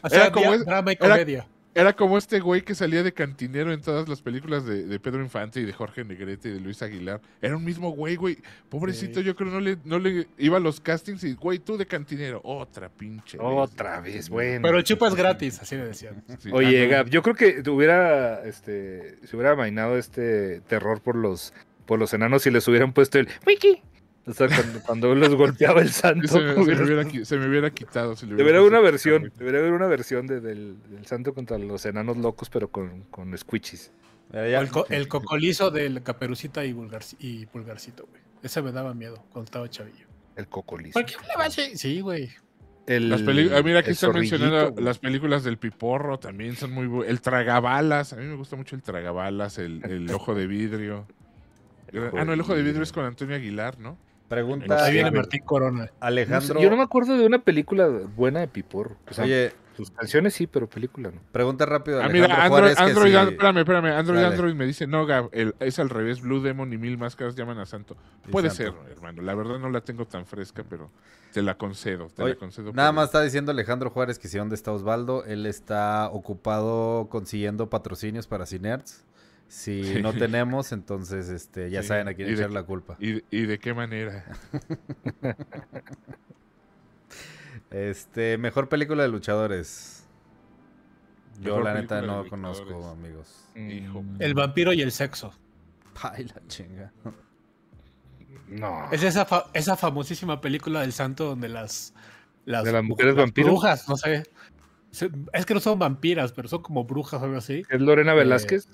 [SPEAKER 6] o sea,
[SPEAKER 2] era como
[SPEAKER 6] había
[SPEAKER 2] es-
[SPEAKER 6] drama y
[SPEAKER 2] era-
[SPEAKER 6] comedia.
[SPEAKER 2] Era como este güey que salía de cantinero en todas las películas de, de Pedro Infante y de Jorge Negrete y de Luis Aguilar. Era un mismo güey, güey. Pobrecito,
[SPEAKER 6] Sí.
[SPEAKER 2] yo creo no le, no le iba a los castings y, güey, tú de cantinero. Otra pinche.
[SPEAKER 1] Otra vez, bueno.
[SPEAKER 6] Pero el chupa es gratis, así le decían.
[SPEAKER 2] Sí, Ah,
[SPEAKER 1] Oye,
[SPEAKER 2] ándale.
[SPEAKER 1] Gab, yo creo que te hubiera, este, se hubiera mainado este terror por los, por los enanos si les hubieran puesto el wiki. O sea, cuando, cuando los golpeaba el santo.
[SPEAKER 2] Se, me- se me
[SPEAKER 1] hubiera-
[SPEAKER 2] hubiera, qui- se me hubiera quitado. si le hubiera
[SPEAKER 1] Debería haber una
[SPEAKER 2] puesto-
[SPEAKER 1] versión, debería haber una versión de- del, del santo contra los enanos locos, pero con, con squishies.
[SPEAKER 3] Mira,
[SPEAKER 6] O
[SPEAKER 3] ya-
[SPEAKER 6] El, co- el cocolizo del caperucita y, vulgar- y pulgarcito, güey. Ese me daba miedo cuando estaba chavillo.
[SPEAKER 1] El cocolis.
[SPEAKER 6] ¿Por qué le va a hacer- Sí, güey.
[SPEAKER 1] El-
[SPEAKER 2] Las peli- ah, mira, aquí
[SPEAKER 1] el
[SPEAKER 2] están mencionando
[SPEAKER 1] zorrillito, güey.
[SPEAKER 2] las películas del Piporro, también son muy bu- El Tragabalas, a mí me gusta mucho el Tragabalas, el, el Ojo de Vidrio. Ah, no, el Ojo de Vidrio es con Antonio Aguilar, ¿no?
[SPEAKER 3] Pregunta
[SPEAKER 6] Ahí viene Martín Corona.
[SPEAKER 1] No sé,
[SPEAKER 3] Alejandro.
[SPEAKER 1] yo no me acuerdo de una película buena de Piporro. O sea,
[SPEAKER 3] Oye,
[SPEAKER 1] sus canciones sí, pero película no.
[SPEAKER 3] pregunta rápido. a
[SPEAKER 2] Ah, mira,
[SPEAKER 3] Alejandro
[SPEAKER 2] Android,
[SPEAKER 3] Juárez que
[SPEAKER 2] Android,
[SPEAKER 3] si-
[SPEAKER 2] Android- espérame, espérame, Android,
[SPEAKER 3] Dale.
[SPEAKER 2] Android me dice, no, Gab, el- es al revés, Blue Demon y Mil Máscaras llaman a Santo.
[SPEAKER 3] Sí,
[SPEAKER 2] Puede
[SPEAKER 3] santo.
[SPEAKER 2] ser, hermano, la verdad no la tengo tan fresca, pero te la concedo, te
[SPEAKER 3] Oye,
[SPEAKER 2] la concedo.
[SPEAKER 3] Nada
[SPEAKER 2] por-
[SPEAKER 3] más está diciendo Alejandro Juárez que si dónde está Osvaldo, él está ocupado consiguiendo patrocinios para Cinerts. Si
[SPEAKER 2] Sí.
[SPEAKER 3] no tenemos, entonces este, ya
[SPEAKER 2] Sí,
[SPEAKER 3] saben a quién
[SPEAKER 2] y de-
[SPEAKER 3] echar la culpa.
[SPEAKER 2] ¿Y, y de qué manera?
[SPEAKER 3] Este, mejor película de luchadores. Yo
[SPEAKER 2] Mejor
[SPEAKER 3] la neta
[SPEAKER 2] película de
[SPEAKER 3] no conozco,
[SPEAKER 2] luchadores.
[SPEAKER 3] amigos.
[SPEAKER 2] Hijo.
[SPEAKER 6] Mm. El vampiro y el sexo.
[SPEAKER 3] Ay, la chinga.
[SPEAKER 1] No.
[SPEAKER 6] Es esa, fa- esa famosísima película del santo donde las... las
[SPEAKER 1] De las mujeres
[SPEAKER 6] las
[SPEAKER 1] vampiros.
[SPEAKER 6] brujas, no sé. Se- Es que no son vampiras, pero son como brujas o algo así.
[SPEAKER 1] ¿Es
[SPEAKER 2] Eh,
[SPEAKER 1] Lorena Velázquez?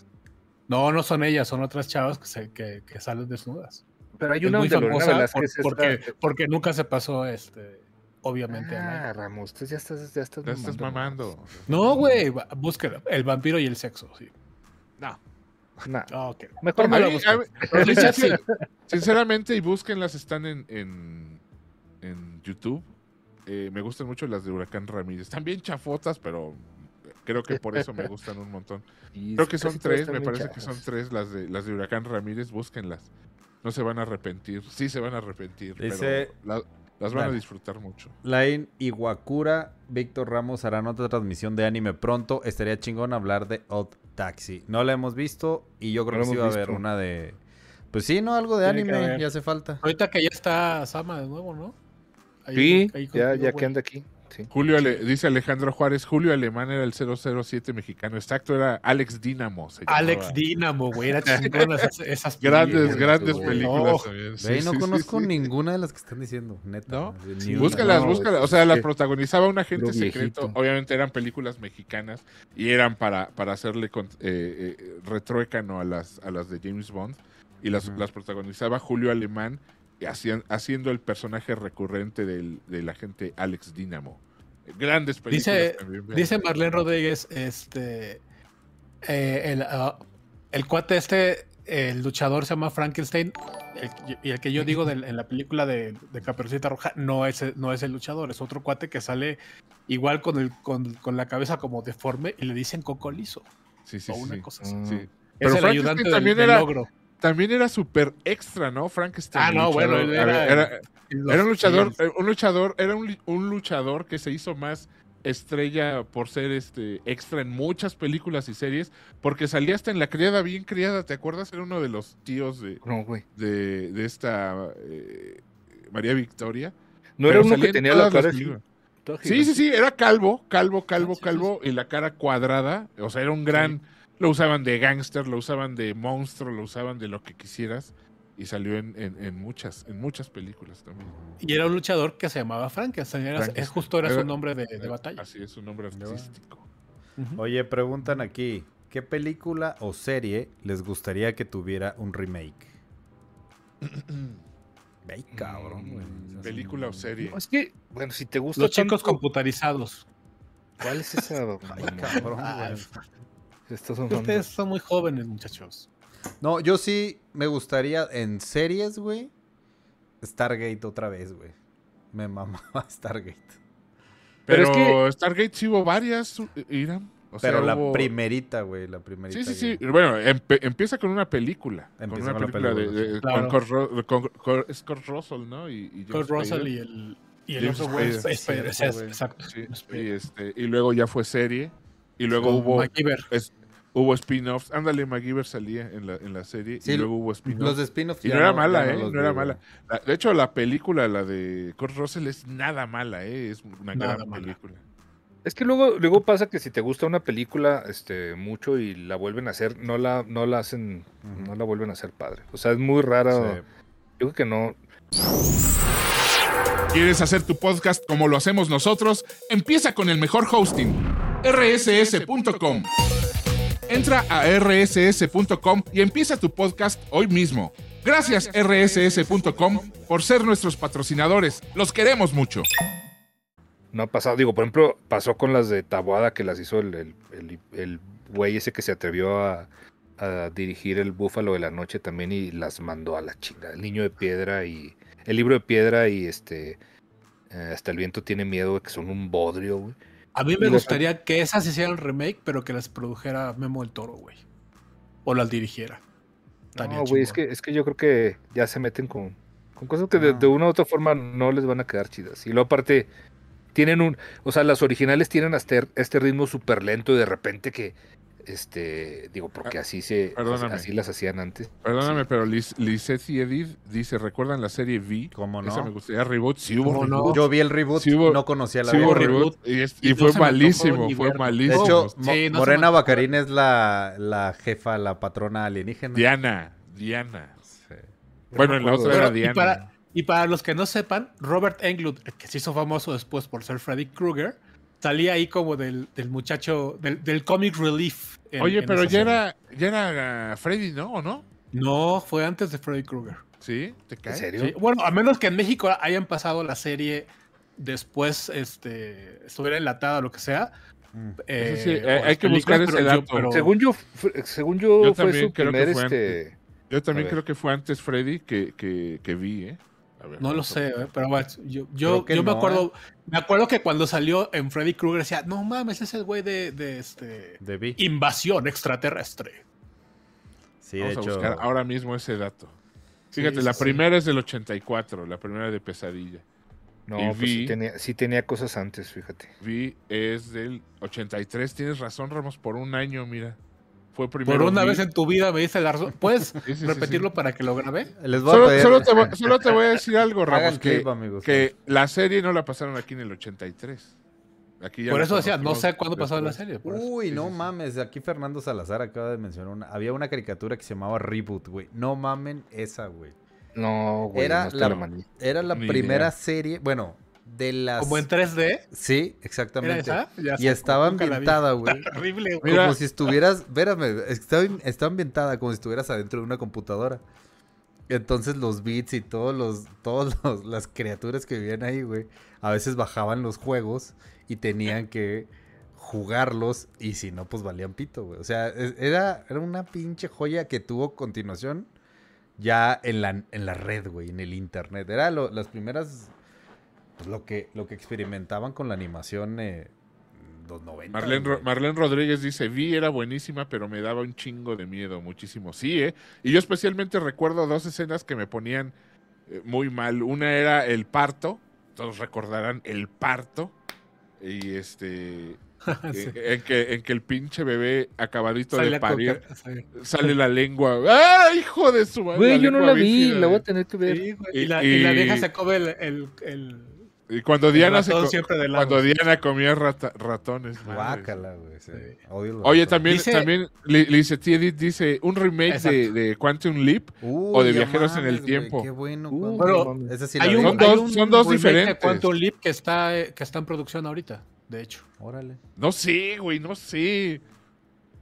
[SPEAKER 6] No, no son ellas, son otras chavas que, se- que, que salen desnudas.
[SPEAKER 1] pero hay
[SPEAKER 6] Es
[SPEAKER 1] una
[SPEAKER 6] muy
[SPEAKER 1] de Lorena
[SPEAKER 6] famosa por-
[SPEAKER 1] Velázquez. esta-
[SPEAKER 6] porque, porque nunca se pasó, este, obviamente. al aire.
[SPEAKER 1] Ah, Ramos, tú ya estás, ya estás
[SPEAKER 2] Ya estás mamando.
[SPEAKER 6] No, güey, va- búsquela. El vampiro y el sexo, sí. No,
[SPEAKER 1] Nah,
[SPEAKER 6] no, ok.
[SPEAKER 1] mejor
[SPEAKER 6] No
[SPEAKER 2] A
[SPEAKER 1] me
[SPEAKER 6] la
[SPEAKER 2] mí-
[SPEAKER 6] busques.
[SPEAKER 2] a mí-
[SPEAKER 6] Pero sí, sí, sí.
[SPEAKER 2] Sinceramente, y búsquenlas, están en, en, en YouTube. Eh, me gustan mucho las de Huracán Ramírez. Están bien chafotas, pero creo que por eso me gustan un montón. Creo que son tres, me parece que son tres las de las de Huracán Ramírez, búsquenlas. No se van a arrepentir, sí se van a arrepentir,
[SPEAKER 3] Dice-
[SPEAKER 2] pero la- las van a
[SPEAKER 3] Dale.
[SPEAKER 2] disfrutar mucho.
[SPEAKER 3] Lain Iwakura, Víctor Ramos harán otra transmisión de anime pronto. Estaría chingón hablar de Odd Taxi. No la hemos visto y yo creo
[SPEAKER 1] No
[SPEAKER 3] que
[SPEAKER 1] la
[SPEAKER 3] sí va a
[SPEAKER 1] hemos
[SPEAKER 3] haber
[SPEAKER 1] visto.
[SPEAKER 3] una de. Pues sí, ¿no? Algo de
[SPEAKER 6] Tiene que
[SPEAKER 3] anime
[SPEAKER 6] haber.
[SPEAKER 3] ya hace falta.
[SPEAKER 6] Ahorita que ya está Sama de nuevo, ¿no? Ahí-
[SPEAKER 1] Sí,
[SPEAKER 6] ahí
[SPEAKER 1] ya, ya
[SPEAKER 6] contigo, güey.
[SPEAKER 1] que anda aquí. Sí.
[SPEAKER 2] Julio Ale- dice Alejandro Juárez, Julio Alemán era el 007 mexicano, exacto, era Alex Dínamo. se
[SPEAKER 6] Alex
[SPEAKER 2] llamaba.
[SPEAKER 6] Dynamo, güey, era chingona esas, esas
[SPEAKER 2] Grandes,
[SPEAKER 6] películas,
[SPEAKER 2] grandes
[SPEAKER 6] güey. Oh.
[SPEAKER 2] películas.
[SPEAKER 6] No,
[SPEAKER 2] también, sí,
[SPEAKER 3] Güey, no
[SPEAKER 2] sí, sí,
[SPEAKER 3] conozco
[SPEAKER 2] sí.
[SPEAKER 3] ninguna de las que están diciendo, neta.
[SPEAKER 2] ¿No?
[SPEAKER 3] Ni
[SPEAKER 1] Sí.
[SPEAKER 3] una.
[SPEAKER 2] Búscalas,
[SPEAKER 1] No,
[SPEAKER 2] búscalas.
[SPEAKER 1] pues,
[SPEAKER 2] O sea,
[SPEAKER 1] es
[SPEAKER 2] las
[SPEAKER 1] que-
[SPEAKER 2] protagonizaba un agente
[SPEAKER 1] Lo
[SPEAKER 2] secreto.
[SPEAKER 1] viejito.
[SPEAKER 2] Obviamente eran películas mexicanas y eran para, para hacerle con- eh, eh, retruécano a las, a las de James Bond. Y las,
[SPEAKER 3] Ujú.
[SPEAKER 2] las protagonizaba Julio Alemán y hacían- haciendo el personaje recurrente del, del agente Alex Dynamo. Grandes películas
[SPEAKER 6] Dice-
[SPEAKER 2] también, vean.
[SPEAKER 6] Dice Marlene Rodríguez, este, eh, el, ah, el cuate este, el luchador se llama Frankenstein, el- y el que yo digo del- en la película de, de Caperucita Roja no es, el- no es el luchador, es otro cuate que sale igual con, el, con, con la cabeza como deforme y le dicen coco liso,
[SPEAKER 2] Sí, sí,
[SPEAKER 6] o
[SPEAKER 2] sí,
[SPEAKER 6] una
[SPEAKER 2] sí.
[SPEAKER 6] cosa así.
[SPEAKER 1] Mm.
[SPEAKER 2] Sí. Pero
[SPEAKER 6] Es el
[SPEAKER 2] Frankenstein
[SPEAKER 6] ayudante del,
[SPEAKER 2] también
[SPEAKER 6] del
[SPEAKER 2] era-
[SPEAKER 6] ogro.
[SPEAKER 2] También era súper extra, ¿no? Frankenstein.
[SPEAKER 6] Ah, no, bueno,
[SPEAKER 2] luchador.
[SPEAKER 6] él
[SPEAKER 2] A ver,
[SPEAKER 6] era-
[SPEAKER 2] Era un luchador, eh, un luchador, era un, li- un luchador que se hizo más estrella por ser este extra en muchas películas y series, porque salía hasta en La Criada Bien Criada, ¿te acuerdas? Era uno de los tíos de,
[SPEAKER 1] No, güey.
[SPEAKER 2] de, de esta eh, María Victoria.
[SPEAKER 1] No
[SPEAKER 2] pero
[SPEAKER 1] era uno
[SPEAKER 2] salía
[SPEAKER 1] que
[SPEAKER 2] en
[SPEAKER 1] tenía la
[SPEAKER 2] todas las
[SPEAKER 1] cara así.
[SPEAKER 2] películas.
[SPEAKER 1] Todo
[SPEAKER 2] Sí, sí,
[SPEAKER 1] gigante.
[SPEAKER 2] sí, era calvo, calvo, calvo, calvo, y la cara cuadrada. O sea, era un gran. Lo usaban de gángster, lo usaban de monstruo, lo usaban de lo que quisieras. Y salió en, en- en muchas, en muchas películas también.
[SPEAKER 6] Y era un luchador que se llamaba Frankenstein. Era,
[SPEAKER 2] Frankenstein.
[SPEAKER 6] es justo era
[SPEAKER 2] Era-
[SPEAKER 6] su nombre de, de batalla.
[SPEAKER 2] Así es, un nombre
[SPEAKER 3] Ya va.
[SPEAKER 2] artístico.
[SPEAKER 6] Ujú.
[SPEAKER 3] Oye, preguntan aquí, ¿qué película o serie les gustaría que tuviera un remake? Ay, cabrón, güey.
[SPEAKER 2] Mm, Película o serie.
[SPEAKER 1] No, es que, bueno, si te gusta.
[SPEAKER 6] Los chicos
[SPEAKER 1] tanto-
[SPEAKER 6] computarizados.
[SPEAKER 1] ¿Cuál es esa?
[SPEAKER 3] Ay,
[SPEAKER 1] mamá?
[SPEAKER 3] cabrón,
[SPEAKER 6] Ah,
[SPEAKER 3] güey.
[SPEAKER 1] Estos son
[SPEAKER 6] Ustedes son muy jóvenes, muchachos.
[SPEAKER 3] No, yo sí me gustaría en series, güey. Stargate otra vez, güey. Me mamaba Stargate.
[SPEAKER 2] Pero,
[SPEAKER 1] Pero es
[SPEAKER 2] Stargate sí hubo varias, u- Irán. O sea,
[SPEAKER 3] Pero la
[SPEAKER 2] hubo-
[SPEAKER 3] primerita, güey, la primerita.
[SPEAKER 2] Sí, sí, sí.
[SPEAKER 3] güey.
[SPEAKER 2] Bueno, empe- empieza con una película. con
[SPEAKER 3] Empieza
[SPEAKER 2] una
[SPEAKER 3] con la
[SPEAKER 2] película de,
[SPEAKER 3] película,
[SPEAKER 2] de-
[SPEAKER 6] Claro.
[SPEAKER 2] con Kurt Ru- con- con- es Kurt Russell, ¿no? Y, y James
[SPEAKER 6] Kurt Russell
[SPEAKER 2] Spader.
[SPEAKER 6] y el, y el
[SPEAKER 2] James
[SPEAKER 6] otro güey.
[SPEAKER 2] Spader.
[SPEAKER 6] Spader,
[SPEAKER 2] Sí,
[SPEAKER 6] es-
[SPEAKER 2] güey.
[SPEAKER 6] Exacto.
[SPEAKER 2] Sí, y,
[SPEAKER 6] Spader.
[SPEAKER 2] este, y luego ya fue serie. Y luego
[SPEAKER 6] Con
[SPEAKER 2] hubo,
[SPEAKER 6] MacGyver.
[SPEAKER 2] es- hubo spin-offs. Ándale, MacGyver salía en la, en la serie.
[SPEAKER 3] Sí,
[SPEAKER 2] y luego hubo
[SPEAKER 3] Los
[SPEAKER 2] spin-offs.
[SPEAKER 3] spin-offs
[SPEAKER 2] Y
[SPEAKER 3] ya
[SPEAKER 2] no era
[SPEAKER 3] ya
[SPEAKER 2] mala, ¿eh?
[SPEAKER 3] los
[SPEAKER 2] No
[SPEAKER 3] vi,
[SPEAKER 2] era
[SPEAKER 3] güey.
[SPEAKER 2] mala. La- de hecho, la película, la de Kurt Russell, es nada mala, ¿eh? Es una
[SPEAKER 6] Nada
[SPEAKER 2] gran
[SPEAKER 6] mala.
[SPEAKER 2] película.
[SPEAKER 1] Es que luego, luego pasa que si te gusta una película este, mucho y la vuelven a hacer, no la, no la hacen,
[SPEAKER 3] Ujú.
[SPEAKER 1] no la vuelven a hacer padre. O sea, es muy rara.
[SPEAKER 3] Sí.
[SPEAKER 1] Yo creo que no.
[SPEAKER 2] ¿Quieres hacer tu podcast como lo hacemos nosotros? Empieza con el mejor hosting, rss.com. Entra a rss.com y empieza tu podcast hoy mismo. Gracias rss.com por ser nuestros patrocinadores. Los queremos mucho.
[SPEAKER 1] No ha pasado. Digo, por ejemplo, pasó con las de Taboada que las hizo el, el, el- el güey ese que se atrevió a, a dirigir el Búfalo de la Noche también y las mandó a la chinga. El niño de piedra y. El libro de piedra y este. eh, hasta el viento tiene miedo, que son un bodrio, güey.
[SPEAKER 6] A mí
[SPEAKER 1] Y
[SPEAKER 6] me
[SPEAKER 1] los-
[SPEAKER 6] gustaría que esas hicieran remake, pero que las produjera Memo del Toro, güey. O las dirigiera. Estaría
[SPEAKER 1] No, güey, es que,
[SPEAKER 6] chingón.
[SPEAKER 1] es que yo creo que ya se meten con, con cosas que de, de
[SPEAKER 3] Ah.
[SPEAKER 1] una u otra forma no les van a quedar chidas. Y luego aparte, tienen un, o sea, las originales tienen hasta er- este ritmo súper lento y de repente que, este, digo, porque así se, así,
[SPEAKER 2] perdóname.
[SPEAKER 1] Este, así las hacían antes.
[SPEAKER 2] Perdóname, pero Liz, Lizeth y Edith dice, ¿recuerdan la serie V?
[SPEAKER 3] ¿Cómo
[SPEAKER 2] Esa
[SPEAKER 3] no?
[SPEAKER 2] me gustaría reboot. Sí hubo
[SPEAKER 6] ¿Cómo no?
[SPEAKER 2] reboot.
[SPEAKER 3] Yo vi el reboot,
[SPEAKER 2] Sí hubo-
[SPEAKER 3] no conocía la
[SPEAKER 2] Sí hubo
[SPEAKER 3] vida.
[SPEAKER 6] reboot.
[SPEAKER 2] reboot. Y, es- y
[SPEAKER 6] Y no
[SPEAKER 2] fue
[SPEAKER 6] se me antojó
[SPEAKER 2] malísimo,
[SPEAKER 6] ni
[SPEAKER 2] fue
[SPEAKER 6] verlo. De
[SPEAKER 3] De
[SPEAKER 2] malísimo.
[SPEAKER 3] hecho, Mo-
[SPEAKER 6] Sí, no se
[SPEAKER 3] Morena
[SPEAKER 6] me-
[SPEAKER 3] Bacarín es la, la jefa, la patrona alienígena.
[SPEAKER 2] Diana, Diana.
[SPEAKER 3] Sí.
[SPEAKER 2] Bueno, en la otra era
[SPEAKER 6] Pero, y
[SPEAKER 2] Diana.
[SPEAKER 6] para- Y para los que no sepan, Robert Englund, el que se hizo famoso después por ser Freddy Krueger, salía ahí como del, del muchacho, del, del comic relief. en-
[SPEAKER 2] Oye,
[SPEAKER 6] en
[SPEAKER 2] pero
[SPEAKER 6] esa
[SPEAKER 2] ya
[SPEAKER 6] serie.
[SPEAKER 2] era, ya era ah, Freddy, ¿no? ¿O no?
[SPEAKER 6] No, fue antes de Freddy Krueger.
[SPEAKER 2] ¿Sí? ¿Te
[SPEAKER 1] ¿En
[SPEAKER 2] cae?
[SPEAKER 1] serio?
[SPEAKER 6] Sí, Bueno, a menos que en México hayan pasado la serie después, este, estuviera enlatada o lo que sea.
[SPEAKER 3] Mm.
[SPEAKER 6] eh,
[SPEAKER 2] sí,
[SPEAKER 6] o
[SPEAKER 2] hay-
[SPEAKER 6] las
[SPEAKER 2] hay que buscar
[SPEAKER 6] películas,
[SPEAKER 2] ese
[SPEAKER 6] pero yo-
[SPEAKER 2] dato.
[SPEAKER 6] pero-
[SPEAKER 1] Según yo, fr- según yo,
[SPEAKER 2] Yo
[SPEAKER 1] fue
[SPEAKER 2] también
[SPEAKER 1] su
[SPEAKER 2] creo que
[SPEAKER 1] primer,
[SPEAKER 2] fue antes.
[SPEAKER 1] este,
[SPEAKER 2] Yo
[SPEAKER 1] A
[SPEAKER 2] también
[SPEAKER 1] ver.
[SPEAKER 2] creo que fue antes Freddy que, que, que vi, ¿eh? A ver,
[SPEAKER 6] No lo
[SPEAKER 2] vamos a-
[SPEAKER 6] sé, eh, pero bueno, yo, yo,
[SPEAKER 3] Creo que
[SPEAKER 6] yo me
[SPEAKER 3] no,
[SPEAKER 6] acuerdo,
[SPEAKER 2] ¿eh?
[SPEAKER 6] me acuerdo que cuando salió en Freddy Krueger decía, no mames, ese es el güey de, de este
[SPEAKER 3] De Vi.
[SPEAKER 6] invasión extraterrestre.
[SPEAKER 3] Sí, de
[SPEAKER 2] Vamos a
[SPEAKER 3] hecho.
[SPEAKER 2] buscar ahora mismo ese dato.
[SPEAKER 6] Sí,
[SPEAKER 2] Fíjate,
[SPEAKER 6] sí,
[SPEAKER 2] la
[SPEAKER 6] sí.
[SPEAKER 2] primera es del 84, la primera de Pesadilla.
[SPEAKER 1] no,
[SPEAKER 2] Y
[SPEAKER 1] pues sí
[SPEAKER 2] vi-
[SPEAKER 1] tenía, sí tenía cosas antes, fíjate.
[SPEAKER 2] Vi es del 83. Tienes razón, Ramos, por un año, mira. Fue primero.
[SPEAKER 6] Por una
[SPEAKER 2] Vi.
[SPEAKER 6] vez en tu vida me dice el razón. ¿Puedes
[SPEAKER 2] sí, sí.
[SPEAKER 6] repetirlo para que lo grabe?
[SPEAKER 3] Les voy a
[SPEAKER 2] Solo,
[SPEAKER 3] pedir.
[SPEAKER 2] solo te voy, solo te voy a decir algo, Ramos,
[SPEAKER 3] hagan
[SPEAKER 2] que,
[SPEAKER 3] clip, amigos.
[SPEAKER 2] que la serie no la pasaron aquí en el 83. Aquí ya
[SPEAKER 6] Por
[SPEAKER 2] la
[SPEAKER 6] eso decía, no
[SPEAKER 2] conocemos
[SPEAKER 6] sé cuándo pasó la
[SPEAKER 2] después.
[SPEAKER 6] serie. por eso.
[SPEAKER 3] Uy,
[SPEAKER 2] Sí,
[SPEAKER 3] no
[SPEAKER 2] sí, sí.
[SPEAKER 3] mames. Aquí Fernando Salazar acaba de mencionar una. Había una caricatura que se llamaba Reboot, güey. No mamen esa, güey.
[SPEAKER 1] No, güey,
[SPEAKER 3] Era
[SPEAKER 1] no está
[SPEAKER 3] la-
[SPEAKER 1] la manía.
[SPEAKER 3] Era la
[SPEAKER 2] Ni
[SPEAKER 3] primera
[SPEAKER 2] idea.
[SPEAKER 3] serie. Bueno, de las.
[SPEAKER 6] Como en 3D.
[SPEAKER 3] Sí,
[SPEAKER 6] ¿Era
[SPEAKER 3] exactamente.
[SPEAKER 6] esa? Ya
[SPEAKER 3] Y
[SPEAKER 6] sé,
[SPEAKER 3] estaba
[SPEAKER 6] nunca la vi.
[SPEAKER 3] ambientada, güey.
[SPEAKER 6] Terrible, güey.
[SPEAKER 2] Mira.
[SPEAKER 3] Como si estuvieras, vérame, está, está ambientada como si estuvieras adentro de una computadora. Entonces los bits y todos los, todos los- las criaturas que vivían ahí, güey, a veces bajaban los juegos y tenían que jugarlos y si no, pues valían pito, güey. O sea, es- era, era una pinche joya que tuvo continuación ya en la, en la red, güey, en el internet. Era lo- las primeras, pues lo que, lo que experimentaban con la animación eh, los 90.
[SPEAKER 2] Marlene, Ro-
[SPEAKER 3] güey.
[SPEAKER 2] Marlene Rodríguez dice, vi era buenísima, pero me daba un chingo de miedo, muchísimo. Sí, ¿eh? Y yo especialmente recuerdo dos escenas que me ponían eh, muy mal. Una era el parto, todos recordarán el parto, y este,
[SPEAKER 1] Ah,
[SPEAKER 6] Sí.
[SPEAKER 2] eh, en, que, en que el pinche bebé acabadito
[SPEAKER 6] Sale
[SPEAKER 2] de
[SPEAKER 6] a
[SPEAKER 2] parir,
[SPEAKER 6] coca- sale.
[SPEAKER 2] sale la lengua. ¡Ah, hijo de su madre!
[SPEAKER 1] Güey, yo no
[SPEAKER 2] lengua
[SPEAKER 1] la vi,
[SPEAKER 2] bífida
[SPEAKER 1] la voy
[SPEAKER 2] de-
[SPEAKER 1] a tener que ver.
[SPEAKER 6] Sí, güey,
[SPEAKER 2] Y-
[SPEAKER 6] Y la y la
[SPEAKER 2] y-
[SPEAKER 6] vieja se come el- el- el
[SPEAKER 2] Y cuando Diana, se
[SPEAKER 6] ratón
[SPEAKER 2] co-
[SPEAKER 6] siempre del lado.
[SPEAKER 2] cuando Diana comía rata- ratones. madre.
[SPEAKER 3] Guácala, güey. sí. Odio el
[SPEAKER 2] Oye,
[SPEAKER 3] ratón.
[SPEAKER 2] también,
[SPEAKER 6] Dice-
[SPEAKER 2] también Li- Lizzie T. Edith dice un remake de,
[SPEAKER 6] Exacto.
[SPEAKER 2] de Quantum Leap.
[SPEAKER 3] Uy,
[SPEAKER 2] o de
[SPEAKER 3] ya
[SPEAKER 2] Viajeros en el
[SPEAKER 3] güey,
[SPEAKER 2] tiempo.
[SPEAKER 3] qué bueno.
[SPEAKER 1] Uh,
[SPEAKER 3] cuando-
[SPEAKER 6] pero
[SPEAKER 1] no mames.
[SPEAKER 3] Esa sí la
[SPEAKER 6] Hay
[SPEAKER 3] vi,
[SPEAKER 6] un,
[SPEAKER 2] Son
[SPEAKER 3] güey.
[SPEAKER 2] dos-
[SPEAKER 6] hay un
[SPEAKER 2] son dos
[SPEAKER 6] remake de
[SPEAKER 2] diferentes.
[SPEAKER 6] Quantum Leap que está, eh, que está en producción ahorita, de hecho.
[SPEAKER 3] Órale.
[SPEAKER 2] No sé, güey, no sé.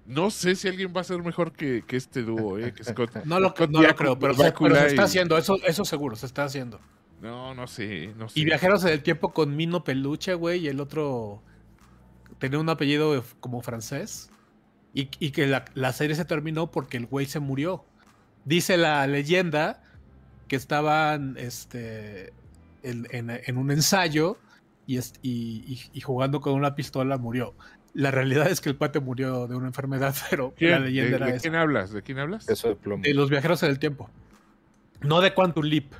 [SPEAKER 2] No sé si alguien va a ser mejor que, que este dúo, eh, que Scott.
[SPEAKER 6] No lo,
[SPEAKER 2] Scott
[SPEAKER 6] no lo
[SPEAKER 2] Bakula-
[SPEAKER 6] creo, pero se, pero
[SPEAKER 2] Bakula
[SPEAKER 6] se está
[SPEAKER 2] y-
[SPEAKER 6] haciendo, eso, eso seguro, se está haciendo.
[SPEAKER 2] No, no sé, no sé.
[SPEAKER 6] Y Viajeros en el Tiempo con Mino Peluche, güey, y el otro tenía un apellido de- como francés. Y, y que la, la serie se terminó porque el güey se murió. Dice la leyenda que estaban este, en, en- en un ensayo y, es- y- y- y jugando con una pistola murió. La realidad es que el pate murió de una enfermedad, pero
[SPEAKER 2] ¿Quién?
[SPEAKER 6] la
[SPEAKER 2] ¿De-
[SPEAKER 6] leyenda
[SPEAKER 2] de
[SPEAKER 6] era esa.
[SPEAKER 2] quién hablas? ¿De quién hablas?
[SPEAKER 1] Eso de plomo.
[SPEAKER 6] De los viajeros en el tiempo. No de Quantum Leap.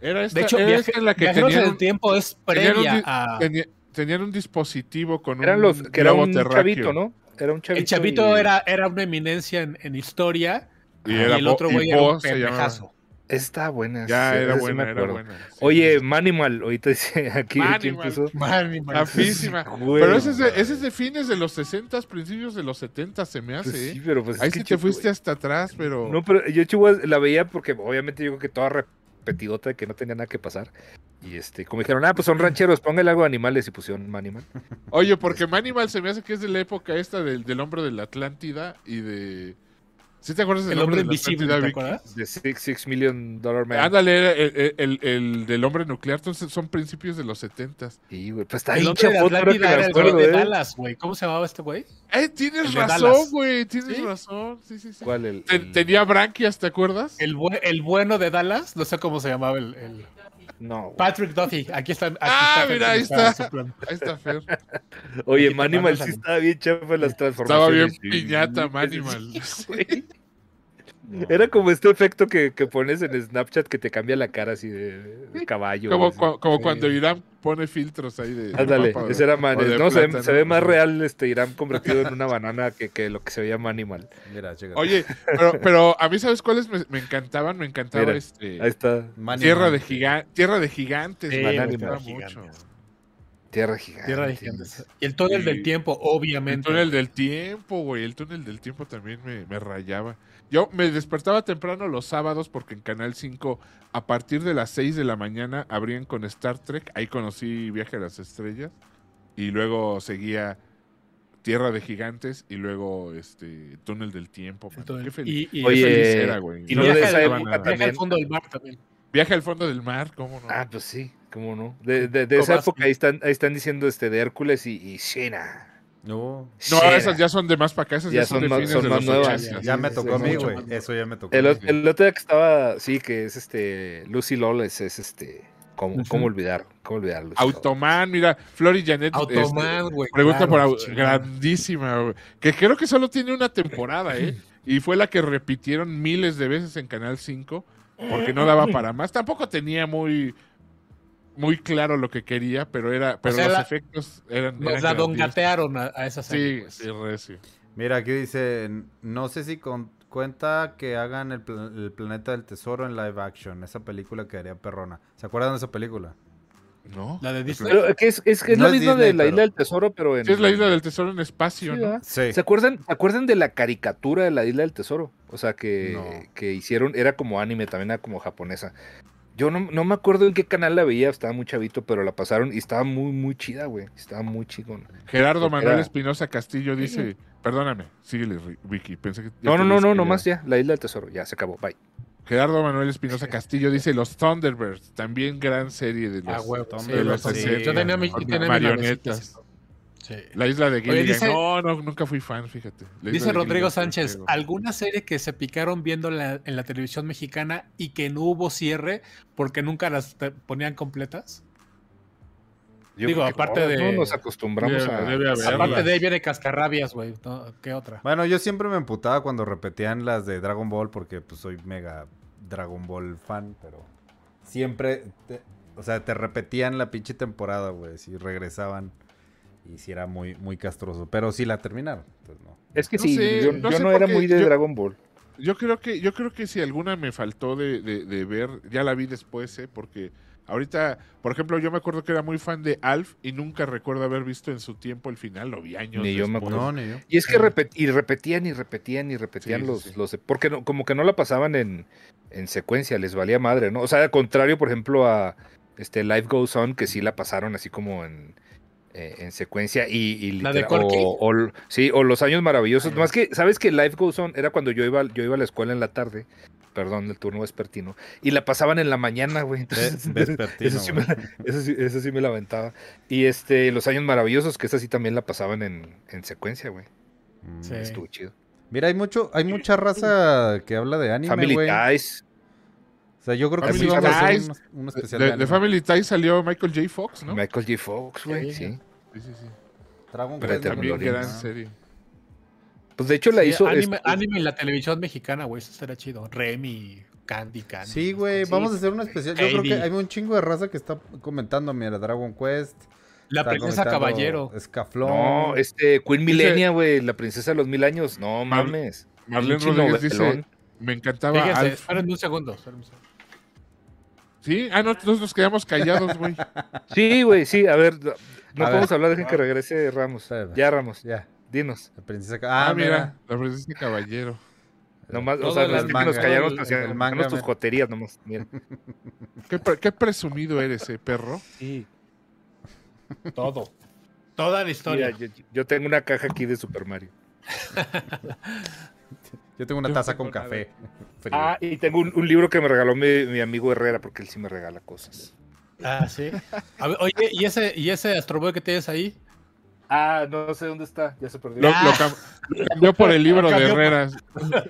[SPEAKER 2] Era esta,
[SPEAKER 6] De hecho,
[SPEAKER 2] era
[SPEAKER 6] viaje-
[SPEAKER 2] esta la que
[SPEAKER 6] Viajeros
[SPEAKER 2] tenían,
[SPEAKER 6] en
[SPEAKER 2] un-
[SPEAKER 6] el tiempo es
[SPEAKER 2] tenían un
[SPEAKER 6] previa
[SPEAKER 2] di-
[SPEAKER 6] a...
[SPEAKER 2] tenía- tenían un dispositivo con
[SPEAKER 1] Eran
[SPEAKER 2] un
[SPEAKER 1] los que era
[SPEAKER 2] globo
[SPEAKER 1] un
[SPEAKER 2] terráqueo.
[SPEAKER 1] chavito, ¿no? Era un chavito.
[SPEAKER 6] El chavito
[SPEAKER 1] y-
[SPEAKER 6] era, era una eminencia en, en historia
[SPEAKER 2] Y,
[SPEAKER 6] y,
[SPEAKER 2] era
[SPEAKER 6] el
[SPEAKER 2] Bo-
[SPEAKER 6] otro
[SPEAKER 2] y
[SPEAKER 6] güey era un
[SPEAKER 2] Bo se llamaba.
[SPEAKER 6] pendejazo.
[SPEAKER 1] Está buena.
[SPEAKER 2] Ya,
[SPEAKER 1] sí,
[SPEAKER 2] era
[SPEAKER 1] esa sí
[SPEAKER 2] buena,
[SPEAKER 1] me
[SPEAKER 2] era
[SPEAKER 1] acuerdo.
[SPEAKER 2] buena. sí.
[SPEAKER 1] Oye, Manimal, ahorita dice aquí. aquí
[SPEAKER 2] Manimal.
[SPEAKER 1] empezó.
[SPEAKER 6] Man,
[SPEAKER 2] Ah,
[SPEAKER 6] man.
[SPEAKER 2] Afísima.
[SPEAKER 1] Güey.
[SPEAKER 2] Pero ese es, de, ese es de fines de los 60, principios de los 70, se me hace.
[SPEAKER 1] Pues
[SPEAKER 2] ¿eh?
[SPEAKER 1] sí, pero pues es
[SPEAKER 2] Ahí
[SPEAKER 1] que
[SPEAKER 2] sí te
[SPEAKER 1] yo-
[SPEAKER 2] fuiste hasta atrás, pero.
[SPEAKER 1] No, pero yo Chihuahua la veía porque obviamente yo creo que toda repetidota de que no tenía nada que pasar. Y este, como dijeron, ah, pues son rancheros, póngale algo de animales y pusieron Manimal.
[SPEAKER 2] Oye, porque Manimal se me hace que es de la época esta del, del hombre de la Atlántida y de. ¿Sí te acuerdas del
[SPEAKER 6] El hombre
[SPEAKER 2] de la
[SPEAKER 6] invisible,
[SPEAKER 2] Atlántida,
[SPEAKER 6] ¿te
[SPEAKER 2] Vicky?
[SPEAKER 6] acuerdas?
[SPEAKER 1] De Six, Six Million Dollar Man.
[SPEAKER 2] Ándale, era el, el- el- el del hombre nuclear, entonces son principios de los 70.
[SPEAKER 1] Sí, güey, pues está
[SPEAKER 6] El
[SPEAKER 1] bien
[SPEAKER 6] hombre de
[SPEAKER 1] chafota ahora que
[SPEAKER 6] Atlántida
[SPEAKER 1] me
[SPEAKER 6] era el güey
[SPEAKER 1] acuerdo,
[SPEAKER 6] de
[SPEAKER 1] ¿eh?
[SPEAKER 6] Dallas, güey. ¿Cómo se llamaba este güey?
[SPEAKER 2] ¡Eh, tienes
[SPEAKER 6] El de
[SPEAKER 2] razón,
[SPEAKER 6] Dallas.
[SPEAKER 2] güey! Tienes
[SPEAKER 6] ¿Sí?
[SPEAKER 2] razón. Sí, sí, sí.
[SPEAKER 1] ¿Cuál? El,
[SPEAKER 2] Ten-
[SPEAKER 1] el-
[SPEAKER 2] tenía branquias, ¿te acuerdas?
[SPEAKER 6] El, bue- el bueno de Dallas, no sé cómo se llamaba el... el-
[SPEAKER 1] No. güey.
[SPEAKER 6] Patrick Duffy, aquí está. Aquí
[SPEAKER 2] Ah,
[SPEAKER 6] está,
[SPEAKER 2] mira, ahí
[SPEAKER 6] está
[SPEAKER 2] está.
[SPEAKER 6] su plan.
[SPEAKER 2] Ahí está Fer.
[SPEAKER 1] Oye,
[SPEAKER 6] Aquí te
[SPEAKER 1] Manimal
[SPEAKER 6] mandas
[SPEAKER 1] sí
[SPEAKER 6] al-
[SPEAKER 1] estaba bien chafa en las
[SPEAKER 2] Estaba bien
[SPEAKER 1] transformaciones. sí.
[SPEAKER 2] piñata, Manimal.
[SPEAKER 1] Era como este efecto que, que pones en Snapchat que te cambia la cara así de, de caballo.
[SPEAKER 2] Como,
[SPEAKER 1] así.
[SPEAKER 2] cua- como
[SPEAKER 1] Sí.
[SPEAKER 2] cuando Irán pone filtros ahí de.
[SPEAKER 1] Ándale,
[SPEAKER 2] mapa,
[SPEAKER 1] ese era Man-
[SPEAKER 2] o de
[SPEAKER 1] No, se, ve-
[SPEAKER 2] plátano.
[SPEAKER 1] se ve más real este Irán convertido en una banana que, que lo que se veía Manimal.
[SPEAKER 3] Mira, chécate.
[SPEAKER 2] Oye, pero, pero a mí, ¿sabes cuáles me, me encantaban? Me encantaba
[SPEAKER 1] Mira,
[SPEAKER 2] este.
[SPEAKER 1] Ahí está,
[SPEAKER 3] Manimal.
[SPEAKER 2] Tierra de, giga- tierra de gigantes,
[SPEAKER 6] Sí,
[SPEAKER 2] güey,
[SPEAKER 1] Tierra
[SPEAKER 2] me
[SPEAKER 1] de
[SPEAKER 2] gustaba
[SPEAKER 6] gigantes.
[SPEAKER 2] mucho.
[SPEAKER 1] Tierra Gigante.
[SPEAKER 6] Tierra de Gigantes. Y el túnel
[SPEAKER 2] Ah, Y-
[SPEAKER 6] del tiempo,
[SPEAKER 2] El
[SPEAKER 6] obviamente.
[SPEAKER 2] túnel del tiempo, güey. El túnel del tiempo también me, me rayaba. Yo me despertaba temprano los sábados porque en Canal 5, a partir de las 6 de la mañana, abrían con Star Trek. Ahí conocí Viaje a las Estrellas. Y luego seguía Tierra de Gigantes y luego este Túnel del Tiempo.
[SPEAKER 6] El
[SPEAKER 2] mano.
[SPEAKER 6] túnel-
[SPEAKER 2] Qué fel-
[SPEAKER 6] y, y-
[SPEAKER 2] qué
[SPEAKER 1] Oye,
[SPEAKER 2] feliz era, güey.
[SPEAKER 1] y
[SPEAKER 6] y
[SPEAKER 1] no
[SPEAKER 2] me
[SPEAKER 1] de
[SPEAKER 6] viaja
[SPEAKER 1] esa
[SPEAKER 6] al-
[SPEAKER 1] época
[SPEAKER 2] faltaba nada.
[SPEAKER 6] viaja al
[SPEAKER 1] también.
[SPEAKER 6] fondo del mar también.
[SPEAKER 2] Viaje al fondo del mar, ¿cómo no?
[SPEAKER 1] Ah, pues sí, cómo no. De, de- de esa
[SPEAKER 6] Kobashi.
[SPEAKER 1] época ahí están, ahí están diciendo este de Hércules y, y Shena.
[SPEAKER 3] No.
[SPEAKER 2] no,
[SPEAKER 1] Shena.
[SPEAKER 2] esas ya son de más para acá. Esas ya, son, de
[SPEAKER 1] más-
[SPEAKER 2] fines
[SPEAKER 1] son
[SPEAKER 2] de
[SPEAKER 1] más
[SPEAKER 2] los
[SPEAKER 1] nuevas.
[SPEAKER 2] 80s.
[SPEAKER 3] Ya
[SPEAKER 1] Sí,
[SPEAKER 3] me
[SPEAKER 1] sí,
[SPEAKER 3] tocó
[SPEAKER 1] sí,
[SPEAKER 3] a mí,
[SPEAKER 1] mucho
[SPEAKER 3] güey.
[SPEAKER 6] más.
[SPEAKER 3] Eso ya me tocó.
[SPEAKER 1] El,
[SPEAKER 3] a
[SPEAKER 1] ot-
[SPEAKER 3] mí.
[SPEAKER 1] el otro día que estaba, sí, que es este Lucy Lawless, es este. ¿Cómo,
[SPEAKER 6] Ujú.
[SPEAKER 1] cómo olvidar? ¿Cómo olvidar Lucy Lawless?
[SPEAKER 2] Automan, mira, Flor y Janet. este,
[SPEAKER 6] Automan, güey.
[SPEAKER 2] Pregunta
[SPEAKER 6] claro,
[SPEAKER 2] por au-
[SPEAKER 6] chingada.
[SPEAKER 2] grandísima, güey, que creo que solo tiene una temporada, ¿eh? Y fue la que repitieron miles de veces en Canal 5 porque no daba para más. Tampoco tenía muy muy claro lo que quería, pero era pero
[SPEAKER 6] sea,
[SPEAKER 2] los
[SPEAKER 6] la-
[SPEAKER 2] efectos eran
[SPEAKER 6] Nos
[SPEAKER 2] eran
[SPEAKER 6] la
[SPEAKER 2] grandiosos.
[SPEAKER 6] dongatearon a, a esa serie.
[SPEAKER 2] Sí,
[SPEAKER 6] pues.
[SPEAKER 2] sí, recio.
[SPEAKER 3] Mira, aquí dice, no sé si con- cuenta que hagan el, pla- el planeta del tesoro en live action, esa película quedaría perrona. ¿Se acuerdan de esa película?
[SPEAKER 2] ¿No?
[SPEAKER 6] La de Disney.
[SPEAKER 1] Pero, que es, es, que es
[SPEAKER 3] No
[SPEAKER 1] la
[SPEAKER 3] es
[SPEAKER 1] misma
[SPEAKER 3] Disney,
[SPEAKER 1] de la
[SPEAKER 3] pero-
[SPEAKER 1] Isla del Tesoro, pero en.
[SPEAKER 2] Sí, es la isla del tesoro en espacio,
[SPEAKER 1] Sí,
[SPEAKER 2] ¿no?
[SPEAKER 1] ¿verdad?
[SPEAKER 3] Sí.
[SPEAKER 1] ¿Se acuerdan, ¿Se acuerdan de la caricatura de la Isla del Tesoro? O sea, que,
[SPEAKER 3] No.
[SPEAKER 1] que hicieron, era como anime, también era como japonesa. Yo no, no me acuerdo en qué canal la veía, estaba muy chavito, pero la pasaron y estaba muy, muy chida, güey. Estaba muy chingona.
[SPEAKER 2] Gerardo
[SPEAKER 1] Porque
[SPEAKER 2] Manuel
[SPEAKER 1] era-
[SPEAKER 2] Espinosa Castillo dice, perdóname, síguele, Ri- Vicky, pensé que... ya
[SPEAKER 1] No, no, no,
[SPEAKER 2] te habías
[SPEAKER 1] no,
[SPEAKER 2] callado.
[SPEAKER 1] nomás ya, la Isla del Tesoro, ya se acabó, bye.
[SPEAKER 2] Gerardo Manuel Espinosa Castillo dice, los Thunderbirds, también gran serie de los...
[SPEAKER 6] Ah, huevo,
[SPEAKER 3] Tom
[SPEAKER 6] sí,
[SPEAKER 2] de
[SPEAKER 6] los
[SPEAKER 2] los
[SPEAKER 6] Thunderbirds. Yo
[SPEAKER 3] sí,
[SPEAKER 6] tenía mi,
[SPEAKER 2] con
[SPEAKER 6] tenía mi
[SPEAKER 2] marionetas.
[SPEAKER 6] navecita, sí.
[SPEAKER 2] La isla de Gilligan.
[SPEAKER 6] dice-
[SPEAKER 2] no, no, nunca fui fan, fíjate. La isla
[SPEAKER 6] Dice
[SPEAKER 2] de
[SPEAKER 6] Rodrigo
[SPEAKER 2] Gilligan,
[SPEAKER 6] Sánchez,
[SPEAKER 2] creo.
[SPEAKER 6] ¿alguna serie que se picaron viendo la- en la televisión mexicana y que no hubo cierre porque nunca las te- ponían completas?
[SPEAKER 1] Yo
[SPEAKER 6] Digo,
[SPEAKER 1] creo que
[SPEAKER 6] aparte
[SPEAKER 1] todos, ¿no?
[SPEAKER 6] de-
[SPEAKER 1] Nos acostumbramos
[SPEAKER 2] Debe-
[SPEAKER 1] a...
[SPEAKER 2] debe haber.
[SPEAKER 6] Aparte
[SPEAKER 2] las-
[SPEAKER 6] de ahí viene Cascarrabias, güey. ¿no? ¿Qué otra?
[SPEAKER 3] Bueno, yo siempre me emputaba cuando repetían las de Dragon Ball porque pues soy mega Dragon Ball fan, pero siempre, te- o sea, te repetían la pinche temporada, güey, si regresaban y si era muy, muy castroso, pero si la terminaron, entonces no.
[SPEAKER 1] Es que
[SPEAKER 2] No
[SPEAKER 1] sí,
[SPEAKER 2] sé,
[SPEAKER 1] yo yo
[SPEAKER 2] no
[SPEAKER 1] no,
[SPEAKER 2] sé por
[SPEAKER 1] era
[SPEAKER 2] qué,
[SPEAKER 1] muy de
[SPEAKER 2] yo-
[SPEAKER 1] Dragon Ball.
[SPEAKER 2] Yo creo que, yo creo que si alguna me faltó de, de- de ver, ya la vi después, ¿eh? porque Ahorita, por ejemplo, yo me acuerdo que era muy fan de Alf y nunca recuerdo haber visto en su tiempo el final, lo vi años
[SPEAKER 1] Ni yo me
[SPEAKER 2] después.
[SPEAKER 1] acuerdo.
[SPEAKER 3] No, ni yo.
[SPEAKER 1] Y es que repet- y repetían y repetían y repetían
[SPEAKER 2] Sí, sí,
[SPEAKER 1] los,
[SPEAKER 2] sí.
[SPEAKER 1] los- Porque no- como que no la pasaban en, en secuencia, les valía madre, ¿no? O sea, al contrario, por ejemplo, a este Life Goes On, que sí la pasaron así como en, eh, en secuencia y... y
[SPEAKER 6] ¿La de
[SPEAKER 1] literal-
[SPEAKER 6] Corky?
[SPEAKER 1] o, o l- Sí, o Los Años Maravillosos. Más que, ¿sabes que Life Goes On era cuando yo iba, yo iba a la escuela en la tarde? Perdón, el turno vespertino. Y la pasaban en la mañana, güey. Entonces,
[SPEAKER 3] Ve- vespertino,
[SPEAKER 1] eso sí me
[SPEAKER 3] güey.
[SPEAKER 1] la- eso sí- eso sí me la aventaba. Y este, Los Años Maravillosos, que esa sí también la pasaban en, en secuencia, güey.
[SPEAKER 3] Mm.
[SPEAKER 6] Sí.
[SPEAKER 1] Estuvo chido.
[SPEAKER 3] Mira, hay mucho, hay mucha raza que habla de anime,
[SPEAKER 1] Family
[SPEAKER 3] güey. O
[SPEAKER 1] Ties.
[SPEAKER 3] sea, yo creo que sí
[SPEAKER 2] Family
[SPEAKER 3] vamos a hacer
[SPEAKER 2] Ties.
[SPEAKER 3] un, un
[SPEAKER 2] De,
[SPEAKER 3] especial
[SPEAKER 2] de-
[SPEAKER 3] de,
[SPEAKER 2] de
[SPEAKER 3] anime.
[SPEAKER 2] Family Ties salió Michael J. Fox, ¿no?
[SPEAKER 1] Michael J. Fox, güey.
[SPEAKER 6] Sí.
[SPEAKER 1] Sí.
[SPEAKER 2] Sí, sí, sí.
[SPEAKER 3] Dragon
[SPEAKER 1] Pero
[SPEAKER 3] Quest, ¿no?
[SPEAKER 2] También
[SPEAKER 1] Mandalorian.
[SPEAKER 2] gran
[SPEAKER 3] Ah.
[SPEAKER 2] serie.
[SPEAKER 1] Pues de hecho la
[SPEAKER 6] Sí,
[SPEAKER 1] hizo.
[SPEAKER 6] anime,
[SPEAKER 1] este-
[SPEAKER 6] anime en la televisión mexicana, güey, eso será chido. Remy, Candy, Candy.
[SPEAKER 3] Sí, güey,
[SPEAKER 6] Sí,
[SPEAKER 3] vamos a hacer un especial. Yo creo que
[SPEAKER 6] Heidi.
[SPEAKER 3] hay un chingo de raza que está comentando, mira, Dragon Quest.
[SPEAKER 6] La
[SPEAKER 3] está
[SPEAKER 6] princesa
[SPEAKER 3] comentando
[SPEAKER 6] caballero.
[SPEAKER 3] Escaflón.
[SPEAKER 1] No, este Queen
[SPEAKER 2] Dice-
[SPEAKER 1] Millennia, güey, la princesa de los mil años. No mames.
[SPEAKER 2] Marlene
[SPEAKER 1] Pinche
[SPEAKER 2] Rodríguez
[SPEAKER 1] novelón.
[SPEAKER 2] dice, me encantaba
[SPEAKER 6] Fíjense,
[SPEAKER 2] Alf.
[SPEAKER 6] espérenme un segundo. espérenme un segundo.
[SPEAKER 2] Sí, ah, no, nosotros nos quedamos callados, güey.
[SPEAKER 1] Sí, güey, sí. A ver, no
[SPEAKER 3] A
[SPEAKER 1] podemos
[SPEAKER 3] ver.
[SPEAKER 1] hablar, dejen que regrese Ramos.
[SPEAKER 3] Espérame.
[SPEAKER 1] Ya, Ramos,
[SPEAKER 3] Ya,
[SPEAKER 1] dinos.
[SPEAKER 3] la princesa.
[SPEAKER 2] Ah,
[SPEAKER 3] Ah,
[SPEAKER 2] mira, la princesa caballero.
[SPEAKER 1] Nomás, o
[SPEAKER 6] Todo
[SPEAKER 1] sea,
[SPEAKER 6] el
[SPEAKER 1] no es que
[SPEAKER 3] manga.
[SPEAKER 1] nos callamos,
[SPEAKER 6] El-
[SPEAKER 1] nos hacíamos
[SPEAKER 3] el manga,
[SPEAKER 1] tus
[SPEAKER 3] mira.
[SPEAKER 1] joterías nomás. Mira.
[SPEAKER 2] ¿Qué, pre- qué presumido eres, eh, perro.
[SPEAKER 1] Sí.
[SPEAKER 6] Todo. Toda la historia.
[SPEAKER 1] yo, yo tengo una caja aquí de Super Mario.
[SPEAKER 3] Yo tengo una
[SPEAKER 2] Yo
[SPEAKER 3] taza
[SPEAKER 2] tengo
[SPEAKER 3] con
[SPEAKER 2] nada.
[SPEAKER 3] café. frío.
[SPEAKER 1] Ah, y tengo un, un libro que me regaló mi, mi amigo Herrera, porque él sí me regala cosas.
[SPEAKER 6] Ah, sí. A ver, oye, ¿y ese, y ese Astro Boy que tienes ahí?
[SPEAKER 1] Ah, no sé dónde está, ya se perdió.
[SPEAKER 2] Lo, lo cam- lo cambió por el libro de
[SPEAKER 6] Cambió por-
[SPEAKER 2] Herreras.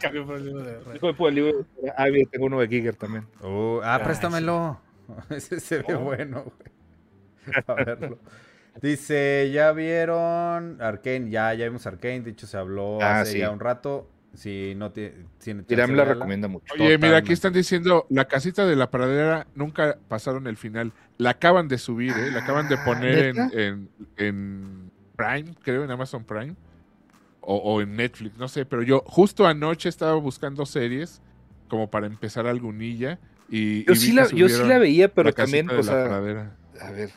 [SPEAKER 6] Cambió por el libro de Remy.
[SPEAKER 1] Fue por el libro de- Ah, bien, tengo uno de Giger también.
[SPEAKER 3] Oh, ah,
[SPEAKER 6] Ah,
[SPEAKER 3] préstamelo. Ese se
[SPEAKER 1] Oh.
[SPEAKER 3] ve bueno, güey. A verlo. Dice, ¿ya vieron Arkane? Ya, ya vimos Arkane. De hecho, se habló
[SPEAKER 1] Ah,
[SPEAKER 3] hace
[SPEAKER 1] sí.
[SPEAKER 3] ya un rato. Si no tiene... tiene chance,
[SPEAKER 1] Miriam la
[SPEAKER 3] véala.
[SPEAKER 1] recomienda mucho.
[SPEAKER 2] Oye, mira,
[SPEAKER 3] Totalmente.
[SPEAKER 2] aquí están diciendo, la casita de la pradera nunca pasaron el final. La acaban de subir, ¿eh? La acaban de poner en,
[SPEAKER 1] Ah, ¿neta?
[SPEAKER 2] en, en Prime, creo, en Amazon Prime. O, o en Netflix, no sé. Pero yo justo anoche estaba buscando series como para empezar algunilla. Y,
[SPEAKER 1] Yo
[SPEAKER 2] y vi
[SPEAKER 1] sí,
[SPEAKER 2] que
[SPEAKER 1] la, yo sí
[SPEAKER 2] subieron
[SPEAKER 1] la veía, pero
[SPEAKER 2] La Casita
[SPEAKER 1] también,
[SPEAKER 2] de
[SPEAKER 1] o
[SPEAKER 2] la
[SPEAKER 1] sea,
[SPEAKER 2] Pradera.
[SPEAKER 1] a ver.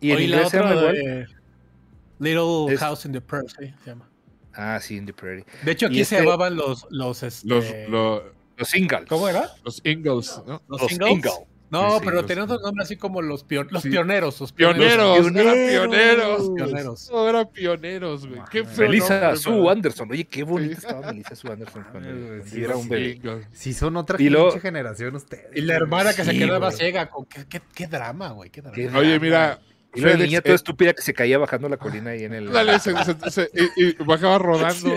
[SPEAKER 1] ¿Y en
[SPEAKER 6] Oye,
[SPEAKER 1] inglés se llama igual?
[SPEAKER 6] de Little
[SPEAKER 1] Es-
[SPEAKER 6] House in the Prairie, sí, se llama.
[SPEAKER 1] Ah, sí, In the Prairie.
[SPEAKER 6] De hecho,
[SPEAKER 1] Y
[SPEAKER 6] aquí se
[SPEAKER 1] este-
[SPEAKER 6] llamaban los. los, este,
[SPEAKER 2] Los, lo-
[SPEAKER 1] Los singles.
[SPEAKER 6] ¿Cómo era?
[SPEAKER 2] los Ingalls, ¿no?
[SPEAKER 1] eh.
[SPEAKER 6] ¿Los,
[SPEAKER 1] Los
[SPEAKER 6] singles?
[SPEAKER 1] singles.
[SPEAKER 6] No,
[SPEAKER 2] Sí, sí,
[SPEAKER 6] pero
[SPEAKER 2] los-
[SPEAKER 6] tenían otro nombre así como los, pio- los
[SPEAKER 2] Sí.
[SPEAKER 6] pioneros. Los
[SPEAKER 2] Pioneros,
[SPEAKER 1] Los
[SPEAKER 2] eran
[SPEAKER 1] pioneros.
[SPEAKER 2] pioneros.
[SPEAKER 6] Pioneros.
[SPEAKER 2] No, eran pioneros, güey. Qué feo
[SPEAKER 1] Melissa
[SPEAKER 2] nombre,
[SPEAKER 1] Sue
[SPEAKER 2] ¿verdad?
[SPEAKER 1] Anderson. Oye, qué bonita
[SPEAKER 2] Sí.
[SPEAKER 1] estaba Melissa Sue Anderson cuando,
[SPEAKER 6] Ah,
[SPEAKER 3] Mames, güey,
[SPEAKER 1] cuando
[SPEAKER 3] sí,
[SPEAKER 1] era un bebé.
[SPEAKER 2] Ingalls.
[SPEAKER 3] Si son otra
[SPEAKER 1] Y luego-
[SPEAKER 3] pinche generación ustedes.
[SPEAKER 6] Y la hermana que se
[SPEAKER 1] Sí,
[SPEAKER 6] quedaba
[SPEAKER 1] güey.
[SPEAKER 6] ciega. con- ¿Qué, qué, qué drama, güey? Qué drama.
[SPEAKER 1] Qué
[SPEAKER 2] Oye, mira.
[SPEAKER 1] Y la
[SPEAKER 2] Félix,
[SPEAKER 1] niña toda
[SPEAKER 2] eh,
[SPEAKER 1] estúpida que se caía bajando la colina ahí en el...
[SPEAKER 2] Dale, se- se- se- y, y bajaba rodando.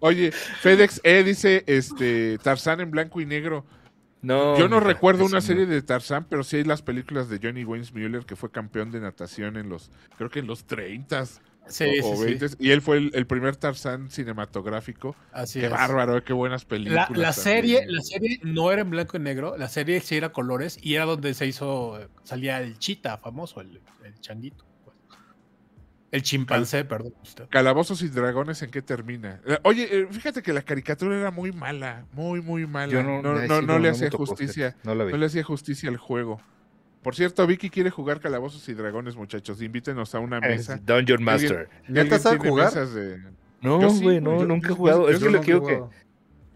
[SPEAKER 2] Oye, FedEx E dice este Tarzán en blanco y negro.
[SPEAKER 6] Oh,
[SPEAKER 1] No,
[SPEAKER 2] Yo no
[SPEAKER 1] mira,
[SPEAKER 2] recuerdo
[SPEAKER 1] eso
[SPEAKER 2] una
[SPEAKER 1] no.
[SPEAKER 2] serie de Tarzán, pero sí hay las películas de Johnny Wayne Mueller que fue campeón de natación en los, creo que en los 30
[SPEAKER 6] Sí,
[SPEAKER 2] o
[SPEAKER 6] sí, sí.
[SPEAKER 2] 20 Y él fue el, el primer Tarzán cinematográfico.
[SPEAKER 6] Así
[SPEAKER 2] qué
[SPEAKER 6] es.
[SPEAKER 2] bárbaro, qué buenas
[SPEAKER 6] La,
[SPEAKER 2] películas.
[SPEAKER 6] la
[SPEAKER 2] también.
[SPEAKER 6] serie, la serie no era en blanco y negro, la serie sí era colores y era donde se hizo, salía el chita famoso, el, el changuito. pues. El chimpancé, perdón. usted.
[SPEAKER 2] Calabozos y dragones, ¿en qué termina? Eh, Oye, eh, fíjate que la caricatura era muy mala, muy, muy mala.
[SPEAKER 1] Yo
[SPEAKER 2] no,
[SPEAKER 1] no,
[SPEAKER 2] no,
[SPEAKER 1] ahí
[SPEAKER 2] no
[SPEAKER 1] sí
[SPEAKER 2] le
[SPEAKER 1] me
[SPEAKER 2] hacía
[SPEAKER 1] tocó, fíjate.
[SPEAKER 2] justicia.
[SPEAKER 1] No la vi.
[SPEAKER 2] No le hacía justicia al juego. Por cierto, Vicky quiere jugar Calabozos y Dragones, muchachos. Invítenos a una
[SPEAKER 1] Es
[SPEAKER 2] mesa.
[SPEAKER 1] Eh, Dungeon Master.
[SPEAKER 3] ¿Neta
[SPEAKER 2] ¿Alguien
[SPEAKER 3] sabe
[SPEAKER 2] tiene
[SPEAKER 3] jugar?
[SPEAKER 2] mesas de-
[SPEAKER 1] No,
[SPEAKER 2] Yo sí,
[SPEAKER 1] güey,
[SPEAKER 2] güey,
[SPEAKER 1] no,
[SPEAKER 2] yo-
[SPEAKER 1] nunca
[SPEAKER 2] yo-
[SPEAKER 1] he jugado.
[SPEAKER 2] yo
[SPEAKER 1] Es
[SPEAKER 2] sí
[SPEAKER 1] que
[SPEAKER 2] lo
[SPEAKER 1] lo quiero que...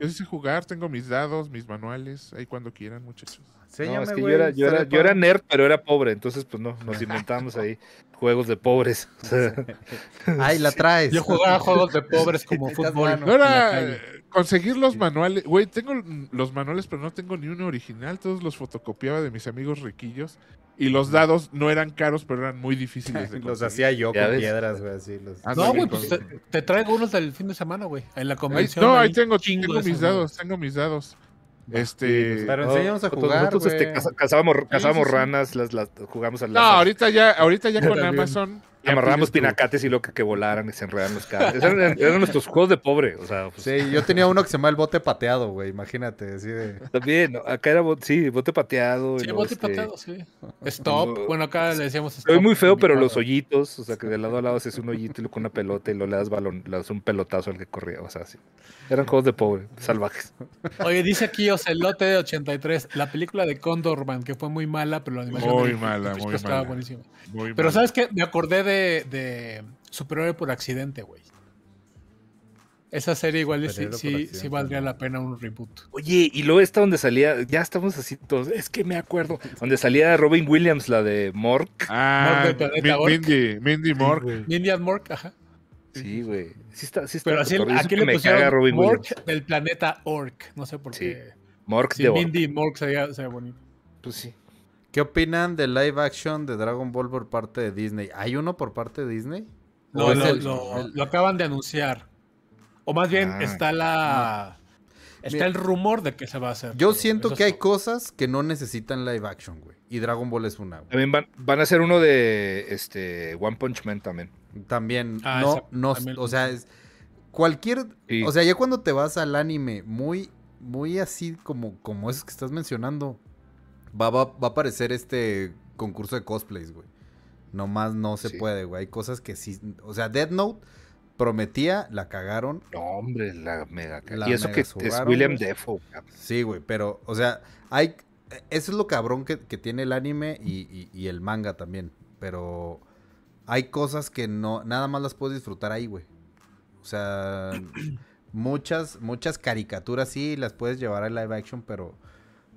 [SPEAKER 2] Yo sí sé jugar, tengo mis dados, mis manuales, ahí cuando quieran, muchachos.
[SPEAKER 1] No,
[SPEAKER 3] Enséñame,
[SPEAKER 1] es que yo
[SPEAKER 3] güey,
[SPEAKER 1] era, yo,
[SPEAKER 3] sale
[SPEAKER 1] era, yo era
[SPEAKER 3] padre.
[SPEAKER 1] nerd, pero era pobre, entonces pues no, nos inventamos ahí juegos de pobres. O sea,
[SPEAKER 3] Ay, la traes.
[SPEAKER 6] Yo jugaba juegos de pobres como
[SPEAKER 3] Estás
[SPEAKER 6] fútbol.
[SPEAKER 3] mano.
[SPEAKER 2] No
[SPEAKER 6] en la
[SPEAKER 2] era
[SPEAKER 6] calle.
[SPEAKER 2] eh, conseguir los manuales. Güey, tengo mm, los manuales, pero no tengo ni uno original. Todos los fotocopiaba de mis amigos riquillos. Y los dados no eran caros, pero eran muy difíciles de conseguir.
[SPEAKER 3] Los hacía yo
[SPEAKER 1] Ya
[SPEAKER 3] con
[SPEAKER 1] ves.
[SPEAKER 3] piedras, güey, así. Los...
[SPEAKER 2] Ah,
[SPEAKER 6] No,
[SPEAKER 2] Ándale,
[SPEAKER 6] güey, pues te,
[SPEAKER 2] con-
[SPEAKER 6] te traigo unos del fin de semana, güey, en la
[SPEAKER 2] Ahí-
[SPEAKER 6] convención.
[SPEAKER 2] no, ahí
[SPEAKER 6] ahí.
[SPEAKER 2] tengo,
[SPEAKER 6] Chingo
[SPEAKER 2] tengo
[SPEAKER 6] de
[SPEAKER 2] mis
[SPEAKER 6] esos
[SPEAKER 2] dados, tengo mis
[SPEAKER 1] Ah,
[SPEAKER 2] dados. Este.
[SPEAKER 3] Pero enséñanos a
[SPEAKER 1] nosotros-
[SPEAKER 3] jugar,
[SPEAKER 1] Nosotros este,
[SPEAKER 3] güey.
[SPEAKER 1] caza- cazábamos,
[SPEAKER 2] sí,
[SPEAKER 1] cazábamos
[SPEAKER 2] sí.
[SPEAKER 1] ranas, las, las jugamos al
[SPEAKER 2] No,
[SPEAKER 1] lado.
[SPEAKER 2] ahorita ya, ahorita ya con
[SPEAKER 6] También.
[SPEAKER 2] Amazon Ya
[SPEAKER 1] Amarramos
[SPEAKER 2] pides tu-
[SPEAKER 1] pinacates y lo que, que volaran y se enredan los cables. Esos eran, eran nuestros juegos de pobre. O sea, pues,
[SPEAKER 3] Sí, yo tenía uno que se llama el bote pateado, güey, imagínate, así de...
[SPEAKER 1] también. ¿no? Acá era bot- sí, bote pateado. y
[SPEAKER 6] Sí,
[SPEAKER 1] luego,
[SPEAKER 6] bote
[SPEAKER 1] este,
[SPEAKER 6] pateado, sí. Stop. Bueno, acá le decíamos stop.
[SPEAKER 1] Lo ve muy feo, pero los
[SPEAKER 6] oye
[SPEAKER 1] hoyitos, o sea, que de lado a lado haces un hoyito y luego una pelota y luego le das balón, le das un pelotazo al que corría, o sea, sí. Eran juegos de pobre, salvajes.
[SPEAKER 6] Oye, dice aquí Ocelote de 83, la película de Condorman, que fue muy mala, pero la animación
[SPEAKER 2] Muy
[SPEAKER 6] del-
[SPEAKER 2] mala,
[SPEAKER 6] del
[SPEAKER 2] muy
[SPEAKER 6] Hitchcock estaba
[SPEAKER 2] mala.
[SPEAKER 6] buenísima.
[SPEAKER 2] Muy
[SPEAKER 6] Pero
[SPEAKER 2] mal.
[SPEAKER 6] ¿sabes qué? Me acordé de, de Superhéroe por accidente, güey. Esa serie igual y sí,
[SPEAKER 3] Superhéroe por
[SPEAKER 6] sí,
[SPEAKER 3] accidente,
[SPEAKER 6] sí valdría
[SPEAKER 3] ¿no?
[SPEAKER 6] la pena un reboot.
[SPEAKER 1] Oye, y luego esta donde salía, ya estamos así todos, es que me acuerdo, donde salía Robin Williams, la de Mork.
[SPEAKER 2] Ah,
[SPEAKER 6] Mork del planeta
[SPEAKER 2] Min-
[SPEAKER 6] Orc.
[SPEAKER 2] Mindy, Mindy Mork.
[SPEAKER 6] Indian Mork, ajá.
[SPEAKER 1] Sí, güey. Sí está, sí está.
[SPEAKER 6] Pero así,
[SPEAKER 1] cotorro. Yo sé
[SPEAKER 6] aquí
[SPEAKER 1] que
[SPEAKER 6] le
[SPEAKER 1] me caga
[SPEAKER 6] pusieron
[SPEAKER 1] Robin
[SPEAKER 6] Mork
[SPEAKER 1] Williams.
[SPEAKER 6] del planeta Orc. No sé por
[SPEAKER 1] Sí,
[SPEAKER 6] qué.
[SPEAKER 1] Mork
[SPEAKER 6] Sí,
[SPEAKER 1] de Orc.
[SPEAKER 6] Mindy Mork sería, sería bonito.
[SPEAKER 1] Pues sí.
[SPEAKER 3] ¿Qué opinan del live action de Dragon Ball por parte de Disney? ¿Hay uno por parte de Disney?
[SPEAKER 6] Lo,
[SPEAKER 3] ¿O es
[SPEAKER 6] lo-
[SPEAKER 3] el-
[SPEAKER 6] lo-
[SPEAKER 3] el-
[SPEAKER 6] lo acaban de anunciar. O más bien
[SPEAKER 1] Ah.
[SPEAKER 6] está la... Está
[SPEAKER 3] Mira,
[SPEAKER 6] el rumor de que se va a hacer.
[SPEAKER 3] Yo
[SPEAKER 6] pero
[SPEAKER 3] siento
[SPEAKER 6] eso
[SPEAKER 3] que
[SPEAKER 6] es
[SPEAKER 3] hay
[SPEAKER 6] todo.
[SPEAKER 3] cosas que no necesitan live action, güey. Y Dragon Ball es una, güey.
[SPEAKER 1] También van, van a hacer uno de este One Punch Man también.
[SPEAKER 3] También,
[SPEAKER 6] Ah,
[SPEAKER 3] no,
[SPEAKER 6] esa-
[SPEAKER 3] no,
[SPEAKER 6] también-
[SPEAKER 3] o sea, es cualquier,
[SPEAKER 1] Sí.
[SPEAKER 3] o sea, ya cuando te vas al anime muy, muy así como, como esos que estás mencionando, va, va, va a aparecer este concurso de cosplays, güey. Nomás no se
[SPEAKER 1] Sí.
[SPEAKER 3] puede, güey. Hay cosas que sí, o sea, Death Note prometía, la cagaron,
[SPEAKER 1] No, hombre, la mega. ca-
[SPEAKER 3] La
[SPEAKER 1] y eso
[SPEAKER 3] mega
[SPEAKER 1] que es
[SPEAKER 3] zurraron,
[SPEAKER 1] William
[SPEAKER 3] güey.
[SPEAKER 1] Defoe. cabrón.
[SPEAKER 3] Sí, güey, pero, o sea, hay. Eso es lo cabrón que, que tiene el anime y, y- y el manga también. Pero hay cosas que no. Nada más las puedes disfrutar ahí, güey. O sea, muchas, muchas caricaturas sí las puedes llevar a live action, pero.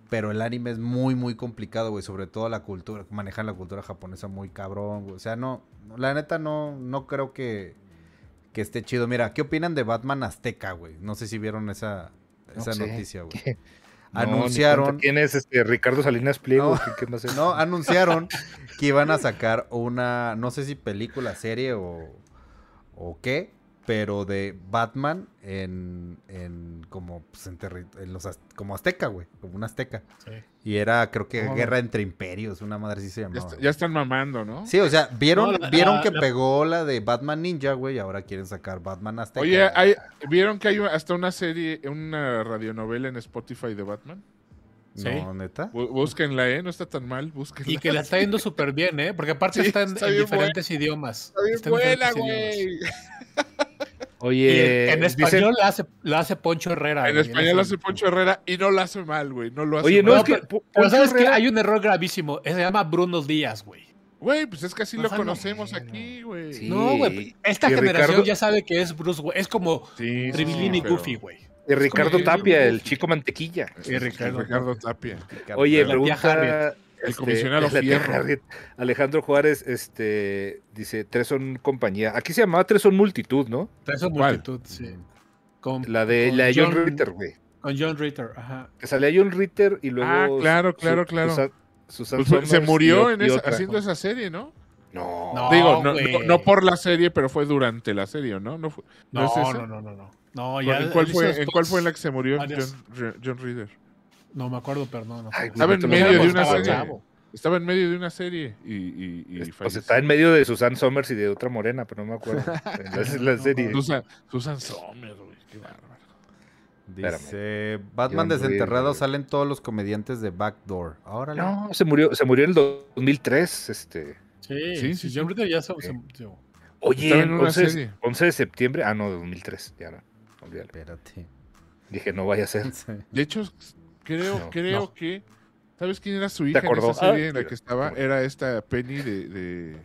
[SPEAKER 3] Pero el anime es muy, muy complicado, güey. Sobre todo la cultura. Manejan la cultura japonesa muy cabrón, güey. O sea, no. La neta, no, no creo que. Que esté chido. Mira, ¿qué opinan de Batman Azteca, güey? No sé si vieron esa,
[SPEAKER 1] No
[SPEAKER 3] esa
[SPEAKER 1] sé.
[SPEAKER 3] noticia, güey.
[SPEAKER 1] No, ni
[SPEAKER 3] anunciaron,
[SPEAKER 1] cuenta ¿Quién es este Ricardo Salinas Pliego?
[SPEAKER 3] No,
[SPEAKER 1] ¿Qué- qué más es?
[SPEAKER 3] no, anunciaron que iban a sacar una, no sé si película, serie o, o qué, pero de Batman en, en como, pues, en terri- en los, az- como azteca, güey, como una azteca.
[SPEAKER 6] Sí.
[SPEAKER 3] Y era, creo que
[SPEAKER 2] No,
[SPEAKER 3] Guerra entre Imperios, una madre así se
[SPEAKER 2] Ya,
[SPEAKER 3] llamaba.
[SPEAKER 2] est- Este, ya están mamando, ¿no?
[SPEAKER 3] Sí, o sea, vieron,
[SPEAKER 6] No, la-
[SPEAKER 3] vieron
[SPEAKER 6] la-
[SPEAKER 3] que
[SPEAKER 6] la-
[SPEAKER 3] pegó la de Batman Ninja, güey, y ahora quieren sacar Batman Azteca.
[SPEAKER 2] Oye,
[SPEAKER 3] güey.
[SPEAKER 2] hay- ¿vieron que hay hasta una serie, una radionovela en Spotify de Batman?
[SPEAKER 3] No, neta.
[SPEAKER 2] Bú- Búsquenla, ¿eh? No está tan mal, búsquenla.
[SPEAKER 6] Y que la está yendo súper bien, ¿eh? Porque aparte
[SPEAKER 2] Sí,
[SPEAKER 6] está en,
[SPEAKER 2] está
[SPEAKER 6] en
[SPEAKER 2] bien
[SPEAKER 6] diferentes idiomas.
[SPEAKER 2] Está bien
[SPEAKER 6] Está en
[SPEAKER 2] buena,
[SPEAKER 6] diferentes idiomas.
[SPEAKER 2] güey.
[SPEAKER 6] Y
[SPEAKER 1] Oye,
[SPEAKER 6] en, en
[SPEAKER 1] dicen-
[SPEAKER 6] español la, hace, la hace Poncho Herrera.
[SPEAKER 2] En
[SPEAKER 6] güey,
[SPEAKER 2] español
[SPEAKER 6] la
[SPEAKER 2] lo hace Poncho Herrera y no lo hace mal, güey. No lo hace
[SPEAKER 1] Oye, no,
[SPEAKER 2] mal.
[SPEAKER 1] es que
[SPEAKER 6] pero-
[SPEAKER 1] Poncho
[SPEAKER 6] Pero sabes que
[SPEAKER 1] Herrera-
[SPEAKER 6] hay un error gravísimo. eh, Se llama Bruno Díaz, güey.
[SPEAKER 2] Güey, pues es que así
[SPEAKER 6] No
[SPEAKER 2] lo
[SPEAKER 6] sabe
[SPEAKER 2] conocemos
[SPEAKER 1] menos.
[SPEAKER 2] aquí, güey.
[SPEAKER 1] Sí.
[SPEAKER 6] No, güey. pues, Esta
[SPEAKER 1] y
[SPEAKER 6] generación
[SPEAKER 1] Ricardo-
[SPEAKER 6] ya sabe que es Bruce, güey. Es como
[SPEAKER 2] Sí,
[SPEAKER 6] Tribilín y
[SPEAKER 2] pero-
[SPEAKER 6] Goofy, güey.
[SPEAKER 1] Y Ricardo
[SPEAKER 6] como-
[SPEAKER 1] Tapia, el chico mantequilla.
[SPEAKER 6] Y Ricardo.
[SPEAKER 2] Este, Ricardo Tapia.
[SPEAKER 1] Oye,
[SPEAKER 6] La tía
[SPEAKER 1] pregunta
[SPEAKER 6] Harriet.
[SPEAKER 2] El comisionado
[SPEAKER 1] este, la tía
[SPEAKER 2] Fierro.
[SPEAKER 1] Harriet. Alejandro Juárez, este, dice, tres son compañía. Aquí se llamaba tres son multitud, ¿no?
[SPEAKER 6] Trae su
[SPEAKER 2] ¿Cuál?
[SPEAKER 6] multitud, sí. Con,
[SPEAKER 1] La de,
[SPEAKER 6] con
[SPEAKER 1] la de John,
[SPEAKER 6] John-
[SPEAKER 1] Ritter, güey.
[SPEAKER 6] con John Ritter, ajá.
[SPEAKER 1] Que salía John Ritter y luego...
[SPEAKER 2] Ah, claro, claro, claro.
[SPEAKER 1] Susan- Susan
[SPEAKER 2] Pues fue- se
[SPEAKER 1] Somers
[SPEAKER 2] murió
[SPEAKER 1] y o-
[SPEAKER 2] en
[SPEAKER 1] y
[SPEAKER 2] esa-
[SPEAKER 1] otra.
[SPEAKER 2] haciendo esa serie, ¿no?
[SPEAKER 1] No.
[SPEAKER 6] No,
[SPEAKER 2] Digo, no,
[SPEAKER 6] güey.
[SPEAKER 2] no- no por la serie, pero fue durante la serie, ¿no? no, fue-
[SPEAKER 6] No,
[SPEAKER 2] ¿no es esa?
[SPEAKER 6] no, no, no, no. No, ya.
[SPEAKER 2] ¿En, cuál
[SPEAKER 6] él
[SPEAKER 2] fue,
[SPEAKER 6] hizo
[SPEAKER 2] en cuál fue en la
[SPEAKER 6] después-
[SPEAKER 2] que se murió
[SPEAKER 6] varias.
[SPEAKER 2] John, John Reader?
[SPEAKER 6] No me acuerdo, perdón. No,
[SPEAKER 1] Ay, güey,
[SPEAKER 2] Estaba en
[SPEAKER 1] no te lo
[SPEAKER 2] medio de
[SPEAKER 1] sabes,
[SPEAKER 2] una
[SPEAKER 1] estaba
[SPEAKER 2] serie.
[SPEAKER 1] chavo.
[SPEAKER 2] Estaba en medio de una serie y, y, y
[SPEAKER 1] Es- Pues
[SPEAKER 2] falleció.
[SPEAKER 1] está en medio de Susan Somers y de otra morena, pero no me acuerdo. Es la serie.
[SPEAKER 2] Susan, Susan Sommer, güey, qué bárbaro.
[SPEAKER 1] Espérame.
[SPEAKER 3] Dice, Batman
[SPEAKER 1] John Reed,
[SPEAKER 3] desenterrado
[SPEAKER 1] güey.
[SPEAKER 3] salen todos los comediantes de Backdoor. Ahora
[SPEAKER 1] No, se murió, se murió en el 2003, este...
[SPEAKER 2] Sí,
[SPEAKER 6] Sí, sí,
[SPEAKER 2] sí,
[SPEAKER 6] John Ritter ya se.
[SPEAKER 1] Sí.
[SPEAKER 6] se- se-
[SPEAKER 1] Oye,
[SPEAKER 2] Estaba en una
[SPEAKER 1] 11, de-
[SPEAKER 2] serie.
[SPEAKER 1] 11 de septiembre, ah, no, de 2003, ya no, olvídalo.
[SPEAKER 3] Espérate.
[SPEAKER 1] Dije, no vaya a ser.
[SPEAKER 2] De hecho, creo,
[SPEAKER 1] No,
[SPEAKER 2] creo
[SPEAKER 1] no.
[SPEAKER 2] que. ¿Sabes quién era su hija en
[SPEAKER 1] acordó?
[SPEAKER 2] esa serie
[SPEAKER 1] Ah,
[SPEAKER 2] en la
[SPEAKER 1] mira,
[SPEAKER 2] que estaba?
[SPEAKER 1] bueno.
[SPEAKER 2] Era esta Penny de, de,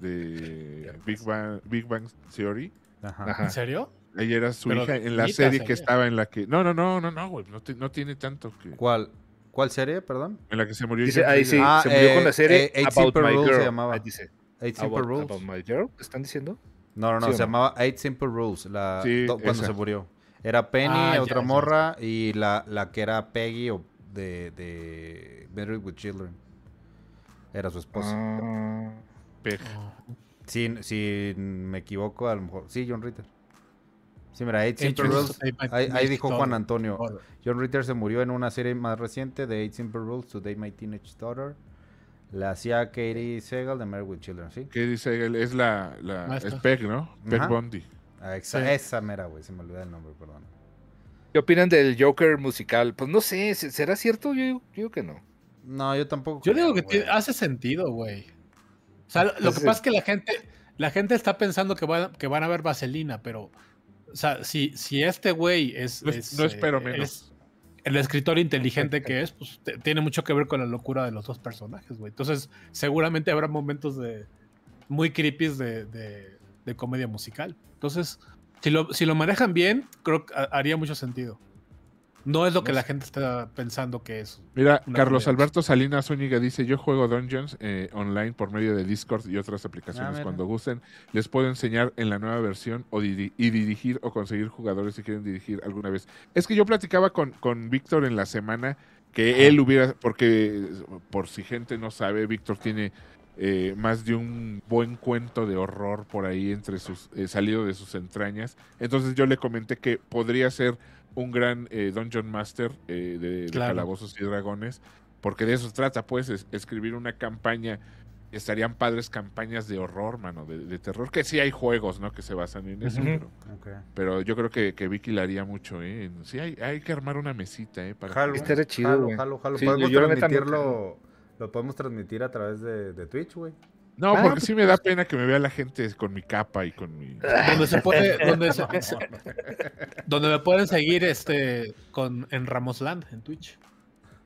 [SPEAKER 2] de Big, Bang, Big Bang Theory.
[SPEAKER 3] Ajá.
[SPEAKER 1] Ajá.
[SPEAKER 2] Ah.
[SPEAKER 6] ¿En serio?
[SPEAKER 2] Ella era su
[SPEAKER 6] Pero
[SPEAKER 2] hija en la
[SPEAKER 6] chiquita
[SPEAKER 2] serie que
[SPEAKER 6] sería.
[SPEAKER 2] estaba en la que. No, no, no, no, no, güey. No, ti- no tiene tanto que.
[SPEAKER 3] ¿Cuál? ¿Cuál serie? Perdón.
[SPEAKER 2] En la que se murió.
[SPEAKER 1] Dice,
[SPEAKER 2] John
[SPEAKER 1] ahí
[SPEAKER 2] Reader.
[SPEAKER 1] sí,
[SPEAKER 3] Ah,
[SPEAKER 1] se murió con
[SPEAKER 3] eh,
[SPEAKER 1] la serie
[SPEAKER 3] eh, Eight
[SPEAKER 1] About
[SPEAKER 3] Simple
[SPEAKER 1] My
[SPEAKER 3] Rules se
[SPEAKER 1] Girl.
[SPEAKER 3] llamaba.
[SPEAKER 1] Ahí dice,
[SPEAKER 3] Eight Simple
[SPEAKER 1] about,
[SPEAKER 3] Rules.
[SPEAKER 1] About My Girl, ¿están diciendo?
[SPEAKER 3] No, no, no,
[SPEAKER 1] Ah, ¿Sí o
[SPEAKER 3] se
[SPEAKER 1] no?
[SPEAKER 3] llamaba Eight Simple Rules, la,
[SPEAKER 2] Sí,
[SPEAKER 3] to- cuando
[SPEAKER 2] esa.
[SPEAKER 3] se murió. Era Penny,
[SPEAKER 6] Ah, ya,
[SPEAKER 3] otra
[SPEAKER 6] ya,
[SPEAKER 3] morra, y la, la que era Peggy o de, de Married with Children. Era su esposa.
[SPEAKER 1] Ah,
[SPEAKER 2] Peg.
[SPEAKER 3] Si, si me equivoco, a lo mejor. Sí, John Ritter. Sí, mira, Eight
[SPEAKER 6] Eight
[SPEAKER 3] Simple
[SPEAKER 6] Rules.
[SPEAKER 3] Rules. Ahí, ahí dijo Juan Antonio.
[SPEAKER 6] Ahora,
[SPEAKER 3] John Ritter se murió en una serie más reciente de Eight Simple Rules to Date My Teenage Daughter. La hacía Katie Segal de Married with Children, ¿sí?
[SPEAKER 2] ¿Qué dice él? Es la, la
[SPEAKER 6] Maestra.
[SPEAKER 2] es Peg, ¿no? Peg
[SPEAKER 3] Ajá.
[SPEAKER 2] Bondi.
[SPEAKER 3] Ah, exa-
[SPEAKER 6] Sí.
[SPEAKER 3] Esa mera, güey. Se me olvida el nombre, perdón.
[SPEAKER 1] ¿Qué opinan del Joker musical? Pues no sé, ¿se- ¿será cierto? Yo digo, yo digo que no.
[SPEAKER 3] No, yo tampoco.
[SPEAKER 6] Yo
[SPEAKER 3] creo,
[SPEAKER 6] digo que ah,
[SPEAKER 3] güey.
[SPEAKER 6] tiene- hace sentido, güey. O sea, lo
[SPEAKER 1] Pues,
[SPEAKER 6] que
[SPEAKER 1] eh.
[SPEAKER 6] pasa es que la gente, la gente está pensando que, va- que van a ver vaselina, pero. O sea, si, si este güey es.
[SPEAKER 2] No, es- no
[SPEAKER 6] eh,
[SPEAKER 2] espero
[SPEAKER 6] es
[SPEAKER 2] menos.
[SPEAKER 6] el escritor inteligente que es, pues te- tiene mucho que ver con la locura de los dos personajes, güey. Entonces, seguramente habrá momentos de. Muy creepy de, de- de comedia musical. Entonces, si lo, si lo manejan bien, creo que ha- haría mucho sentido. No es lo que la gente está pensando que es.
[SPEAKER 2] Mira,
[SPEAKER 6] Una
[SPEAKER 2] Carlos
[SPEAKER 6] comida.
[SPEAKER 2] Alberto Salinas Zúñiga dice, yo juego Dungeons eh, online por medio de Discord y otras
[SPEAKER 3] Ah,
[SPEAKER 2] aplicaciones
[SPEAKER 3] mira.
[SPEAKER 2] cuando gusten. Les puedo enseñar en la nueva versión o diri- y dirigir o conseguir jugadores si quieren dirigir alguna vez. Es que yo platicaba con, con Víctor en la semana que él hubiera, porque por si gente no sabe, Víctor tiene eh, más de un buen cuento de horror por ahí entre sus eh, salido de sus entrañas. Entonces yo le comenté que podría ser un gran eh, Dungeon Master eh, de, de
[SPEAKER 6] Claro.
[SPEAKER 2] Calabozos y Dragones, porque de eso trata, pues, es- escribir una campaña. Estarían padres campañas de horror, mano, de, de terror, que sí hay juegos, ¿no? Que se basan en eso,
[SPEAKER 1] Ujú.
[SPEAKER 2] pero,
[SPEAKER 3] Ok.
[SPEAKER 2] pero yo creo que, que Vicky la haría mucho, ¿eh? En- Sí, hay, hay que armar una mesita, ¿eh? Para
[SPEAKER 3] Jalo,
[SPEAKER 2] jugar.
[SPEAKER 1] Estaría Este chido,
[SPEAKER 3] jalo,
[SPEAKER 1] güey.
[SPEAKER 3] jalo, jalo.
[SPEAKER 1] Sí,
[SPEAKER 3] podemos
[SPEAKER 1] yo la neta no
[SPEAKER 3] transmitirlo. Lo podemos transmitir a través de, de Twitch, güey.
[SPEAKER 2] No,
[SPEAKER 1] Ah,
[SPEAKER 2] porque
[SPEAKER 1] pues- Ah,
[SPEAKER 2] sí me da pena que me vea la gente con mi capa y con mi...
[SPEAKER 6] Donde se puede. Donde, se- donde me pueden seguir este, con, en Ramosland, en Twitch.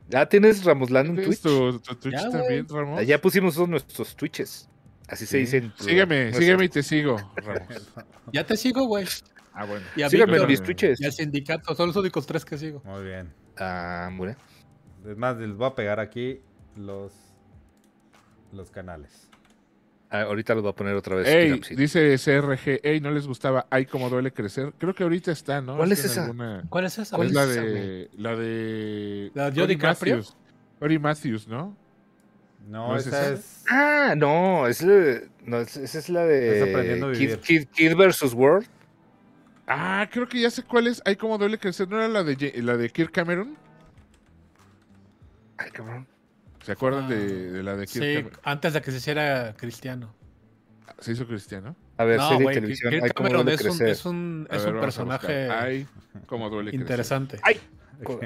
[SPEAKER 1] Ya tienes Ramosland en
[SPEAKER 2] ¿Tienes
[SPEAKER 1] Twitch.
[SPEAKER 2] tu, tu Twitch
[SPEAKER 6] Ya, güey.
[SPEAKER 2] también, Ramón?
[SPEAKER 1] Ya pusimos todos nuestros Twitches. Así se dicen.
[SPEAKER 2] Sígueme,
[SPEAKER 1] nuestros-
[SPEAKER 2] sígueme y te sigo, Ramos.
[SPEAKER 6] Ya te sigo, güey.
[SPEAKER 2] Ah, bueno.
[SPEAKER 6] Y a
[SPEAKER 1] Sígueme en
[SPEAKER 6] Víctor
[SPEAKER 1] mis Twitches.
[SPEAKER 6] y al sindicato. Son los únicos tres que sigo.
[SPEAKER 3] Muy bien.
[SPEAKER 1] Ah, mira.
[SPEAKER 3] Es más, les voy a pegar aquí los, los canales.
[SPEAKER 1] Ah, ahorita los voy a poner otra vez.
[SPEAKER 2] Ey,
[SPEAKER 1] Kiramsi.
[SPEAKER 2] dice CRG, ey, no les gustaba, ay, cómo duele crecer. Creo que ahorita está, ¿no?
[SPEAKER 1] ¿Cuál
[SPEAKER 2] Está
[SPEAKER 1] es
[SPEAKER 2] en
[SPEAKER 1] esa?
[SPEAKER 2] alguna-
[SPEAKER 6] ¿Cuál es esa?
[SPEAKER 1] ¿Cuál es
[SPEAKER 2] es la
[SPEAKER 1] esa,
[SPEAKER 2] de... La de...
[SPEAKER 6] ¿La de
[SPEAKER 2] Cory
[SPEAKER 6] Jody Caprio?
[SPEAKER 2] Matthews. Cory Matthews, ¿no?
[SPEAKER 3] No,
[SPEAKER 2] ¿No es
[SPEAKER 3] esa
[SPEAKER 2] esa?
[SPEAKER 3] es.
[SPEAKER 1] Ah, no, es la- no, es- esa es la
[SPEAKER 3] Es Aprendiendo a
[SPEAKER 1] de Kid,
[SPEAKER 3] Vivir.
[SPEAKER 1] Kid, Kid versus World.
[SPEAKER 2] Ah, creo que ya sé cuál es, ay, cómo duele crecer. ¿No era la de, Ye- la de Kirk Cameron?
[SPEAKER 1] Ay, cabrón.
[SPEAKER 2] ¿Se acuerdan
[SPEAKER 6] Ah,
[SPEAKER 2] de, de la de Kirk
[SPEAKER 6] Sí,
[SPEAKER 2] Cameron?
[SPEAKER 6] antes de que se hiciera cristiano.
[SPEAKER 2] Se hizo cristiano.
[SPEAKER 1] A ver,
[SPEAKER 6] No,
[SPEAKER 1] serie
[SPEAKER 6] güey,
[SPEAKER 1] y televisión.
[SPEAKER 6] Kirk
[SPEAKER 1] Ay, cómo
[SPEAKER 6] Cameron
[SPEAKER 1] duele
[SPEAKER 6] es un,
[SPEAKER 1] crecer.
[SPEAKER 6] es un,
[SPEAKER 2] A
[SPEAKER 6] es
[SPEAKER 2] ver,
[SPEAKER 6] un
[SPEAKER 2] vamos a buscar.
[SPEAKER 6] personaje
[SPEAKER 2] Ay, cómo duele crecer.
[SPEAKER 6] interesante.
[SPEAKER 1] Ay,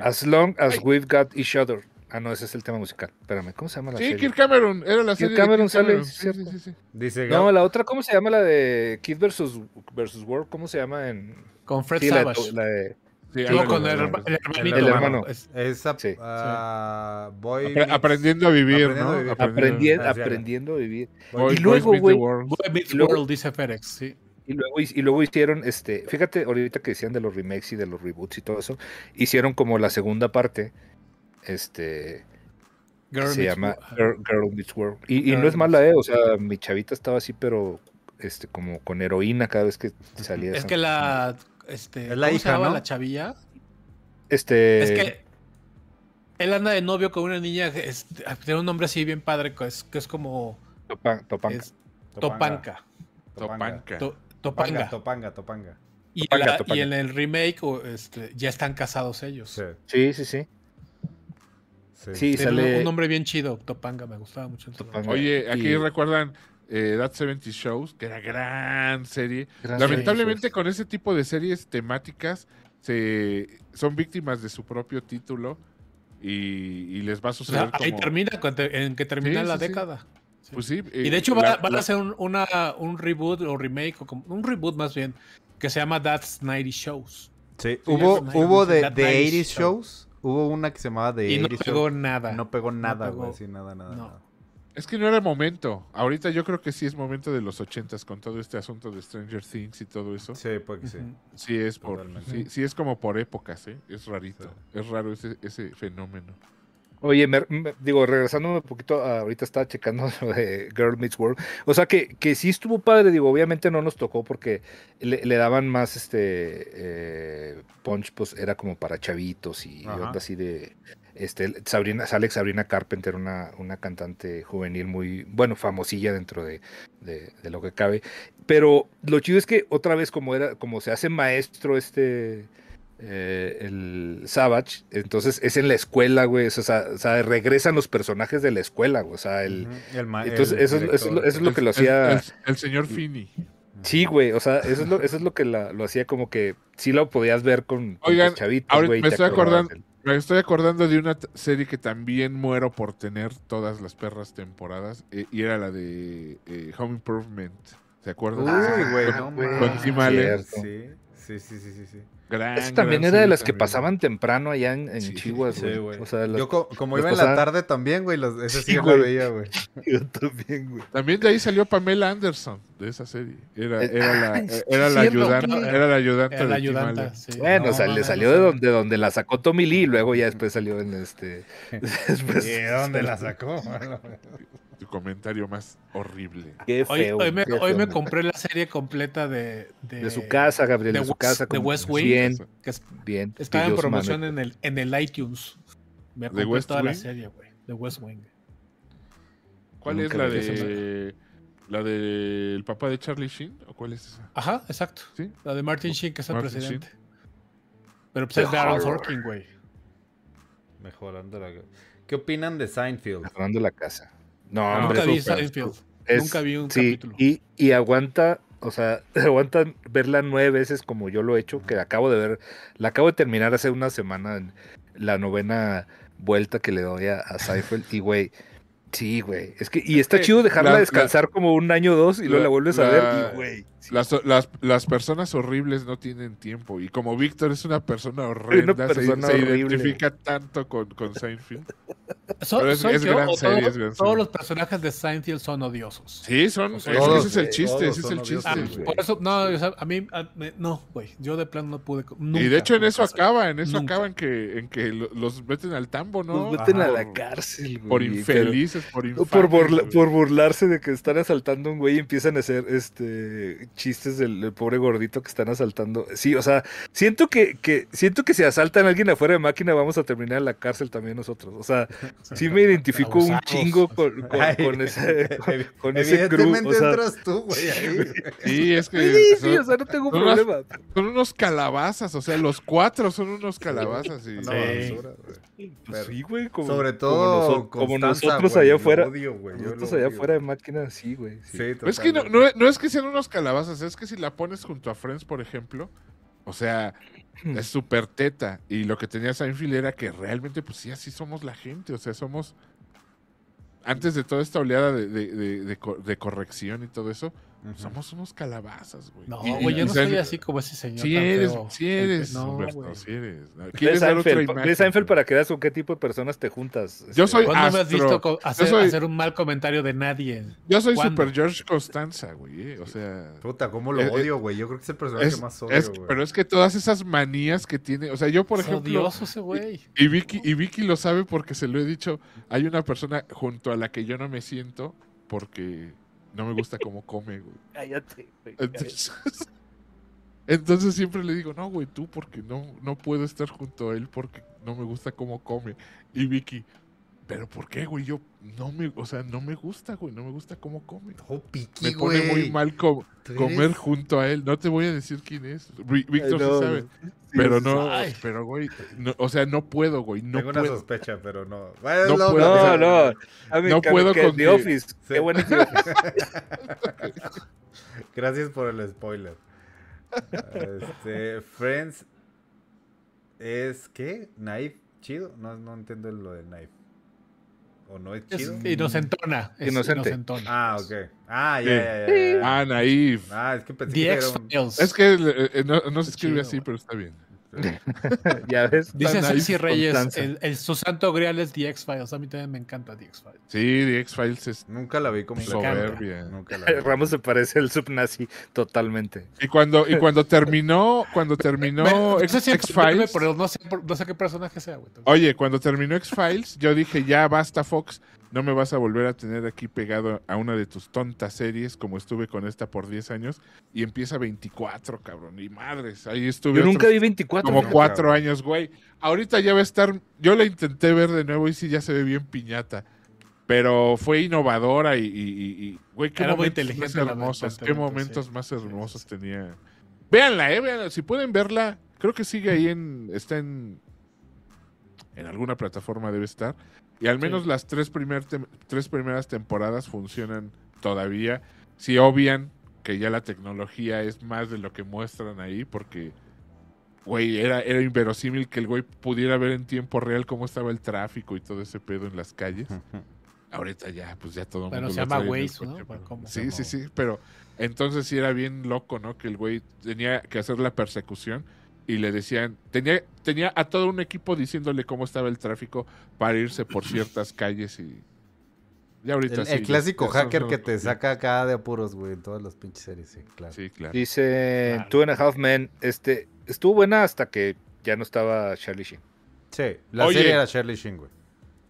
[SPEAKER 1] As long as we've got each other. Ah, no, ese es el tema musical. Espérame, ¿cómo se llama la
[SPEAKER 2] Sí,
[SPEAKER 1] serie?
[SPEAKER 2] Kirk Cameron, era la
[SPEAKER 1] Kirk
[SPEAKER 2] serie
[SPEAKER 1] Cameron
[SPEAKER 2] de Kirk
[SPEAKER 1] sale,
[SPEAKER 2] Cameron.
[SPEAKER 1] sí,
[SPEAKER 2] Sí, sí,
[SPEAKER 1] cierto.
[SPEAKER 2] sí, sí.
[SPEAKER 3] Dice
[SPEAKER 1] ah, No,
[SPEAKER 3] Gab-
[SPEAKER 1] la otra, ¿cómo se llama la de Kid versus, versus World? ¿Cómo se llama en...?
[SPEAKER 6] Con Fred
[SPEAKER 1] Sí, la,
[SPEAKER 6] Savage.
[SPEAKER 1] la de...
[SPEAKER 2] Sí,
[SPEAKER 6] No,
[SPEAKER 2] ándale,
[SPEAKER 6] con el,
[SPEAKER 2] ándale,
[SPEAKER 6] herma-
[SPEAKER 2] ándale.
[SPEAKER 6] el hermanito.
[SPEAKER 1] El hermano.
[SPEAKER 6] Es-
[SPEAKER 3] Es ap-
[SPEAKER 1] Sí.
[SPEAKER 3] ah, Boy
[SPEAKER 2] Apre-
[SPEAKER 3] Meets-
[SPEAKER 2] aprendiendo a vivir,
[SPEAKER 3] Aprendiendo a vivir.
[SPEAKER 2] ¿no?
[SPEAKER 1] Aprendi-
[SPEAKER 3] Ah, sí,
[SPEAKER 1] aprendiendo a vivir.
[SPEAKER 2] Boy-
[SPEAKER 1] Y luego,
[SPEAKER 2] Boys Meet the
[SPEAKER 1] güey,
[SPEAKER 2] World.
[SPEAKER 6] Boy Meets
[SPEAKER 1] Y luego-
[SPEAKER 6] World, dice Ferex, sí.
[SPEAKER 1] Y luego, y luego hicieron, este, fíjate, ahorita que decían de los remakes y de los reboots y todo eso, hicieron como la segunda parte, este, que
[SPEAKER 6] Girl
[SPEAKER 1] se
[SPEAKER 6] Meets
[SPEAKER 1] llama
[SPEAKER 6] World.
[SPEAKER 1] Girl, Girl Meets World. Y, y
[SPEAKER 6] Girl
[SPEAKER 1] no es mala, eh, o sea, mi chavita estaba así, pero, este, como con heroína cada vez que salía.
[SPEAKER 6] Es
[SPEAKER 1] esa-
[SPEAKER 6] que la.
[SPEAKER 3] Es
[SPEAKER 6] Este,
[SPEAKER 3] la
[SPEAKER 6] ¿Cómo
[SPEAKER 3] hija,
[SPEAKER 6] se llama
[SPEAKER 3] ¿no?
[SPEAKER 6] la chavilla?
[SPEAKER 1] Este,
[SPEAKER 6] Es que él anda de novio con una niña que es- tiene un nombre así bien padre, que es, que es como
[SPEAKER 1] Topan- Topanca.
[SPEAKER 6] es Topanca.
[SPEAKER 2] Topanca.
[SPEAKER 6] To-
[SPEAKER 3] Topanga,
[SPEAKER 6] Topanga.
[SPEAKER 3] Topanga, Topanga.
[SPEAKER 6] y,
[SPEAKER 1] Topanga,
[SPEAKER 6] la-
[SPEAKER 1] Topanga.
[SPEAKER 6] y en el remake o, este, ya están casados ellos.
[SPEAKER 3] Sí,
[SPEAKER 1] Sí, sí, sí.
[SPEAKER 3] sí.
[SPEAKER 1] Sí,
[SPEAKER 6] Tiene un-
[SPEAKER 1] sale
[SPEAKER 6] un nombre bien chido, Topanga, me gustaba mucho. ese
[SPEAKER 1] Topanga.
[SPEAKER 6] nombre.
[SPEAKER 2] Oye, aquí
[SPEAKER 1] Y-
[SPEAKER 2] recuerdan eh, That 70 Shows, que era gran serie.
[SPEAKER 1] Gran
[SPEAKER 2] Lamentablemente
[SPEAKER 1] serie.
[SPEAKER 2] con ese tipo de series temáticas se son víctimas de su propio título y, y les va a
[SPEAKER 6] O sea,
[SPEAKER 2] suceder
[SPEAKER 6] ahí
[SPEAKER 2] como...
[SPEAKER 6] termina, con- en que termina
[SPEAKER 2] Sí,
[SPEAKER 6] la
[SPEAKER 2] sí, sí.
[SPEAKER 6] década. Sí.
[SPEAKER 2] Pues sí,
[SPEAKER 6] Y
[SPEAKER 2] eh,
[SPEAKER 6] de hecho va,
[SPEAKER 2] la-
[SPEAKER 6] van
[SPEAKER 2] la-
[SPEAKER 6] a hacer un, una- un reboot o remake, o como- un reboot más bien, que se llama That's 90 Shows.
[SPEAKER 3] Sí,
[SPEAKER 6] Sí,
[SPEAKER 3] Hubo,
[SPEAKER 6] eso me-
[SPEAKER 3] hubo de,
[SPEAKER 6] That
[SPEAKER 3] de
[SPEAKER 6] Night
[SPEAKER 3] 80
[SPEAKER 6] Show.
[SPEAKER 3] shows. Hubo una que se llamaba The
[SPEAKER 6] Y no
[SPEAKER 3] 80
[SPEAKER 6] pegó
[SPEAKER 3] Show.
[SPEAKER 6] nada.
[SPEAKER 3] No pegó nada,
[SPEAKER 6] pegó.
[SPEAKER 3] güey. Sí, nada, nada.
[SPEAKER 6] No.
[SPEAKER 3] nada.
[SPEAKER 2] Es que no era momento. Ahorita yo creo que sí es momento de los ochentas con todo este asunto de Stranger Things y todo eso.
[SPEAKER 3] Sí, porque sí.
[SPEAKER 6] Ujú.
[SPEAKER 2] Sí es por,
[SPEAKER 3] Totalmente.
[SPEAKER 2] sí, sí es como por épocas, ¿eh? Es rarito, es raro ese, ese fenómeno.
[SPEAKER 1] Oye, me- me- digo, regresándome un poquito, a- ahorita estaba checando lo de Girl Meets World. O sea, que, que sí estuvo padre, digo, obviamente no nos tocó porque le, le daban más este eh, punch, pues era como para chavitos y
[SPEAKER 3] Ajá.
[SPEAKER 1] onda así de. Este, Sabrina, sale Sabrina Carpenter, una, una cantante juvenil muy, bueno, famosilla dentro de, de- de lo que cabe. Pero lo chido es que otra vez, como era, como se hace maestro este eh, el Savage. Entonces es en la escuela, güey. O sea, o sea, regresan los personajes de la escuela, güey. O sea, el.
[SPEAKER 3] Ujú, el ma-
[SPEAKER 1] Entonces,
[SPEAKER 3] el
[SPEAKER 1] eso, es- eso es lo-
[SPEAKER 3] director.
[SPEAKER 1] eso es lo que lo
[SPEAKER 2] El- el-
[SPEAKER 1] hacía.
[SPEAKER 2] El, el señor Fini.
[SPEAKER 1] Sí, güey, o sea, eso es lo, eso es lo que la- lo hacía como que sí lo podías ver con, con
[SPEAKER 2] Oigan,
[SPEAKER 1] los chavitos,
[SPEAKER 2] ahorita
[SPEAKER 1] güey.
[SPEAKER 2] me
[SPEAKER 1] te
[SPEAKER 2] estoy
[SPEAKER 1] acordabas
[SPEAKER 2] acordando-
[SPEAKER 1] del-
[SPEAKER 2] Me estoy acordando de una t- serie que también muero por tener todas las perras temporadas eh, y era la de eh, Home Improvement. ¿Se acuerdan?
[SPEAKER 3] Uy, güey,
[SPEAKER 2] Con-
[SPEAKER 3] no
[SPEAKER 1] güey.
[SPEAKER 2] Con
[SPEAKER 3] mames.
[SPEAKER 2] Tim Allen.
[SPEAKER 1] Cierto.
[SPEAKER 3] Sí, sí, sí, sí, sí, sí.
[SPEAKER 2] Gran,
[SPEAKER 1] Eso también
[SPEAKER 2] gran
[SPEAKER 1] era de
[SPEAKER 2] serie
[SPEAKER 1] las que
[SPEAKER 2] Ah, también.
[SPEAKER 1] pasaban temprano allá en, en
[SPEAKER 2] Sí,
[SPEAKER 1] Chihuahua,
[SPEAKER 3] Sí,
[SPEAKER 1] güey.
[SPEAKER 3] güey.
[SPEAKER 1] o sea, las-
[SPEAKER 3] Yo co- como
[SPEAKER 1] las
[SPEAKER 3] iba en la
[SPEAKER 1] pasaban-
[SPEAKER 3] tarde también, güey, los- esa
[SPEAKER 1] Sí,
[SPEAKER 3] sí, yo la
[SPEAKER 1] güey.
[SPEAKER 3] veía, güey.
[SPEAKER 1] yo también, güey.
[SPEAKER 2] También de ahí salió Pamela Anderson, de esa serie. Era,
[SPEAKER 1] Eh,
[SPEAKER 2] era, la,
[SPEAKER 1] ah, sí,
[SPEAKER 2] era, la,
[SPEAKER 1] cierto,
[SPEAKER 2] ayudante,
[SPEAKER 6] claro.
[SPEAKER 2] era la ayudante.
[SPEAKER 6] Era
[SPEAKER 2] de
[SPEAKER 6] la
[SPEAKER 2] Tim
[SPEAKER 6] ayudanta.
[SPEAKER 2] Allen.
[SPEAKER 6] sí.
[SPEAKER 1] Bueno,
[SPEAKER 6] No,
[SPEAKER 1] o sea, le
[SPEAKER 6] mames,
[SPEAKER 1] salió
[SPEAKER 6] o
[SPEAKER 1] de
[SPEAKER 6] sea,
[SPEAKER 1] donde, donde la sacó Tommy Lee, y luego ya después salió en este. después-
[SPEAKER 3] ¿Y dónde la sacó?
[SPEAKER 2] Tu comentario más horrible.
[SPEAKER 1] Qué
[SPEAKER 6] Hoy,
[SPEAKER 1] feo,
[SPEAKER 6] hoy me,
[SPEAKER 1] qué
[SPEAKER 6] hoy
[SPEAKER 1] feo,
[SPEAKER 6] me
[SPEAKER 1] güey.
[SPEAKER 6] compré la serie completa de, de-
[SPEAKER 1] De su casa, Gabriel, de,
[SPEAKER 6] de
[SPEAKER 1] su
[SPEAKER 6] West-
[SPEAKER 1] casa.
[SPEAKER 6] de
[SPEAKER 1] con-
[SPEAKER 6] West Wing.
[SPEAKER 1] Bien,
[SPEAKER 6] que es-
[SPEAKER 1] bien.
[SPEAKER 6] estaba en
[SPEAKER 1] Dios, mano.
[SPEAKER 6] promoción en el, en el iTunes. Me
[SPEAKER 2] ¿De
[SPEAKER 6] compré
[SPEAKER 2] West
[SPEAKER 6] toda la
[SPEAKER 2] Wing?
[SPEAKER 6] serie, güey. De West Wing.
[SPEAKER 2] ¿Cuál es
[SPEAKER 1] Nunca
[SPEAKER 2] la
[SPEAKER 1] vi esa
[SPEAKER 2] de. ¿La del papá de Charlie Sheen? ¿O cuál es esa?
[SPEAKER 6] Ajá, exacto.
[SPEAKER 2] ¿Sí?
[SPEAKER 6] La de Martin Sheen, que es el
[SPEAKER 2] Martin
[SPEAKER 6] presidente. Pero pues
[SPEAKER 1] The
[SPEAKER 6] es de Aaron
[SPEAKER 1] Horror.
[SPEAKER 6] Sorkin, güey.
[SPEAKER 3] Mejorando la... ¿Qué opinan de Seinfeld?
[SPEAKER 1] Mejorando la casa. No,
[SPEAKER 2] Nunca
[SPEAKER 1] hombre,
[SPEAKER 6] Nunca vi
[SPEAKER 1] súper.
[SPEAKER 6] Seinfeld.
[SPEAKER 1] Es-
[SPEAKER 6] Nunca vi un
[SPEAKER 1] sí,
[SPEAKER 6] capítulo.
[SPEAKER 1] Y, y aguanta, o sea, aguanta verla nueve veces como yo lo he hecho, que la acabo de ver, la acabo de terminar hace una semana en la novena vuelta que le doy a, a Seinfeld, y güey, sí, güey, es que, y está
[SPEAKER 2] que
[SPEAKER 1] chido dejarla
[SPEAKER 2] la-
[SPEAKER 1] descansar como un año o dos y luego
[SPEAKER 2] la-
[SPEAKER 1] la vuelves a
[SPEAKER 2] la-
[SPEAKER 1] ver, y güey, sí,
[SPEAKER 2] Las, las, las personas horribles no tienen tiempo. Y como Víctor es una persona horrenda, se-
[SPEAKER 1] persona
[SPEAKER 2] se,
[SPEAKER 1] horrible.
[SPEAKER 2] identifica tanto con, con Seinfeld.
[SPEAKER 6] ¿Son,
[SPEAKER 2] Pero es-
[SPEAKER 6] soy
[SPEAKER 2] es
[SPEAKER 6] yo
[SPEAKER 2] gran
[SPEAKER 6] o
[SPEAKER 2] serie,
[SPEAKER 6] todos,
[SPEAKER 2] es gran
[SPEAKER 6] todos
[SPEAKER 2] serie.
[SPEAKER 6] los personajes de Seinfeld son odiosos?
[SPEAKER 2] Sí, son.
[SPEAKER 3] Pues
[SPEAKER 2] es que
[SPEAKER 3] todos,
[SPEAKER 2] ese es el
[SPEAKER 3] güey,
[SPEAKER 2] chiste,
[SPEAKER 3] todos
[SPEAKER 2] ese es
[SPEAKER 3] son
[SPEAKER 2] el
[SPEAKER 3] odiosos,
[SPEAKER 6] Ah,
[SPEAKER 2] chiste.
[SPEAKER 3] güey.
[SPEAKER 2] güey.
[SPEAKER 6] por eso, no, o sea, a mí, a- me- no, güey, yo de plano no pude. co- Nunca,
[SPEAKER 2] y de hecho en eso
[SPEAKER 6] nunca.
[SPEAKER 2] acaba, en eso
[SPEAKER 6] Nunca.
[SPEAKER 2] acaba en que, en que lo- los meten al tambo, ¿no?
[SPEAKER 1] los meten Pues a
[SPEAKER 2] Ajá.
[SPEAKER 1] la cárcel, güey.
[SPEAKER 2] Por
[SPEAKER 1] pero-
[SPEAKER 2] infelices, por
[SPEAKER 1] No,
[SPEAKER 2] infames.
[SPEAKER 1] Por, burla-
[SPEAKER 2] güey.
[SPEAKER 1] por burlarse de que están asaltando a un güey y empiezan a hacer este chistes del, del pobre gordito que están asaltando. Sí, o sea, siento que, que siento que si asaltan a alguien afuera de máquina vamos a terminar en la cárcel también nosotros. O sea, sí me identifico un
[SPEAKER 6] Abusados.
[SPEAKER 1] chingo con, con-
[SPEAKER 3] Ay,
[SPEAKER 1] con ese con, con ese crew.
[SPEAKER 3] Evidentemente
[SPEAKER 1] O sea,
[SPEAKER 3] entras tú, güey, ahí.
[SPEAKER 2] Sí, es que
[SPEAKER 1] sí, sí, o
[SPEAKER 2] son,
[SPEAKER 1] sea, no tengo
[SPEAKER 2] son unas-
[SPEAKER 1] problema.
[SPEAKER 2] son unos calabazas, o sea, los cuatro son unos calabazas. Y,
[SPEAKER 3] Una
[SPEAKER 6] Sí.
[SPEAKER 3] basura, güey.
[SPEAKER 1] Pues sí, güey, como-
[SPEAKER 3] Sobre
[SPEAKER 1] como
[SPEAKER 3] todo
[SPEAKER 1] noso- como,
[SPEAKER 3] Constanza,
[SPEAKER 1] nosotros
[SPEAKER 3] güey,
[SPEAKER 1] allá
[SPEAKER 3] lo
[SPEAKER 1] afuera.
[SPEAKER 3] odio, güey, yo
[SPEAKER 1] Nosotros
[SPEAKER 3] lo
[SPEAKER 1] allá
[SPEAKER 3] odio.
[SPEAKER 1] afuera de máquina, sí, güey. sí.
[SPEAKER 3] Sí,
[SPEAKER 2] Es que no,
[SPEAKER 3] totalmente.
[SPEAKER 2] no es- no es que sean unos calabazas, es que si la pones junto a Friends, por ejemplo, o sea,
[SPEAKER 6] Hmm.
[SPEAKER 2] es súper teta. Y lo que tenía Seinfeld era que realmente, pues sí, así somos la gente, o sea, somos... Antes de toda esta oleada de, de- de- de co- de corrección y todo eso,
[SPEAKER 3] Ujú.
[SPEAKER 2] somos unos calabazas, güey.
[SPEAKER 6] Hmm. No,
[SPEAKER 2] Y- y-
[SPEAKER 6] güey, yo
[SPEAKER 2] y
[SPEAKER 6] no soy
[SPEAKER 2] Seinfeld-
[SPEAKER 6] así como ese señor.
[SPEAKER 2] Sí
[SPEAKER 6] tan
[SPEAKER 2] eres,
[SPEAKER 6] feo.
[SPEAKER 2] sí eres,
[SPEAKER 6] No,
[SPEAKER 2] Humberto,
[SPEAKER 6] güey.
[SPEAKER 2] sí eres. ¿no?
[SPEAKER 1] Ve
[SPEAKER 2] ¿Quieres dar otra
[SPEAKER 1] Seinfeld,
[SPEAKER 2] imagen?
[SPEAKER 1] ve Seinfeld para que veas con qué tipo de personas te juntas. este,
[SPEAKER 2] Yo soy-
[SPEAKER 6] ¿Cuándo me has
[SPEAKER 2] Astro.
[SPEAKER 6] visto co- hacer,
[SPEAKER 2] soy-
[SPEAKER 6] hacer un mal comentario de nadie?
[SPEAKER 2] Yo soy
[SPEAKER 6] ¿Cuándo?
[SPEAKER 2] Super George Constanza, güey. eh, O sea.
[SPEAKER 3] Puta, cómo lo
[SPEAKER 2] Es-
[SPEAKER 3] odio, güey. Yo creo que es el personaje
[SPEAKER 2] Eh, es-
[SPEAKER 3] más
[SPEAKER 2] es-
[SPEAKER 3] odio, güey.
[SPEAKER 2] pero es que todas esas manías que tiene. O sea, yo, por
[SPEAKER 6] es
[SPEAKER 2] ejemplo.
[SPEAKER 6] odioso ese güey.
[SPEAKER 2] Y Vicky, y Vicky lo sabe porque se lo he dicho. Hay una persona junto a la que yo no me siento porque no me gusta cómo come, güey.
[SPEAKER 1] Cállate. güey, cállate.
[SPEAKER 2] Entonces, entonces siempre le digo, no, güey, tú, porque no, no puedo estar junto a él porque no me gusta cómo come. Y Vicky, pero ¿por qué, güey? Yo no me, o sea, no me gusta, güey, no me gusta cómo come.
[SPEAKER 3] Oh, piqui,
[SPEAKER 2] Me pone muy
[SPEAKER 3] güey.
[SPEAKER 2] mal co-
[SPEAKER 3] Tú
[SPEAKER 2] comer
[SPEAKER 3] eres-
[SPEAKER 2] junto a él. No te voy a decir quién es. Vi- Víctor
[SPEAKER 1] Ay, no,
[SPEAKER 2] sí sabe.
[SPEAKER 1] güey.
[SPEAKER 2] Pero
[SPEAKER 1] sí,
[SPEAKER 2] no,
[SPEAKER 6] Ay.
[SPEAKER 2] pero güey, no- o sea, no puedo, güey, no
[SPEAKER 3] Tengo una
[SPEAKER 2] puedo.
[SPEAKER 3] sospecha, pero no. Bueno,
[SPEAKER 2] No
[SPEAKER 3] es lo-
[SPEAKER 1] No,
[SPEAKER 2] puedo.
[SPEAKER 1] no. A mí,
[SPEAKER 2] No
[SPEAKER 1] que-
[SPEAKER 2] puedo
[SPEAKER 1] que
[SPEAKER 2] con
[SPEAKER 1] The
[SPEAKER 2] que-
[SPEAKER 1] Office.
[SPEAKER 3] Sí.
[SPEAKER 1] Qué buena idea.
[SPEAKER 3] Gracias por el spoiler. Este, Friends es ¿qué? Knife, chido. No, no entiendo lo del knife. ¿O no es
[SPEAKER 6] Es
[SPEAKER 3] chido?
[SPEAKER 6] inocentona. Es
[SPEAKER 1] Inocente.
[SPEAKER 6] inocentona.
[SPEAKER 3] Ah, ok. Ah, ya,
[SPEAKER 2] Sí.
[SPEAKER 3] ya, ya, ya, ya.
[SPEAKER 2] Ah, naif.
[SPEAKER 3] Ah, es que pensé
[SPEAKER 6] The
[SPEAKER 3] que era un...
[SPEAKER 6] X-Files.
[SPEAKER 2] pues Es que eh, eh, no, no se
[SPEAKER 6] Qué
[SPEAKER 2] escribe
[SPEAKER 6] chido,
[SPEAKER 2] así,
[SPEAKER 6] güey.
[SPEAKER 2] pero está bien.
[SPEAKER 1] ya ves.
[SPEAKER 6] Dice
[SPEAKER 2] Tan ahí
[SPEAKER 6] Ceci
[SPEAKER 1] con
[SPEAKER 6] Reyes,
[SPEAKER 1] Tanza.
[SPEAKER 6] el, el su santo grial es The X-Files. A mí también me encanta The X-Files.
[SPEAKER 2] Sí, The X-Files es
[SPEAKER 3] Nunca la vi completa.
[SPEAKER 2] Soberbia.
[SPEAKER 3] Nunca la vi.
[SPEAKER 1] Ramos se parece al subnazi totalmente.
[SPEAKER 2] Y cuando, y cuando terminó, cuando
[SPEAKER 6] Bueno,
[SPEAKER 2] terminó
[SPEAKER 6] no sé
[SPEAKER 2] X-
[SPEAKER 6] si entenderme,
[SPEAKER 2] X-Files,
[SPEAKER 6] pero no sé, por- no sé qué personaje sea, güey. Entonces,
[SPEAKER 2] oye, cuando terminó X-Files, yo dije, ya basta Fox, no me vas a volver a tener aquí pegado a una de tus tontas series como estuve con esta por 10 años, y empieza 24, cabrón, y madres, ahí estuve
[SPEAKER 1] Yo nunca
[SPEAKER 2] otros
[SPEAKER 1] vi 24.
[SPEAKER 2] como
[SPEAKER 1] fíjate.
[SPEAKER 2] cuatro años, güey. Ahorita ya va a estar, yo la intenté ver de nuevo y sí, ya se ve bien piñata. Pero fue innovadora y, y- y- y, güey, qué
[SPEAKER 6] Era muy
[SPEAKER 2] momentos más
[SPEAKER 6] inteligente, la verdad,
[SPEAKER 2] hermosos, qué
[SPEAKER 6] tanto,
[SPEAKER 2] momentos
[SPEAKER 6] sí.
[SPEAKER 2] más
[SPEAKER 6] sí,
[SPEAKER 2] hermosos
[SPEAKER 6] sí.
[SPEAKER 2] tenía. Véanla, eh, véanla. Si pueden verla, Creo que sigue ahí en. Está en. En alguna plataforma debe estar. Y al menos las tres, primer tem- tres primeras temporadas funcionan todavía. Si obvian que ya la tecnología es más de lo que muestran ahí, porque. Güey, era, era inverosímil que el güey pudiera ver en tiempo real cómo estaba el tráfico y todo ese pedo en las calles. Ahorita ya, pues ya todo el
[SPEAKER 6] Bueno,
[SPEAKER 2] mundo
[SPEAKER 6] se
[SPEAKER 2] lo
[SPEAKER 6] llama
[SPEAKER 2] trae en el
[SPEAKER 6] Waze, ¿no?
[SPEAKER 2] coche,
[SPEAKER 6] Bueno, ¿cómo?
[SPEAKER 2] Sí, sí, sí, pero entonces sí era bien loco, ¿no? Que el güey tenía que hacer la persecución y le decían, tenía, tenía a todo un equipo diciéndole cómo estaba el tráfico para irse por ciertas calles y... Ya ahorita
[SPEAKER 3] El,
[SPEAKER 2] sí,
[SPEAKER 3] el
[SPEAKER 2] ya-
[SPEAKER 3] clásico
[SPEAKER 2] ya son
[SPEAKER 3] hacker
[SPEAKER 2] solo
[SPEAKER 3] que te
[SPEAKER 2] copias.
[SPEAKER 3] saca acá de apuros, güey, en todas las pinches series, sí, claro.
[SPEAKER 2] Sí, claro.
[SPEAKER 1] Dice
[SPEAKER 6] Claro.
[SPEAKER 1] Two and a Half Men, este, estuvo buena hasta que ya no estaba Charlie Sheen.
[SPEAKER 3] Sí, la
[SPEAKER 2] Oye.
[SPEAKER 3] serie era Shirley Sheen, güey.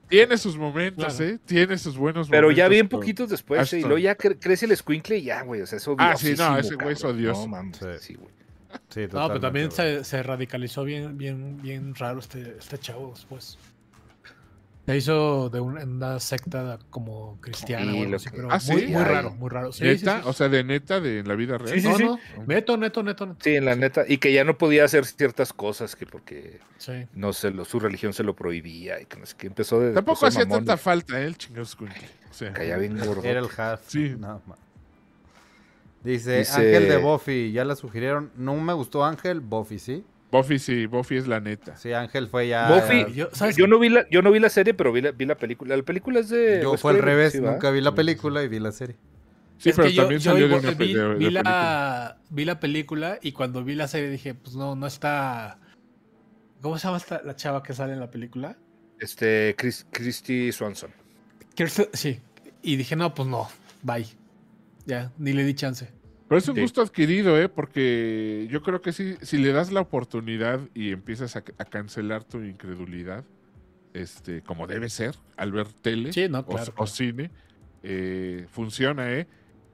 [SPEAKER 2] Tiene sus momentos,
[SPEAKER 6] Claro.
[SPEAKER 2] ¿eh? Tiene sus buenos momentos.
[SPEAKER 1] Pero ya bien
[SPEAKER 2] pero-
[SPEAKER 1] poquitos después, sí, y
[SPEAKER 2] Ashton.
[SPEAKER 1] luego ya cre- crece el escuincle y ya, güey, o sea, es
[SPEAKER 2] Ah, sí,
[SPEAKER 1] odiosísimo,
[SPEAKER 2] no, ese güey es
[SPEAKER 1] cabrón.
[SPEAKER 2] odioso.
[SPEAKER 1] No, mames,
[SPEAKER 3] Sí.
[SPEAKER 1] sí, güey.
[SPEAKER 3] Sí,
[SPEAKER 6] No, pero también
[SPEAKER 3] totalmente, güey.
[SPEAKER 6] se, se radicalizó bien, bien, bien raro este, este chavo después. Se hizo de un- en una secta como cristiana,
[SPEAKER 1] Y
[SPEAKER 6] o algo
[SPEAKER 1] lo
[SPEAKER 6] así,
[SPEAKER 1] que-
[SPEAKER 6] pero
[SPEAKER 2] Ah,
[SPEAKER 6] muy,
[SPEAKER 2] ¿sí?
[SPEAKER 6] muy
[SPEAKER 1] Ay.
[SPEAKER 6] raro, muy raro. Sí, sí,
[SPEAKER 2] ¿Neta?
[SPEAKER 6] sí.
[SPEAKER 2] O sea, de neta, de en la vida real.
[SPEAKER 1] Sí, sí,
[SPEAKER 6] ¿eh? no,
[SPEAKER 1] sí.
[SPEAKER 6] no, neto, neto, neto, neto.
[SPEAKER 1] Sí, en la neta. Y que ya no podía hacer ciertas cosas que porque
[SPEAKER 6] Sí.
[SPEAKER 1] no se lo, su religión se lo prohibía y que no sé qué. Empezó de.
[SPEAKER 2] Tampoco
[SPEAKER 1] empezó
[SPEAKER 6] pues,
[SPEAKER 2] hacía
[SPEAKER 1] mamón,
[SPEAKER 2] tanta falta, ¿eh? El chingado escuincle. O sea,
[SPEAKER 1] Caía bien gordo.
[SPEAKER 3] Era el half.
[SPEAKER 2] Sí.
[SPEAKER 3] nada más. Dice,
[SPEAKER 1] Dice-
[SPEAKER 3] Ángel de Buffy, ya la sugirieron. No me gustó Ángel, Buffy, sí.
[SPEAKER 2] Buffy sí, Buffy es la neta.
[SPEAKER 3] Sí, Ángel fue ya.
[SPEAKER 1] Buffy,
[SPEAKER 6] Ah, Yo- ¿sabes
[SPEAKER 1] Yo
[SPEAKER 6] qué?
[SPEAKER 1] no vi la, yo no vi la serie, pero vi la, vi la película. La película es de.
[SPEAKER 3] Yo
[SPEAKER 1] Wes
[SPEAKER 3] fue al
[SPEAKER 1] Craven,
[SPEAKER 3] revés,
[SPEAKER 1] pues, sí, ¿va?
[SPEAKER 3] nunca vi la película y vi la serie.
[SPEAKER 2] Sí,
[SPEAKER 6] Es
[SPEAKER 2] pero
[SPEAKER 6] que yo-
[SPEAKER 2] también
[SPEAKER 6] yo
[SPEAKER 2] salió de
[SPEAKER 6] igual
[SPEAKER 2] una
[SPEAKER 6] vi,
[SPEAKER 2] pe- de- de
[SPEAKER 6] vi
[SPEAKER 2] película.
[SPEAKER 6] la, vi la película y cuando vi la serie dije, pues no, no está. ¿Cómo se llama esta- la chava que sale en la película?
[SPEAKER 1] Este, Chris, Christy Swanson.
[SPEAKER 6] Kirsten- sí. Y dije, no, pues no, bye. Ya, ni le di chance.
[SPEAKER 2] Pero es un
[SPEAKER 1] Sí.
[SPEAKER 2] gusto adquirido, ¿eh? Porque yo creo que sí, si le das la oportunidad y empiezas a, a cancelar tu incredulidad, este, como debe ser, al ver tele
[SPEAKER 6] Sí, no,
[SPEAKER 2] o,
[SPEAKER 6] claro,
[SPEAKER 2] o
[SPEAKER 6] claro.
[SPEAKER 2] cine, eh, funciona, ¿eh?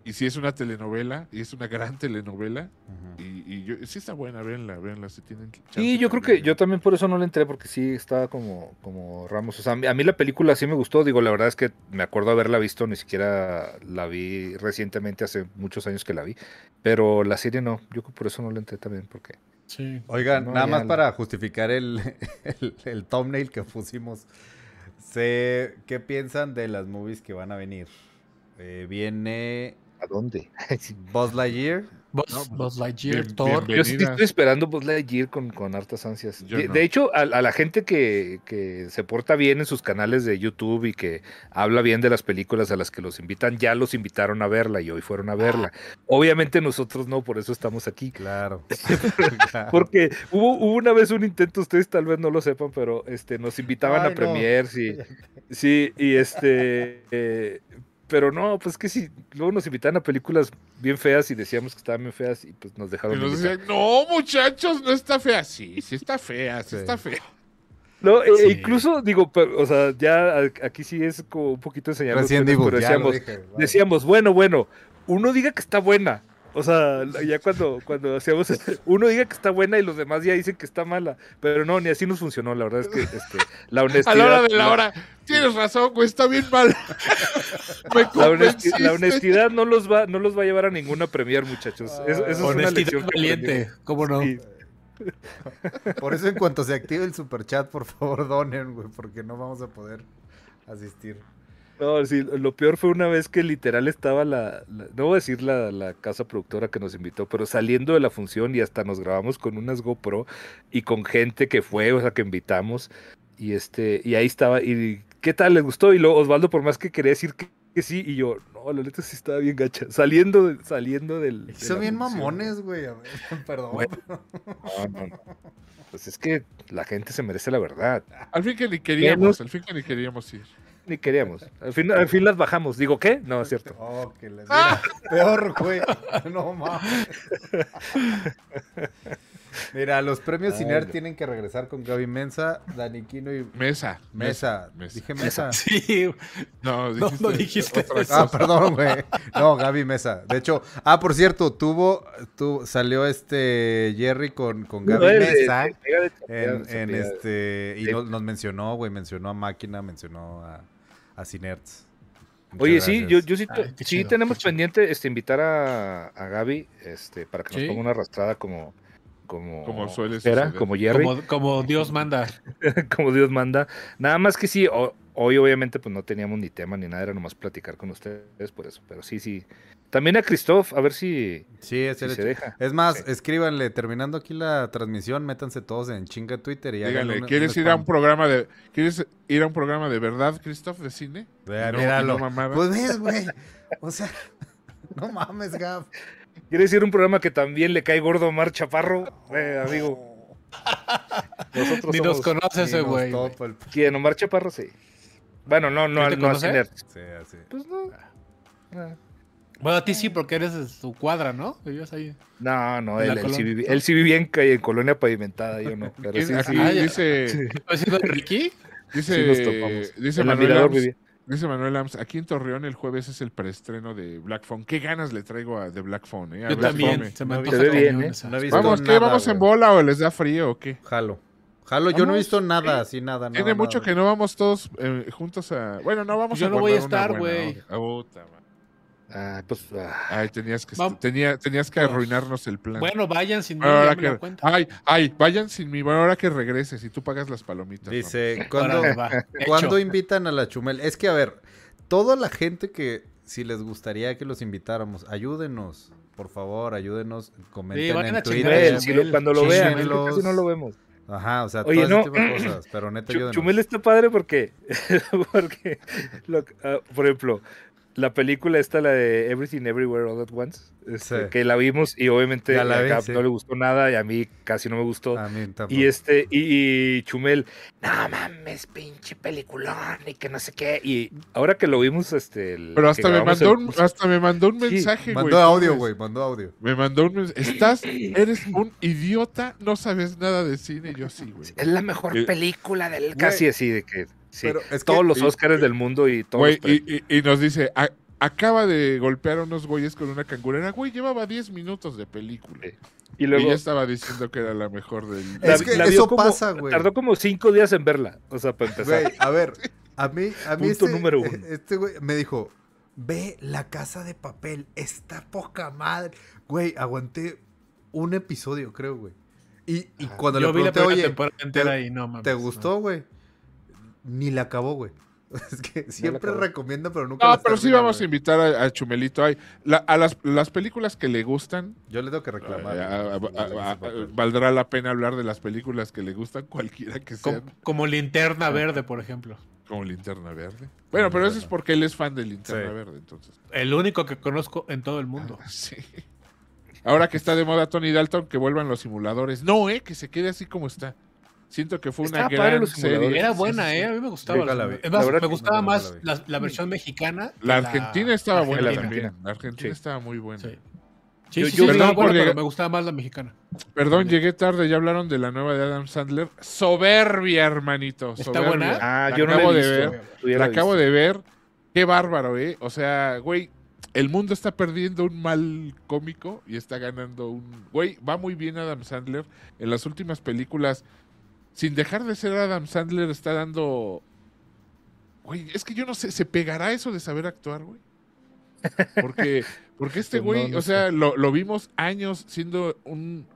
[SPEAKER 2] Y si es una telenovela, y es una gran telenovela, y, y yo, sí está buena, véanla, véanla, si tienen chance,
[SPEAKER 1] Sí, yo creo que
[SPEAKER 2] también,
[SPEAKER 1] yo
[SPEAKER 2] ¿eh?
[SPEAKER 1] también por eso no le entré, porque sí estaba como, como Ramos. O sea, a mí, a mí la película sí me gustó. Digo, la verdad es que me acuerdo haberla visto, ni siquiera la vi recientemente, hace muchos años que la vi. Pero la serie no, yo creo que por eso no le entré también, porque.
[SPEAKER 6] Sí.
[SPEAKER 3] Oigan,
[SPEAKER 1] No,
[SPEAKER 3] nada
[SPEAKER 1] ya
[SPEAKER 3] más
[SPEAKER 1] la-
[SPEAKER 3] para justificar el, el, el thumbnail que pusimos. Sé, ¿Qué piensan de las movies que van a venir? Eh, viene
[SPEAKER 1] ¿A dónde?
[SPEAKER 3] Buzz Lightyear.
[SPEAKER 6] Buzz,
[SPEAKER 2] No, pues,
[SPEAKER 6] Buzz Lightyear,
[SPEAKER 2] bien-
[SPEAKER 6] Thor.
[SPEAKER 2] bien-
[SPEAKER 1] Yo sí
[SPEAKER 2] Bienvenidas.
[SPEAKER 1] estoy esperando pues, Buzz Lightyear con, con hartas ansias.
[SPEAKER 2] Yo
[SPEAKER 1] De,
[SPEAKER 2] no.
[SPEAKER 1] de hecho, a, a la gente que, que se porta bien en sus canales de YouTube y que habla bien de las películas a las que los invitan, ya los invitaron a verla y hoy fueron a verla. Obviamente nosotros no, por eso estamos aquí.
[SPEAKER 3] Claro. Claro.
[SPEAKER 1] Porque hubo, hubo una vez un intento, ustedes tal vez no lo sepan, pero este, nos invitaban
[SPEAKER 3] Ay,
[SPEAKER 1] a
[SPEAKER 3] no.
[SPEAKER 1] Premiers y sí, y este, eh, pero no, pues que sí, luego nos invitaban a películas bien feas y decíamos que estaban bien feas y pues nos
[SPEAKER 2] Y
[SPEAKER 1] dejaron. de
[SPEAKER 2] nos
[SPEAKER 1] invitar.
[SPEAKER 2] decían, no, muchachos, no está fea. Sí, sí está fea, sí,
[SPEAKER 3] Sí.
[SPEAKER 2] está fea.
[SPEAKER 1] No, e- e
[SPEAKER 6] Sí.
[SPEAKER 1] incluso digo, pero, o sea, ya a- aquí sí es como un poquito enseñando.
[SPEAKER 3] Recién digo, ya lo
[SPEAKER 1] decíamos,
[SPEAKER 3] dije, vale.
[SPEAKER 1] decíamos, bueno, bueno, uno diga que está buena. O sea, ya cuando, cuando hacíamos, uno diga que está buena y los demás ya dicen que está mala. Pero no, ni así nos funcionó. La verdad es que este, la honestidad.
[SPEAKER 2] A la hora de la hora, tienes razón, güey, está bien mal. Me
[SPEAKER 1] La, honesti- la
[SPEAKER 2] convenciste.
[SPEAKER 1] honestidad no los va, no los va a llevar a ninguna premier, muchachos. Es- eso es una
[SPEAKER 6] Honestidad
[SPEAKER 1] lección que
[SPEAKER 6] valiente, ¿cómo no?
[SPEAKER 1] aprendí. Sí.
[SPEAKER 3] Por eso, en cuanto se active el superchat, por favor, donen, güey, porque no vamos a poder asistir.
[SPEAKER 1] No, sí, lo peor fue una vez que literal estaba la, la- no voy a decir la, la casa productora que nos invitó, pero saliendo de la función y hasta nos grabamos con unas GoPro y con gente que fue, o sea, que invitamos y este, y ahí estaba, y ¿qué tal? ¿Les gustó? Y luego Osvaldo, por más que quería decir que, que sí, y yo, no, la neta sí estaba bien gacha, saliendo, de- saliendo del... de
[SPEAKER 3] Son
[SPEAKER 1] la
[SPEAKER 3] bien
[SPEAKER 1] función.
[SPEAKER 3] mamones, güey. a ver, Perdón.
[SPEAKER 1] Bueno. No, no, no. Pues es que la gente se merece la verdad.
[SPEAKER 2] Al fin que ni queríamos,
[SPEAKER 1] Menos-
[SPEAKER 2] al fin que ni queríamos ir.
[SPEAKER 1] Ni queríamos. Al fin, al fin las bajamos. Digo, ¿qué? No, es cierto.
[SPEAKER 3] Oh, que la- mira, peor, güey. No mames. Mira, los premios
[SPEAKER 1] Ay,
[SPEAKER 3] Ciner
[SPEAKER 1] no.
[SPEAKER 3] tienen que regresar con Gaby Mensa, Dani Quino y
[SPEAKER 2] Mesa.
[SPEAKER 3] Mesa.
[SPEAKER 2] Mesa.
[SPEAKER 3] Dije Mesa.
[SPEAKER 6] Sí,
[SPEAKER 2] No,
[SPEAKER 6] no,
[SPEAKER 2] dijiste.
[SPEAKER 6] no dijiste
[SPEAKER 2] otra
[SPEAKER 6] eso.
[SPEAKER 3] Ah, perdón, güey. No, Gaby Mesa. De hecho, ah, por cierto, tuvo, tu, salió este Jerry con, con Gaby
[SPEAKER 1] No, es de-
[SPEAKER 3] Mesa.
[SPEAKER 1] de- pega de-
[SPEAKER 3] en,
[SPEAKER 1] pega
[SPEAKER 3] en
[SPEAKER 1] de-
[SPEAKER 3] este y
[SPEAKER 1] Sí.
[SPEAKER 3] no- nos mencionó, güey, mencionó a Máquina, mencionó a, a Cinerts. Muchas
[SPEAKER 1] Oye, sí, yo,
[SPEAKER 3] gracias.
[SPEAKER 1] yo sí,
[SPEAKER 6] Ay,
[SPEAKER 1] sí
[SPEAKER 6] qué chido,
[SPEAKER 1] tenemos
[SPEAKER 6] qué chido.
[SPEAKER 1] pendiente este, invitar a, a Gaby este, para que nos
[SPEAKER 6] Sí.
[SPEAKER 1] ponga una arrastrada como, como,
[SPEAKER 2] Como suele
[SPEAKER 1] era,
[SPEAKER 2] suceder.
[SPEAKER 1] como Jerry, como,
[SPEAKER 6] Como, como Dios manda.
[SPEAKER 1] Dios manda. Nada más que sí, ho- hoy obviamente pues no teníamos ni tema ni nada, era nomás platicar con ustedes por eso, pero sí, sí. También a Christoph, a ver si,
[SPEAKER 3] Sí, es
[SPEAKER 1] si
[SPEAKER 3] el
[SPEAKER 1] se
[SPEAKER 3] hecho.
[SPEAKER 1] deja.
[SPEAKER 3] Es más,
[SPEAKER 1] Sí.
[SPEAKER 3] escríbanle, terminando aquí la transmisión, métanse todos en chinga Twitter y hagan
[SPEAKER 2] Díganle,
[SPEAKER 3] un-
[SPEAKER 2] ¿quieres
[SPEAKER 3] un
[SPEAKER 2] ir a
[SPEAKER 3] spam.
[SPEAKER 2] un programa de ¿Quieres ir a un programa de verdad, Christoph, de cine?
[SPEAKER 3] Vea,
[SPEAKER 2] Y no- y
[SPEAKER 3] míralo.
[SPEAKER 2] no mamadas.
[SPEAKER 3] Pues ves, güey. O sea, no mames, Gab.
[SPEAKER 1] Quiere decir un programa que también le cae gordo a Omar Chaparro, eh, amigo. Nosotros
[SPEAKER 6] Ni nos
[SPEAKER 1] somos-
[SPEAKER 6] conoce ese
[SPEAKER 3] Y nos
[SPEAKER 6] güey. güey.
[SPEAKER 3] topa el-
[SPEAKER 1] ¿Quién? Omar Chaparro, sí. Bueno, no, no,
[SPEAKER 6] ¿Sí
[SPEAKER 1] al-
[SPEAKER 6] te
[SPEAKER 1] no, al
[SPEAKER 6] conoce?
[SPEAKER 1] Ciner.
[SPEAKER 3] Sí, así.
[SPEAKER 1] Pues no. Ah.
[SPEAKER 6] Bueno, a ti sí, porque eres de su cuadra, ¿no? Vivías ahí.
[SPEAKER 1] No, no,
[SPEAKER 6] En
[SPEAKER 1] él,
[SPEAKER 6] la
[SPEAKER 1] él sí
[SPEAKER 6] colonia,
[SPEAKER 1] vivía, él sí vivía en, calle- en colonia pavimentada, yo no. Pero
[SPEAKER 2] ¿Quién-
[SPEAKER 1] sí,
[SPEAKER 2] aquí
[SPEAKER 1] sí,
[SPEAKER 6] Ah, ya.
[SPEAKER 2] dice,
[SPEAKER 6] ¿Has sido Ricky?
[SPEAKER 1] sí nos
[SPEAKER 2] dice,
[SPEAKER 1] topamos.
[SPEAKER 2] dice
[SPEAKER 1] En la
[SPEAKER 2] Manuel
[SPEAKER 1] Mirador
[SPEAKER 2] Arms-
[SPEAKER 1] vivía.
[SPEAKER 2] Dice Manuel Ams, aquí en Torreón el jueves es el preestreno de Black Phone. ¿Qué ganas le traigo a de Black Phone? Eh? A
[SPEAKER 6] Yo
[SPEAKER 2] ver,
[SPEAKER 6] también.
[SPEAKER 2] come.
[SPEAKER 6] Se me
[SPEAKER 3] No
[SPEAKER 6] antoja
[SPEAKER 1] se ve bien,
[SPEAKER 6] cañón
[SPEAKER 1] ¿eh?
[SPEAKER 6] esa.
[SPEAKER 3] No he visto
[SPEAKER 2] Vamos, ¿qué?
[SPEAKER 3] nada,
[SPEAKER 2] ¿Vamos en
[SPEAKER 3] güey.
[SPEAKER 2] bola o les da frío o qué?
[SPEAKER 3] Jalo. Jalo, yo no he
[SPEAKER 2] Vamos,
[SPEAKER 3] visto nada, así nada, nada.
[SPEAKER 2] Tiene mucho que no vamos todos eh, juntos a... Bueno, no vamos
[SPEAKER 6] Yo
[SPEAKER 2] a
[SPEAKER 6] no voy a
[SPEAKER 2] guardar una
[SPEAKER 6] estar,
[SPEAKER 2] buena
[SPEAKER 6] güey.
[SPEAKER 2] hora. Puta madre.
[SPEAKER 1] Ah, pues, ah.
[SPEAKER 2] Ay, tenías que,
[SPEAKER 6] Vam-
[SPEAKER 2] tenía, tenías que arruinarnos el plan.
[SPEAKER 6] Bueno, vayan sin mí,
[SPEAKER 2] Bueno, ahora
[SPEAKER 6] ya me lo
[SPEAKER 2] que- Ah,
[SPEAKER 6] cuentan.
[SPEAKER 2] ay, ay, vayan sin mí. Bueno, ahora que regreses y tú pagas las palomitas.
[SPEAKER 3] Dice, ¿cuándo,
[SPEAKER 6] Órale, va. Hecho.
[SPEAKER 3] ¿Cuándo invitan a la Chumel? Es que, a ver, toda la gente que, si les gustaría que los invitáramos, ayúdenos, por favor, ayúdenos,
[SPEAKER 6] Sí,
[SPEAKER 3] comenten
[SPEAKER 6] vayan
[SPEAKER 3] en
[SPEAKER 6] a
[SPEAKER 1] Él,
[SPEAKER 6] chingar
[SPEAKER 3] Twitter.
[SPEAKER 6] a
[SPEAKER 1] sí lo- cuando lo
[SPEAKER 6] Chumel.
[SPEAKER 1] vean, es que
[SPEAKER 3] Chúmenlos.
[SPEAKER 1] casi no lo vemos.
[SPEAKER 3] Ajá, o sea,
[SPEAKER 1] Oye,
[SPEAKER 3] todo
[SPEAKER 1] no.
[SPEAKER 3] ese tipo de cosas, pero neta,
[SPEAKER 1] Chu-
[SPEAKER 3] ayúdenos.
[SPEAKER 1] Chumel está padre porque, porque lo- ah, por ejemplo, la película esta, la de Everything Everywhere All At Once, este,
[SPEAKER 3] Sí.
[SPEAKER 1] que la vimos y obviamente
[SPEAKER 3] Ya la
[SPEAKER 1] a
[SPEAKER 3] vi,
[SPEAKER 1] Gab
[SPEAKER 3] sí.
[SPEAKER 1] no le gustó nada y a mí casi no me gustó.
[SPEAKER 3] A mí tampoco.
[SPEAKER 1] Y este, y, y Chumel, no mames, pinche peliculón, y que no sé qué. Y ahora que lo vimos, este. el-
[SPEAKER 2] Pero
[SPEAKER 1] que
[SPEAKER 2] hasta me,
[SPEAKER 1] grabamos
[SPEAKER 2] mandó
[SPEAKER 1] el-
[SPEAKER 2] un, hasta me mandó un
[SPEAKER 1] Sí,
[SPEAKER 2] mensaje, güey.
[SPEAKER 3] mandó audio,
[SPEAKER 2] Entonces,
[SPEAKER 3] güey, mandó audio.
[SPEAKER 2] Me mandó un mensaje. Estás, eres un idiota, no sabes nada de cine. Yo sí, güey.
[SPEAKER 1] Es la mejor
[SPEAKER 2] Eh,
[SPEAKER 1] película del. Casi así de que. sí,
[SPEAKER 3] Pero es que-
[SPEAKER 1] todos los
[SPEAKER 3] y-
[SPEAKER 1] Oscars del mundo y todos.
[SPEAKER 2] Güey,
[SPEAKER 1] los premios.
[SPEAKER 2] y, y- y nos dice, "A- acaba de golpear a unos güeyes con una cangurera. Güey, llevaba 10 minutos de película.
[SPEAKER 1] Sí. Y,
[SPEAKER 2] Y
[SPEAKER 1] luego.
[SPEAKER 2] ya estaba diciendo que era la mejor del...
[SPEAKER 1] la-
[SPEAKER 3] Es que
[SPEAKER 1] la vio
[SPEAKER 3] eso
[SPEAKER 1] como-
[SPEAKER 3] pasa, güey.
[SPEAKER 1] Tardó como cinco días en verla. O sea, para empezar.
[SPEAKER 3] Güey, a ver, a mí, a mí
[SPEAKER 1] Punto
[SPEAKER 3] este,
[SPEAKER 1] número uno.
[SPEAKER 3] eh, este güey me dijo, ve la casa de papel, está poca madre. Güey, aguanté un episodio, creo, güey. Y, y cuando
[SPEAKER 6] Yo
[SPEAKER 3] le
[SPEAKER 6] vi la
[SPEAKER 3] pregunté,
[SPEAKER 6] primera
[SPEAKER 3] oye,
[SPEAKER 6] temporada entera y no mames.
[SPEAKER 3] ¿te
[SPEAKER 6] no.
[SPEAKER 3] gustó, güey? Ni la acabó, güey. Es que siempre
[SPEAKER 1] acabó.
[SPEAKER 3] recomiendo, pero nunca
[SPEAKER 2] No,
[SPEAKER 3] las
[SPEAKER 2] pero sí
[SPEAKER 3] termina,
[SPEAKER 2] vamos a
[SPEAKER 3] güey.
[SPEAKER 2] invitar a, a Chumelito. Ay, la- a las, las películas que le gustan, eh,
[SPEAKER 3] Yo le tengo que
[SPEAKER 2] a-
[SPEAKER 3] reclamar.
[SPEAKER 2] a- a-
[SPEAKER 3] güey, la
[SPEAKER 2] a-
[SPEAKER 3] casa
[SPEAKER 2] a-
[SPEAKER 3] de papel.
[SPEAKER 2] valdrá la pena hablar de las películas que le gustan, cualquiera que sea,
[SPEAKER 6] Como,
[SPEAKER 2] como,
[SPEAKER 6] como linterna verde, por ejemplo.
[SPEAKER 2] Linterna Verde. Bueno, pero eso es porque él es fan de Linterna
[SPEAKER 3] Sí.
[SPEAKER 2] Verde, entonces.
[SPEAKER 6] El único que conozco en todo el mundo.
[SPEAKER 2] Sí. Ahora que está de moda Tony Dalton, que vuelvan los simuladores. No, eh, que se quede así como está. Siento que fue una
[SPEAKER 1] Estaba padre
[SPEAKER 2] gran
[SPEAKER 1] los simuladores.
[SPEAKER 2] serie.
[SPEAKER 6] Era
[SPEAKER 2] Sí,
[SPEAKER 6] buena,
[SPEAKER 2] sí, sí.
[SPEAKER 6] ¿eh? A mí me gustaba.
[SPEAKER 3] Nunca
[SPEAKER 6] la-
[SPEAKER 3] la vi.
[SPEAKER 6] es
[SPEAKER 1] La
[SPEAKER 6] más,
[SPEAKER 1] verdad
[SPEAKER 6] me
[SPEAKER 1] que
[SPEAKER 6] gustaba
[SPEAKER 3] no,
[SPEAKER 6] más
[SPEAKER 3] nunca
[SPEAKER 6] la, la versión mexicana. que
[SPEAKER 2] La Argentina estaba buena
[SPEAKER 1] Argentina.
[SPEAKER 2] también. La
[SPEAKER 1] Sí.
[SPEAKER 2] Argentina estaba muy buena.
[SPEAKER 6] Sí. Sí,
[SPEAKER 1] Yo-
[SPEAKER 6] sí,
[SPEAKER 1] yo
[SPEAKER 6] sí, estaba
[SPEAKER 2] perdón
[SPEAKER 6] buena,
[SPEAKER 2] por
[SPEAKER 6] pero
[SPEAKER 2] llegar-
[SPEAKER 6] me gustaba más la mexicana.
[SPEAKER 2] Perdón, llegué tarde, ya hablaron de la nueva de Adam Sandler. Soberbia, hermanito.
[SPEAKER 6] ¿Está
[SPEAKER 2] soberbia.
[SPEAKER 6] buena?
[SPEAKER 1] Ah,
[SPEAKER 2] La
[SPEAKER 1] yo no
[SPEAKER 2] acabo
[SPEAKER 1] la he
[SPEAKER 2] de
[SPEAKER 1] visto.
[SPEAKER 2] ver.
[SPEAKER 1] Tú ya
[SPEAKER 2] La
[SPEAKER 1] la
[SPEAKER 2] acabo
[SPEAKER 1] viste.
[SPEAKER 2] de ver. Qué bárbaro, ¿eh? O sea, güey, el mundo está perdiendo un mal cómico y está ganando un... Güey, va muy bien Adam Sandler. En las últimas películas, sin dejar de ser Adam Sandler, está dando... Güey, es que yo no sé, ¿se pegará eso de saber actuar, güey? Porque, porque este
[SPEAKER 3] No,
[SPEAKER 2] güey,
[SPEAKER 3] no
[SPEAKER 2] o sea, lo, lo vimos años siendo un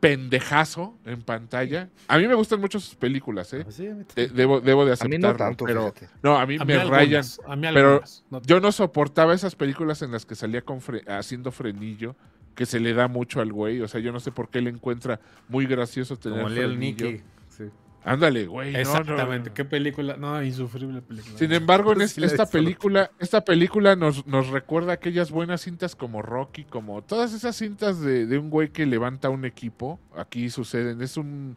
[SPEAKER 2] pendejazo en pantalla. A mí me gustan mucho sus películas, ¿eh?
[SPEAKER 3] Ah, sí, a mí también.
[SPEAKER 2] De- debo, debo de
[SPEAKER 1] A mí
[SPEAKER 2] aceptarlo.
[SPEAKER 1] no tanto,
[SPEAKER 2] pero,
[SPEAKER 1] fíjate.
[SPEAKER 2] no, a mí
[SPEAKER 6] A mí
[SPEAKER 2] me rayan.
[SPEAKER 6] algunas, a mí
[SPEAKER 2] pero
[SPEAKER 6] algunas, no-
[SPEAKER 2] Yo no soportaba esas películas en las que salía con fre- haciendo frenillo, que se le da mucho al güey. O sea, yo no sé por qué le encuentra muy gracioso tener
[SPEAKER 3] Como Lil
[SPEAKER 2] frenillo.
[SPEAKER 3] Nicky. Sí.
[SPEAKER 2] Ándale, güey. no, no,
[SPEAKER 6] Exactamente,
[SPEAKER 2] no.
[SPEAKER 6] qué película. No, insufrible película.
[SPEAKER 2] Sin embargo, en
[SPEAKER 3] Sí
[SPEAKER 2] es-
[SPEAKER 3] la
[SPEAKER 2] esta
[SPEAKER 3] disfruté.
[SPEAKER 2] película, esta película nos, nos recuerda aquellas buenas cintas como Rocky, como todas esas cintas de, de un güey que levanta un equipo. Aquí suceden. Es un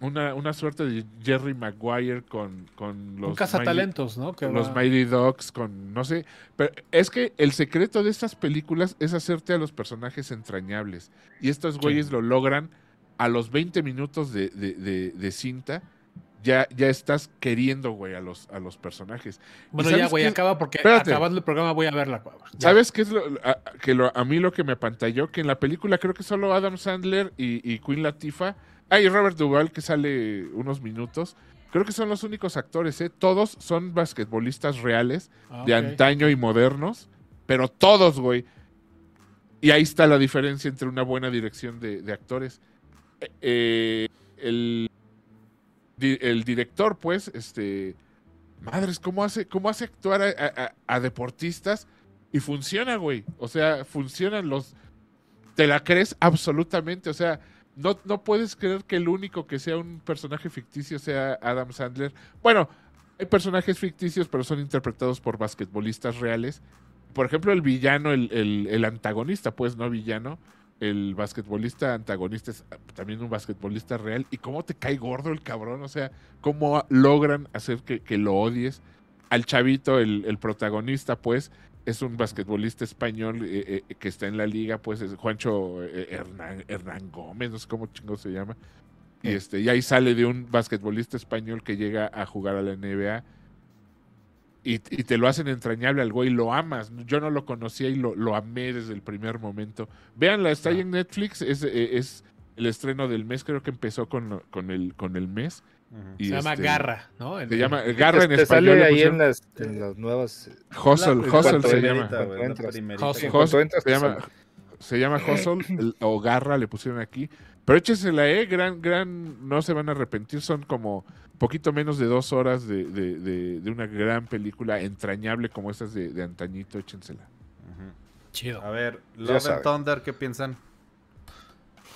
[SPEAKER 2] una, una suerte de Jerry Maguire con, con los
[SPEAKER 6] Un
[SPEAKER 2] Mighty-
[SPEAKER 6] cazatalentos, ¿no? Que
[SPEAKER 2] con los
[SPEAKER 6] va-
[SPEAKER 2] Mighty Ducks, con no sé. Pero es que el secreto de estas películas es hacerte a los personajes entrañables. Y estos güeyes lo logran a los 20 minutos de, de- de- de cinta. Ya, ya estás queriendo, güey, a los, a los personajes.
[SPEAKER 6] Bueno,
[SPEAKER 2] ¿Y
[SPEAKER 6] ya,
[SPEAKER 2] sabes
[SPEAKER 6] güey,
[SPEAKER 2] qué?
[SPEAKER 6] acaba porque
[SPEAKER 2] Espérate.
[SPEAKER 6] acabando el programa voy a verla. cabrón. Ya.
[SPEAKER 2] ¿Sabes qué es lo, a, que lo- a mí lo que me apantalló? Que en la película creo que solo Adam Sandler y, y Queen Latifah, ah, y Robert Duvall que sale unos minutos, creo que son los únicos actores, ¿eh? Todos son basquetbolistas reales
[SPEAKER 6] Ah,
[SPEAKER 2] de
[SPEAKER 6] ok.
[SPEAKER 2] antaño y modernos, pero todos, güey. Y ahí está la diferencia entre una buena dirección de, de actores. Eh, el, di- el director, pues, este. Madres, ¿cómo hace, cómo hace actuar a, a- a- a deportistas? Y funciona, güey. O sea, funcionan los. Te la crees absolutamente. O sea, no, no puedes creer que el único que sea un personaje ficticio sea Adam Sandler. Bueno, hay personajes ficticios, pero son interpretados por basquetbolistas reales. Por ejemplo, el villano, el, el- el antagonista, pues no villano, el basquetbolista antagonista es ah, también un basquetbolista real. ¿Y cómo te cae gordo el cabrón? O sea, ¿cómo a- logran hacer que, que lo odies? Al chavito, el, el protagonista, pues, es un basquetbolista español eh, eh, que está en la liga, pues, es Juancho eh, Hernán, Hernán Gómez, no sé cómo chingo se llama. Y, este, y ahí sale de un basquetbolista español que llega a jugar a la NBA y, y te lo hacen entrañable al güey, lo amas. Yo no lo conocía y lo, lo amé desde el primer momento. Véanla, está
[SPEAKER 1] Ah.
[SPEAKER 2] ahí en Netflix, es, eh, es el estreno del mes, creo que empezó con, con, el, con el mes.
[SPEAKER 3] Ujú.
[SPEAKER 2] Y
[SPEAKER 6] se llama
[SPEAKER 2] este,
[SPEAKER 6] Garra, ¿no? En-
[SPEAKER 2] Se llama Garra en
[SPEAKER 1] Te
[SPEAKER 2] español.
[SPEAKER 1] sale
[SPEAKER 2] le
[SPEAKER 1] ahí en
[SPEAKER 2] pusieron
[SPEAKER 1] las, en las nuevas. eh,
[SPEAKER 2] Hustle,
[SPEAKER 1] en cuanto
[SPEAKER 2] Hustle se
[SPEAKER 1] entra-
[SPEAKER 2] llama.
[SPEAKER 1] cuando
[SPEAKER 3] güey, la
[SPEAKER 1] entras.
[SPEAKER 3] primerita.
[SPEAKER 6] Hustle.
[SPEAKER 1] En cuanto
[SPEAKER 2] Hustle,
[SPEAKER 1] entras,
[SPEAKER 2] se
[SPEAKER 1] te
[SPEAKER 2] llama, se llama Hustle el- o Garra, le pusieron aquí. Pero échensela, eh, gran, gran, no se van a arrepentir. Son como poquito menos de dos horas de, de- de- de una gran película entrañable como esas de, de antañito, échensela.
[SPEAKER 3] Ujú.
[SPEAKER 6] Chido.
[SPEAKER 2] Ah,
[SPEAKER 3] A ver,
[SPEAKER 1] Ya
[SPEAKER 3] Love and
[SPEAKER 1] saben.
[SPEAKER 3] Thunder, ¿qué piensan?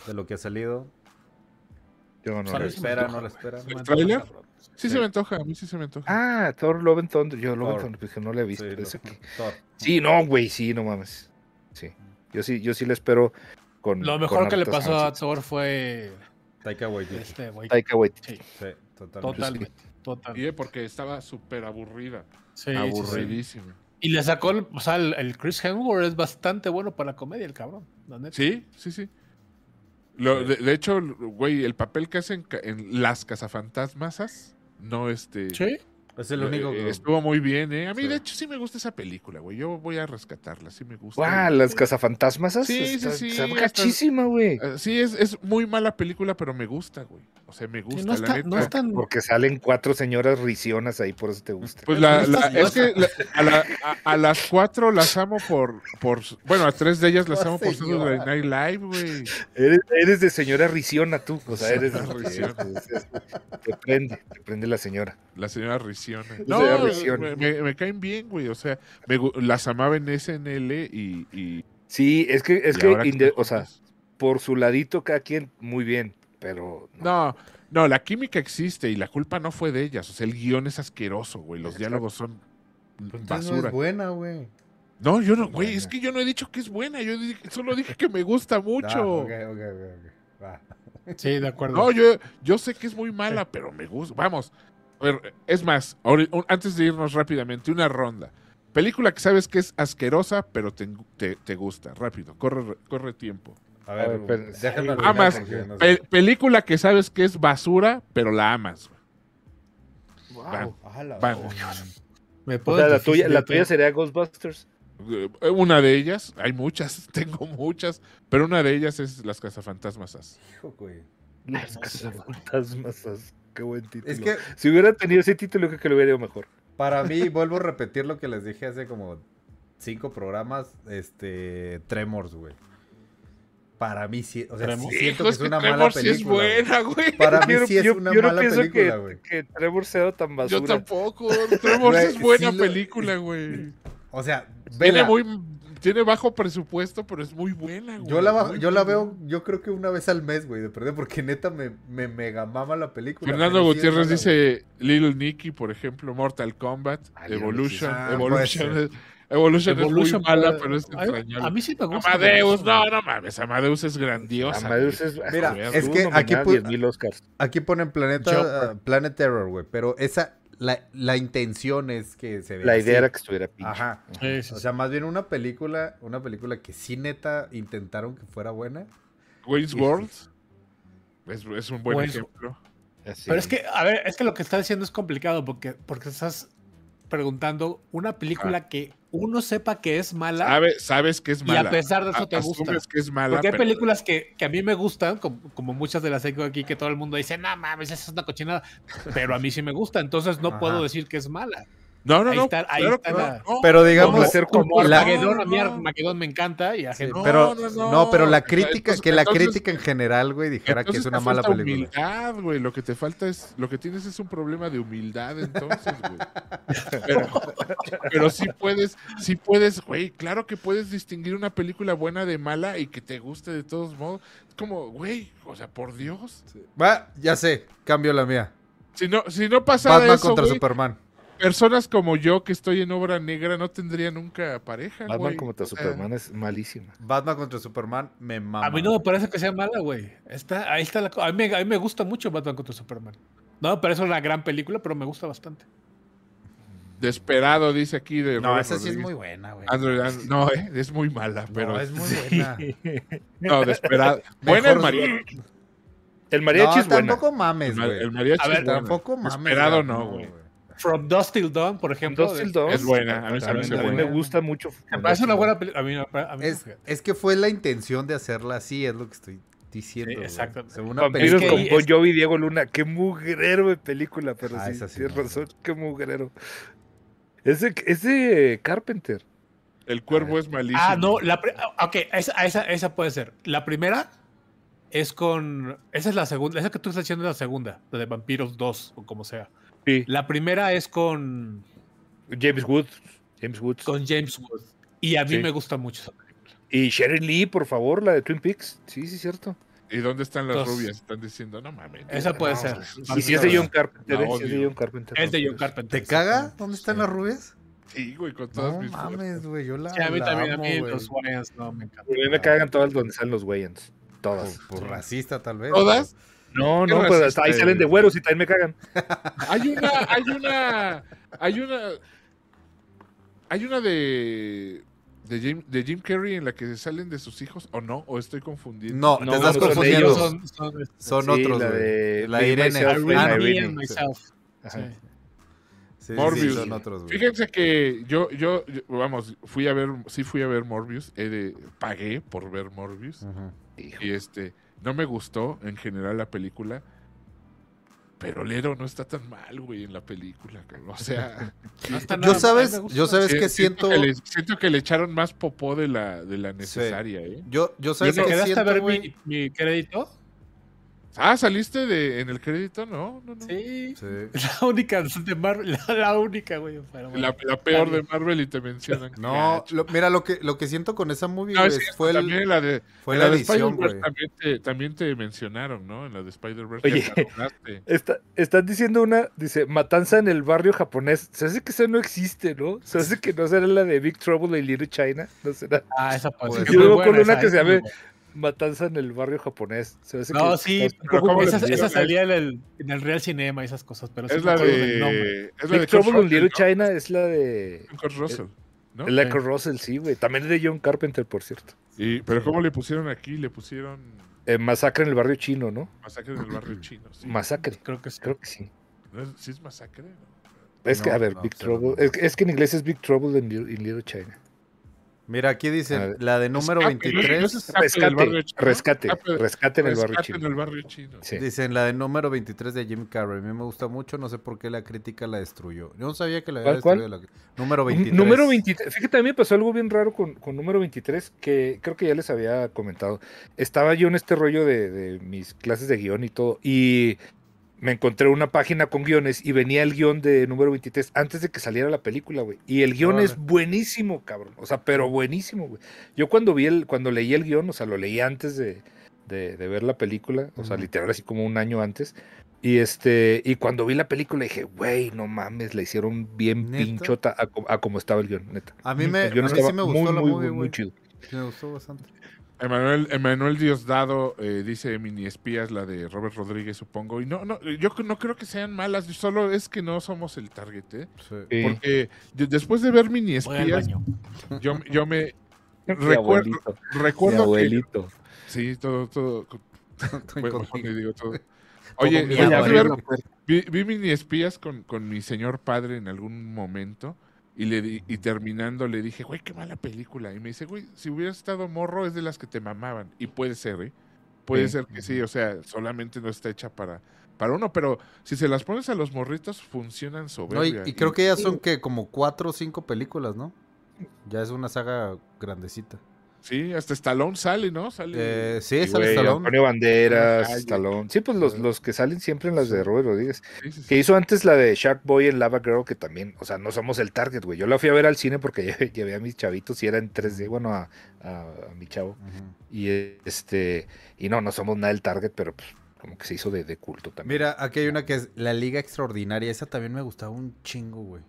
[SPEAKER 3] De lo que ha salido.
[SPEAKER 1] Yo no la
[SPEAKER 6] Sale
[SPEAKER 3] ¿Lo
[SPEAKER 1] vi.
[SPEAKER 6] ese-
[SPEAKER 3] espera, no lo espera?
[SPEAKER 2] ¿El tráiler? Sí, se me antoja, a mí sí se me antoja.
[SPEAKER 1] Ah, Thor Love and Thunder. Yo Love
[SPEAKER 3] Thor.
[SPEAKER 1] and Thunder, pues, que no la he visto.
[SPEAKER 3] Sí,
[SPEAKER 1] pensé
[SPEAKER 3] lo-
[SPEAKER 1] que-
[SPEAKER 3] Thor.
[SPEAKER 1] Sí, no, güey, sí, no mames. Sí. Yo sí, yo sí la espero con.
[SPEAKER 6] Lo
[SPEAKER 1] con
[SPEAKER 6] mejor que le
[SPEAKER 1] hartas
[SPEAKER 6] pasó a
[SPEAKER 1] ansias.
[SPEAKER 6] Thor fue
[SPEAKER 3] Taika Waititi.
[SPEAKER 6] este güey.
[SPEAKER 1] Taika Waititi.
[SPEAKER 6] Sí,
[SPEAKER 3] Sí, totalmente.
[SPEAKER 6] totalmente.
[SPEAKER 1] Ah.
[SPEAKER 6] Total.
[SPEAKER 2] Y, eh, porque estaba súper aburrida.
[SPEAKER 6] Sí, sí, sí.
[SPEAKER 2] aburridísima.
[SPEAKER 6] Y le sacó, el- o sea, el, el Chris Hemsworth es bastante bueno para la comedia, el cabrón. la neta.
[SPEAKER 2] Sí, sí, sí. Lo- de, de hecho, güey, el papel que hacen ca- en Las Cazafantasmasas, no este.
[SPEAKER 6] Sí.
[SPEAKER 3] Es el
[SPEAKER 2] Eh,
[SPEAKER 3] único
[SPEAKER 2] eh,
[SPEAKER 3] que...
[SPEAKER 2] Estuvo muy bien, ¿eh? A mí,
[SPEAKER 3] Sí.
[SPEAKER 2] de hecho, sí me gusta esa película, güey. Yo voy a rescatarla, sí me gusta.
[SPEAKER 1] Guau, Ah, las cazafantasmas. esas
[SPEAKER 2] Sí, sí,
[SPEAKER 1] están-
[SPEAKER 2] sí,
[SPEAKER 1] están
[SPEAKER 2] hasta-
[SPEAKER 1] gachísima, güey.
[SPEAKER 2] Eh, Sí, es, es muy mala película, pero me gusta, güey. O sea, me gusta,
[SPEAKER 6] Sí, no,
[SPEAKER 2] la
[SPEAKER 6] está,
[SPEAKER 2] neta.
[SPEAKER 6] no es tan.
[SPEAKER 1] Porque salen cuatro señoras ricionas ahí, por eso te gusta.
[SPEAKER 2] Pues la,
[SPEAKER 6] no
[SPEAKER 2] la-
[SPEAKER 6] estás
[SPEAKER 2] es que la- a, la- a- a las cuatro las amo por, por. su- Bueno, a tres de ellas las
[SPEAKER 3] No,
[SPEAKER 2] amo por su
[SPEAKER 3] señora.
[SPEAKER 2] Night Live, güey.
[SPEAKER 1] Eres, eres de señora risiona tú. O sea, eres de
[SPEAKER 2] Señora risiona.
[SPEAKER 1] es- es- Te prende, te prende la señora.
[SPEAKER 2] La señora Risiona.
[SPEAKER 1] La
[SPEAKER 2] No,
[SPEAKER 1] señora Risiona.
[SPEAKER 2] Me, me- me caen bien, güey. O sea, me gu- las amaba en SNL y. y
[SPEAKER 1] Sí, es que, es
[SPEAKER 2] y
[SPEAKER 1] que,
[SPEAKER 2] ahora
[SPEAKER 1] inde-
[SPEAKER 2] están
[SPEAKER 1] o sea,
[SPEAKER 2] juntas.
[SPEAKER 1] por su ladito cada quien muy bien, pero no.
[SPEAKER 2] No, no, la química existe y la culpa no fue de ellas. O sea, el guión es asqueroso, güey. Los diálogos son
[SPEAKER 1] Pues
[SPEAKER 2] basura.
[SPEAKER 3] buena, güey.
[SPEAKER 2] No, yo no, güey, es
[SPEAKER 1] Buena.
[SPEAKER 2] que yo no he dicho que es buena. Yo di- solo dije que me gusta mucho.
[SPEAKER 6] Sí, de acuerdo.
[SPEAKER 2] No, yo, yo sé que es muy mala, pero me gusta. Vamos. A ver, es más, ahori- un- antes de irnos rápidamente, una ronda. Película que sabes que es asquerosa, pero te, te- te gusta. Rápido, corre, corre tiempo.
[SPEAKER 3] A
[SPEAKER 1] A
[SPEAKER 3] ver,
[SPEAKER 1] ver, pero-
[SPEAKER 3] déjalo al
[SPEAKER 2] Amas-
[SPEAKER 3] final porque no
[SPEAKER 2] Pe-
[SPEAKER 3] sé.
[SPEAKER 2] película que sabes que es basura, pero la amas. güey. Van,
[SPEAKER 3] Ala,
[SPEAKER 2] van.
[SPEAKER 3] güey.
[SPEAKER 6] Me
[SPEAKER 1] O
[SPEAKER 6] pones
[SPEAKER 1] sea, la
[SPEAKER 6] difícil ¿eh?
[SPEAKER 1] tuya,
[SPEAKER 6] de
[SPEAKER 1] la
[SPEAKER 6] todo.
[SPEAKER 1] tuya sería Ghostbusters.
[SPEAKER 2] Eh, Una de ellas, hay muchas, tengo muchas, pero una de ellas es Las Cazafantasmas.
[SPEAKER 3] Hijo, güey.
[SPEAKER 1] Las cazafantasmas. as- Qué buen título.
[SPEAKER 3] Es que
[SPEAKER 1] Si hubiera tenido ese título, creo que lo hubiera ido mejor.
[SPEAKER 3] para mí, vuelvo a repetir lo que les dije hace como cinco programas, este, Tremors, güey. Para mí sí, o sea, sí
[SPEAKER 6] Tremors.
[SPEAKER 3] siento
[SPEAKER 2] Hijo,
[SPEAKER 3] que es una mala
[SPEAKER 2] Tremor sí
[SPEAKER 3] película.
[SPEAKER 2] es
[SPEAKER 3] güey.
[SPEAKER 2] buena, güey.
[SPEAKER 3] Para mí
[SPEAKER 1] Yo no-
[SPEAKER 3] sí es
[SPEAKER 1] yo-
[SPEAKER 3] una
[SPEAKER 1] yo no
[SPEAKER 3] mala
[SPEAKER 1] pienso que-
[SPEAKER 3] película, güey.
[SPEAKER 1] Que Trevor sea tan basura.
[SPEAKER 2] Yo tampoco. Tremor sí
[SPEAKER 3] Güey,
[SPEAKER 2] es buena
[SPEAKER 3] sí lo-
[SPEAKER 2] película, güey.
[SPEAKER 3] O sea,
[SPEAKER 2] Tiene,
[SPEAKER 3] vela.
[SPEAKER 2] muy, tiene bajo presupuesto, pero es muy buena, güey.
[SPEAKER 3] Yo la, ba-
[SPEAKER 2] Muy
[SPEAKER 3] yo la
[SPEAKER 2] buena.
[SPEAKER 3] veo, yo creo que una vez al mes, güey, de perder, porque neta me, me mega mama la película.
[SPEAKER 2] Fernando
[SPEAKER 3] pero sí es
[SPEAKER 2] Gutiérrez
[SPEAKER 3] mala, güey.
[SPEAKER 2] dice Little Nicky, por ejemplo, Mortal Kombat,
[SPEAKER 1] Ah, Little
[SPEAKER 2] Evolution.
[SPEAKER 3] Nicky, sí. Ah,
[SPEAKER 2] Evolution,
[SPEAKER 3] puede
[SPEAKER 2] es, Evolution,
[SPEAKER 6] Evolution,
[SPEAKER 2] es muy mala,
[SPEAKER 6] pero-
[SPEAKER 2] pero es
[SPEAKER 6] a- A,
[SPEAKER 2] extrañable.
[SPEAKER 6] mí sí me gusta.
[SPEAKER 2] Amadeus,
[SPEAKER 6] Amadeus,
[SPEAKER 2] no, no mames. Amadeus es grandiosa.
[SPEAKER 1] Amadeus
[SPEAKER 2] güey.
[SPEAKER 1] es,
[SPEAKER 3] Mira,
[SPEAKER 1] Amadeus
[SPEAKER 3] es
[SPEAKER 1] tuvo
[SPEAKER 3] que
[SPEAKER 1] nominada
[SPEAKER 3] aquí
[SPEAKER 1] a
[SPEAKER 3] pu-
[SPEAKER 1] 10,000 Oscars.
[SPEAKER 3] Aquí ponen Planeta,
[SPEAKER 6] Jumper.
[SPEAKER 3] uh, Planet Terror, güey, pero esa, la, la intención es que se vea
[SPEAKER 1] La
[SPEAKER 3] así.
[SPEAKER 1] idea era que estuviera pinche.
[SPEAKER 3] Ajá.
[SPEAKER 6] Sí, sí,
[SPEAKER 3] O
[SPEAKER 6] sí.
[SPEAKER 3] sea, más bien una película, una película que sí neta intentaron que fuera buena.
[SPEAKER 2] Wayne's
[SPEAKER 3] Sí, sí.
[SPEAKER 2] World. Es, es un buen
[SPEAKER 6] Wayne's-
[SPEAKER 2] ejemplo.
[SPEAKER 1] Así.
[SPEAKER 6] Pero es que, a ver, es que lo que está diciendo es complicado porque, porque estás preguntando una película que uno sepa que es mala
[SPEAKER 2] Sabe- sabes que es
[SPEAKER 6] Ah. y
[SPEAKER 2] mala.
[SPEAKER 6] a pesar de eso
[SPEAKER 2] A-
[SPEAKER 6] te gusta.
[SPEAKER 2] asumes que es mala.
[SPEAKER 6] Porque hay
[SPEAKER 2] pero-
[SPEAKER 6] películas que, que a mí me gustan, como, como muchas de las que tengo aquí, que todo el mundo dice, no mames, esa es una cochinada, pero a mí sí me gusta, entonces no
[SPEAKER 3] Ajá.
[SPEAKER 6] puedo decir que es mala.
[SPEAKER 2] No, no,
[SPEAKER 6] Ahí
[SPEAKER 2] no.
[SPEAKER 6] está- ahí
[SPEAKER 2] claro
[SPEAKER 6] está
[SPEAKER 2] que
[SPEAKER 6] la-
[SPEAKER 2] no, no.
[SPEAKER 3] Pero
[SPEAKER 1] Vamos a
[SPEAKER 3] digamos,
[SPEAKER 1] hacer
[SPEAKER 6] Como
[SPEAKER 1] como
[SPEAKER 3] la-
[SPEAKER 6] Armagedón, a mí Armagedón me encanta y a
[SPEAKER 3] sí,
[SPEAKER 6] gente-
[SPEAKER 2] no,
[SPEAKER 3] pero
[SPEAKER 2] no,
[SPEAKER 3] no,
[SPEAKER 2] no.
[SPEAKER 3] pero la
[SPEAKER 2] Entonces-
[SPEAKER 3] crítica, que la
[SPEAKER 2] entonces-
[SPEAKER 3] crítica en general, güey, dijera que es
[SPEAKER 2] Entonces
[SPEAKER 3] una
[SPEAKER 2] te
[SPEAKER 3] mala
[SPEAKER 2] falta
[SPEAKER 3] película.
[SPEAKER 2] humildad, güey. Lo que te falta es, lo que tienes es un problema de humildad, entonces, güey. Pero, pero sí puedes, sí puedes, güey. Claro que puedes distinguir una película buena de mala y que te guste de todos modos. Es como, güey, o sea, por Dios.
[SPEAKER 3] Va, ya sé, cambio la mía.
[SPEAKER 2] Si no, si no pasara
[SPEAKER 3] Batman
[SPEAKER 2] eso,
[SPEAKER 3] contra
[SPEAKER 2] güey,
[SPEAKER 3] Superman.
[SPEAKER 2] personas como yo que estoy en obra negra no tendría nunca pareja,
[SPEAKER 1] Batman
[SPEAKER 2] güey.
[SPEAKER 1] contra
[SPEAKER 2] O sea,
[SPEAKER 1] Superman es malísima.
[SPEAKER 3] Batman contra Superman me mama.
[SPEAKER 6] A mí no me parece que sea mala, güey. Está, ahí está la co- a, mí, me- a mí me gusta mucho Batman contra Superman. No me parece una gran película, pero me gusta bastante.
[SPEAKER 2] Desperado, dice aquí. De
[SPEAKER 3] No,
[SPEAKER 2] Robert
[SPEAKER 3] esa sí es
[SPEAKER 2] Rodríguez.
[SPEAKER 3] muy buena, güey.
[SPEAKER 2] Andrew Dan- no, eh, es muy mala,
[SPEAKER 3] No,
[SPEAKER 2] pero
[SPEAKER 3] es muy buena.
[SPEAKER 2] No, desesperado. Buena el
[SPEAKER 3] Mejor-
[SPEAKER 2] mariachi.
[SPEAKER 1] El mariachi
[SPEAKER 3] no,
[SPEAKER 1] es buena.
[SPEAKER 3] tampoco mames,
[SPEAKER 2] El,
[SPEAKER 3] güey.
[SPEAKER 2] mariachi
[SPEAKER 6] A ver,
[SPEAKER 2] es buena.
[SPEAKER 3] Tampoco mames.
[SPEAKER 2] Desperado
[SPEAKER 3] güey.
[SPEAKER 2] no, güey.
[SPEAKER 6] From Dust Till Dawn, por ejemplo.
[SPEAKER 1] Dos
[SPEAKER 6] de-
[SPEAKER 1] Till Dawn
[SPEAKER 2] Es buena. A mí se me
[SPEAKER 1] también-
[SPEAKER 2] hace
[SPEAKER 1] a mí
[SPEAKER 2] buena.
[SPEAKER 1] me gusta mucho.
[SPEAKER 6] Me parece una buena película. A mí, no- a mí no,
[SPEAKER 3] Es,
[SPEAKER 6] fíjate.
[SPEAKER 3] es que fue la intención de hacerla así, es lo que estoy diciendo.
[SPEAKER 6] Sí,
[SPEAKER 3] güey.
[SPEAKER 6] exactamente.
[SPEAKER 3] O sea, una
[SPEAKER 1] Vampiros
[SPEAKER 3] película-
[SPEAKER 1] con
[SPEAKER 6] ahí
[SPEAKER 1] Bon
[SPEAKER 6] es-
[SPEAKER 1] Jovi y Diego Luna. Qué mugrero de película, pero
[SPEAKER 3] Ah,
[SPEAKER 1] sí,
[SPEAKER 3] esa sí
[SPEAKER 1] tienes
[SPEAKER 3] no.
[SPEAKER 1] razón. Qué mugrero. Ese, ese Carpenter.
[SPEAKER 2] El cuervo es malísimo.
[SPEAKER 6] Ah, no, la pri- ah, ok, esa, a esa, esa puede ser. La primera es con. Esa es la segunda. Esa que tú estás diciendo es la segunda, la de Vampiros 2, o como sea.
[SPEAKER 1] Sí.
[SPEAKER 6] La primera es con,
[SPEAKER 1] James Woods. James Woods.
[SPEAKER 6] con James Wood. Y a mí
[SPEAKER 1] Sí.
[SPEAKER 6] me gusta mucho. esa película.
[SPEAKER 1] Y Sharon Lee, por favor, la de Twin Peaks. Sí, sí, cierto.
[SPEAKER 2] ¿Y dónde están las
[SPEAKER 6] Entonces-
[SPEAKER 2] rubias? Están diciendo, no mames.
[SPEAKER 6] Esa puede
[SPEAKER 2] no,
[SPEAKER 6] ser.
[SPEAKER 1] Y
[SPEAKER 6] Vampiros
[SPEAKER 1] si es de John
[SPEAKER 6] 2.
[SPEAKER 1] Carpenter,
[SPEAKER 2] La
[SPEAKER 1] eh, sí es de
[SPEAKER 2] odio.
[SPEAKER 1] John Carpenter.
[SPEAKER 6] Es de
[SPEAKER 1] no,
[SPEAKER 6] John
[SPEAKER 1] pero-
[SPEAKER 6] Carpenter.
[SPEAKER 3] pues, ¿Te caga?
[SPEAKER 6] exactamente.
[SPEAKER 3] ¿Dónde están
[SPEAKER 1] Sí.
[SPEAKER 3] las rubias?
[SPEAKER 2] Sí, güey, con todas
[SPEAKER 3] No
[SPEAKER 2] mis fuerzas.
[SPEAKER 3] mames, güey. Yo la.
[SPEAKER 6] Sí, a mí
[SPEAKER 3] la
[SPEAKER 6] también,
[SPEAKER 3] amo,
[SPEAKER 6] a mí
[SPEAKER 3] güey.
[SPEAKER 6] los Wayans no me encantan.
[SPEAKER 1] A mí me cagan todas donde salen los Wayans. Todas.
[SPEAKER 3] Por, por racista, tal vez.
[SPEAKER 2] ¿Todas?
[SPEAKER 1] No,
[SPEAKER 2] Qué
[SPEAKER 1] no, pues
[SPEAKER 2] racista
[SPEAKER 1] hasta ahí
[SPEAKER 2] eres.
[SPEAKER 1] salen de güeros y también me cagan.
[SPEAKER 2] Hay una, hay una, hay una, hay una de, de, Jim, de Jim Carrey en la que salen de sus hijos, ¿o no? ¿O estoy confundido.
[SPEAKER 3] No,
[SPEAKER 1] No,
[SPEAKER 3] te estás
[SPEAKER 1] no son de
[SPEAKER 3] confundiendo.
[SPEAKER 1] ellos.
[SPEAKER 3] Son,
[SPEAKER 6] Son, son este,
[SPEAKER 1] Sí,
[SPEAKER 3] otros,
[SPEAKER 1] la
[SPEAKER 3] güey.
[SPEAKER 1] de
[SPEAKER 3] La
[SPEAKER 1] Be
[SPEAKER 3] Irene.
[SPEAKER 1] Myself
[SPEAKER 3] Ah,
[SPEAKER 1] and
[SPEAKER 3] no.
[SPEAKER 6] I
[SPEAKER 1] Irene.
[SPEAKER 6] Really
[SPEAKER 3] Irene,
[SPEAKER 6] Am
[SPEAKER 3] sí.
[SPEAKER 6] Myself.
[SPEAKER 1] Ajá.
[SPEAKER 6] Sí.
[SPEAKER 3] Sí, sí, sí,
[SPEAKER 2] Morbius.
[SPEAKER 3] son otros, güey.
[SPEAKER 2] Fíjense que yo, yo, yo- vamos, fui a ver, sí fui a ver Morbius, eh, de- pagué por ver Morbius.
[SPEAKER 3] Ujú.
[SPEAKER 2] Y este, no me gustó en general la película. Pero Lero no está tan mal, güey, en la película. cabrón. O sea,
[SPEAKER 6] No está nada
[SPEAKER 3] Yo
[SPEAKER 6] mal, me
[SPEAKER 3] sabes,
[SPEAKER 6] gusta.
[SPEAKER 3] yo sabes
[SPEAKER 2] sí,
[SPEAKER 3] que siento.
[SPEAKER 2] que le, siento que le echaron más popó de la, de la necesaria, ¿eh?
[SPEAKER 3] Yo, yo
[SPEAKER 6] ¿Te
[SPEAKER 3] sabes que
[SPEAKER 6] quedaste a
[SPEAKER 3] siento,
[SPEAKER 6] ver
[SPEAKER 3] güey.
[SPEAKER 6] mi, mi crédito?
[SPEAKER 2] Ah, saliste de, en el crédito, no, no, no.
[SPEAKER 6] Sí.
[SPEAKER 3] Sí.
[SPEAKER 6] La única de Marvel, la, la única, güey. pero bueno.
[SPEAKER 2] La, la peor de Marvel y te mencionan.
[SPEAKER 3] No,
[SPEAKER 2] Gacho.
[SPEAKER 3] lo- mira, lo que, lo que siento con esa movie,
[SPEAKER 2] No,
[SPEAKER 3] güey,
[SPEAKER 2] es cierto,
[SPEAKER 3] fue, el-
[SPEAKER 2] también la de,
[SPEAKER 3] fue
[SPEAKER 2] en
[SPEAKER 3] la
[SPEAKER 2] de
[SPEAKER 3] edición,
[SPEAKER 2] Spider-Verse
[SPEAKER 3] güey.
[SPEAKER 2] también te, también te mencionaron, ¿no? En la de Spider-Verse.
[SPEAKER 1] Oye.
[SPEAKER 2] que te arrugaste.
[SPEAKER 1] Está, están diciendo una, dice, matanza en el barrio japonés. Se hace que eso no existe, ¿no? Se hace que no será la de Big Trouble in Little China. No será
[SPEAKER 6] Ah, esa puede
[SPEAKER 3] Pues,
[SPEAKER 6] ser.
[SPEAKER 1] yo
[SPEAKER 6] Muy
[SPEAKER 1] veo
[SPEAKER 6] buena
[SPEAKER 1] con una
[SPEAKER 6] esa,
[SPEAKER 1] que se
[SPEAKER 6] esa
[SPEAKER 1] llame-
[SPEAKER 6] muy buena.
[SPEAKER 1] matanza en el barrio japonés. Se hace
[SPEAKER 6] No,
[SPEAKER 1] que-
[SPEAKER 6] sí,
[SPEAKER 1] Big
[SPEAKER 2] pero ¿cómo
[SPEAKER 6] esa,
[SPEAKER 2] le pusieron
[SPEAKER 6] esa
[SPEAKER 2] a
[SPEAKER 6] salía en el, en el Real Cinema y esas cosas, pero sí
[SPEAKER 2] Es
[SPEAKER 6] me
[SPEAKER 2] la
[SPEAKER 6] acuerdo del nombre.
[SPEAKER 2] de. Es la de Kurt
[SPEAKER 1] Trouble Eh. in Little
[SPEAKER 2] Russell, ¿no?
[SPEAKER 1] China es la de...
[SPEAKER 2] Kurt Russell, ¿no?
[SPEAKER 1] es la de Kurt Russell, sí, güey. También es de John Carpenter, por cierto.
[SPEAKER 2] Y- pero ¿cómo le pusieron aquí? Le pusieron
[SPEAKER 1] Eh, masacre en el barrio chino, ¿no?
[SPEAKER 2] masacre en el barrio chino. Sí,
[SPEAKER 1] Masacre.
[SPEAKER 6] Creo que sí.
[SPEAKER 1] Creo que sí.
[SPEAKER 2] ¿No es, sí es masacre?
[SPEAKER 1] Es que,
[SPEAKER 3] No,
[SPEAKER 1] a ver,
[SPEAKER 3] no,
[SPEAKER 1] Big
[SPEAKER 3] cero,
[SPEAKER 1] Trouble.
[SPEAKER 3] no.
[SPEAKER 1] Es, que- es que en inglés es Big Trouble in, Little- in Little China.
[SPEAKER 3] Mira, aquí
[SPEAKER 1] A
[SPEAKER 3] dicen,
[SPEAKER 1] ver.
[SPEAKER 3] la de número
[SPEAKER 2] Escape, ¿no? No
[SPEAKER 3] 23,
[SPEAKER 2] se- Escape del Ah, barrio
[SPEAKER 1] Rescate,
[SPEAKER 2] chino.
[SPEAKER 1] rescate,
[SPEAKER 2] Escape-
[SPEAKER 1] rescate en el barrio
[SPEAKER 2] Rescate en
[SPEAKER 1] chino.
[SPEAKER 2] el barrio chino.
[SPEAKER 1] Sí.
[SPEAKER 3] dicen la de número 23 de Jim Carrey. A mí me gusta mucho, no sé por qué la crítica la destruyó. Yo no sabía que la había
[SPEAKER 1] ¿Cuál, cuál?
[SPEAKER 3] destruido. la- Número 23.
[SPEAKER 1] Número 23. Fíjate, a mí me pasó algo bien raro con, con número 23 que creo que ya les había comentado. Estaba yo en este rollo de, de mis clases de guión y todo y me encontré una página con guiones y venía el guión de número 23 antes de que saliera la película, güey. Y el guión
[SPEAKER 3] Órale.
[SPEAKER 1] es buenísimo, cabrón. O sea, pero buenísimo, güey. Yo cuando vi el, cuando leí el guión, o sea, lo leí antes de, de, de ver la película, o sea,
[SPEAKER 3] Ujú.
[SPEAKER 1] literal así como un año antes. Y este, y cuando vi la película dije, güey, no mames, la hicieron bien
[SPEAKER 3] ¿Neta?
[SPEAKER 1] pinchota a, co- a como estaba el guión, neta.
[SPEAKER 3] A mí me,
[SPEAKER 1] el guión
[SPEAKER 3] a mí
[SPEAKER 1] estaba
[SPEAKER 3] sí me
[SPEAKER 1] muy,
[SPEAKER 3] gustó la
[SPEAKER 1] muy,
[SPEAKER 3] movie,
[SPEAKER 1] muy,
[SPEAKER 3] güey.
[SPEAKER 1] chido.
[SPEAKER 3] Me gustó bastante.
[SPEAKER 2] Emanuel, Emanuel Diosdado eh, dice Mini Espías, la de Robert Rodríguez, supongo. Y no, no, yo no creo que sean malas, solo es que no somos el target, ¿eh?
[SPEAKER 3] Sí.
[SPEAKER 1] Sí.
[SPEAKER 2] Porque de- después de ver Mini
[SPEAKER 6] Voy al
[SPEAKER 2] Espías,
[SPEAKER 6] baño.
[SPEAKER 2] yo, yo me
[SPEAKER 1] Mi
[SPEAKER 2] recuerdo,
[SPEAKER 1] abuelito, mi
[SPEAKER 2] recuerdo que...
[SPEAKER 1] abuelito.
[SPEAKER 2] Sí, todo, todo,
[SPEAKER 3] Estoy
[SPEAKER 2] Bueno, mejor
[SPEAKER 3] contigo.
[SPEAKER 2] ni digo todo. Oye,
[SPEAKER 3] mi
[SPEAKER 2] fui a
[SPEAKER 3] abuelo.
[SPEAKER 2] ver- vi, vi mini espías con, con mi señor padre en algún momento y le di- y terminando le dije, güey, qué mala película. Y me dice, güey, si hubieras estado morro es de las que te mamaban. Y puede ser, ¿eh? Puede
[SPEAKER 1] Sí.
[SPEAKER 2] ser que sí, o sea, solamente no está hecha para, para uno, pero si se las pones a los morritos, funcionan
[SPEAKER 3] No, y,
[SPEAKER 2] soberbia.
[SPEAKER 3] y creo que ya son que como cuatro o cinco películas, ¿no? Ya es una saga grandecita.
[SPEAKER 2] Sí, hasta Stallone sale, ¿no? Sale.
[SPEAKER 3] Eh, sí,
[SPEAKER 1] Y,
[SPEAKER 3] sale
[SPEAKER 1] güey,
[SPEAKER 3] Stallone.
[SPEAKER 1] Antonio Banderas,
[SPEAKER 2] Ay,
[SPEAKER 1] Stallone. Sí, pues los, los que salen siempre en las de Robert Rodríguez.
[SPEAKER 2] Sí, sí, sí.
[SPEAKER 1] Que hizo antes la de Shark Boy en Lava Girl, que también, o sea, no somos el target, güey. Yo la fui a ver al cine porque lle- llevé a mis chavitos y era en 3D, bueno, a, a- a mi chavo.
[SPEAKER 3] Ujú.
[SPEAKER 1] Y eh, este, y no, no somos nada el target, pero pues, como que se hizo de, de culto también.
[SPEAKER 3] Mira, aquí hay una que es La Liga Extraordinaria. Esa también me gustaba un chingo, güey.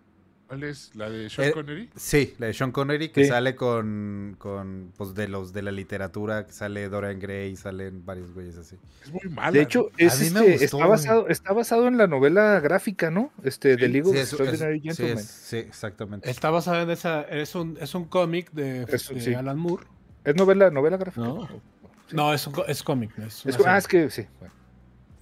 [SPEAKER 2] ¿Cuál es? ¿La de Sean
[SPEAKER 3] Eh,
[SPEAKER 2] Connery?
[SPEAKER 3] Sí, la de Sean Connery que
[SPEAKER 1] Sí.
[SPEAKER 3] sale con, con, pues, de los de la literatura, que sale Dorian Gray, salen varios güeyes así.
[SPEAKER 2] Es muy mala.
[SPEAKER 1] de hecho, es,
[SPEAKER 3] A mí me
[SPEAKER 1] este,
[SPEAKER 3] gustó,
[SPEAKER 1] está,
[SPEAKER 3] güey.
[SPEAKER 1] basado, está basado en la novela gráfica, ¿no? Este, de League of
[SPEAKER 3] Sí, es- es-
[SPEAKER 1] Extraordinary
[SPEAKER 3] sí, es-
[SPEAKER 1] Gentlemen. Es,
[SPEAKER 3] sí, exactamente.
[SPEAKER 6] Está basada en esa. Es un, es un cómic de,
[SPEAKER 1] Eso,
[SPEAKER 6] de
[SPEAKER 1] sí.
[SPEAKER 6] Alan Moore.
[SPEAKER 1] novela, novela gráfica.
[SPEAKER 6] No. No, es, un co- es cómic. no Es,
[SPEAKER 1] Es-
[SPEAKER 6] una
[SPEAKER 1] ah,
[SPEAKER 6] serie.
[SPEAKER 1] es que sí. bueno.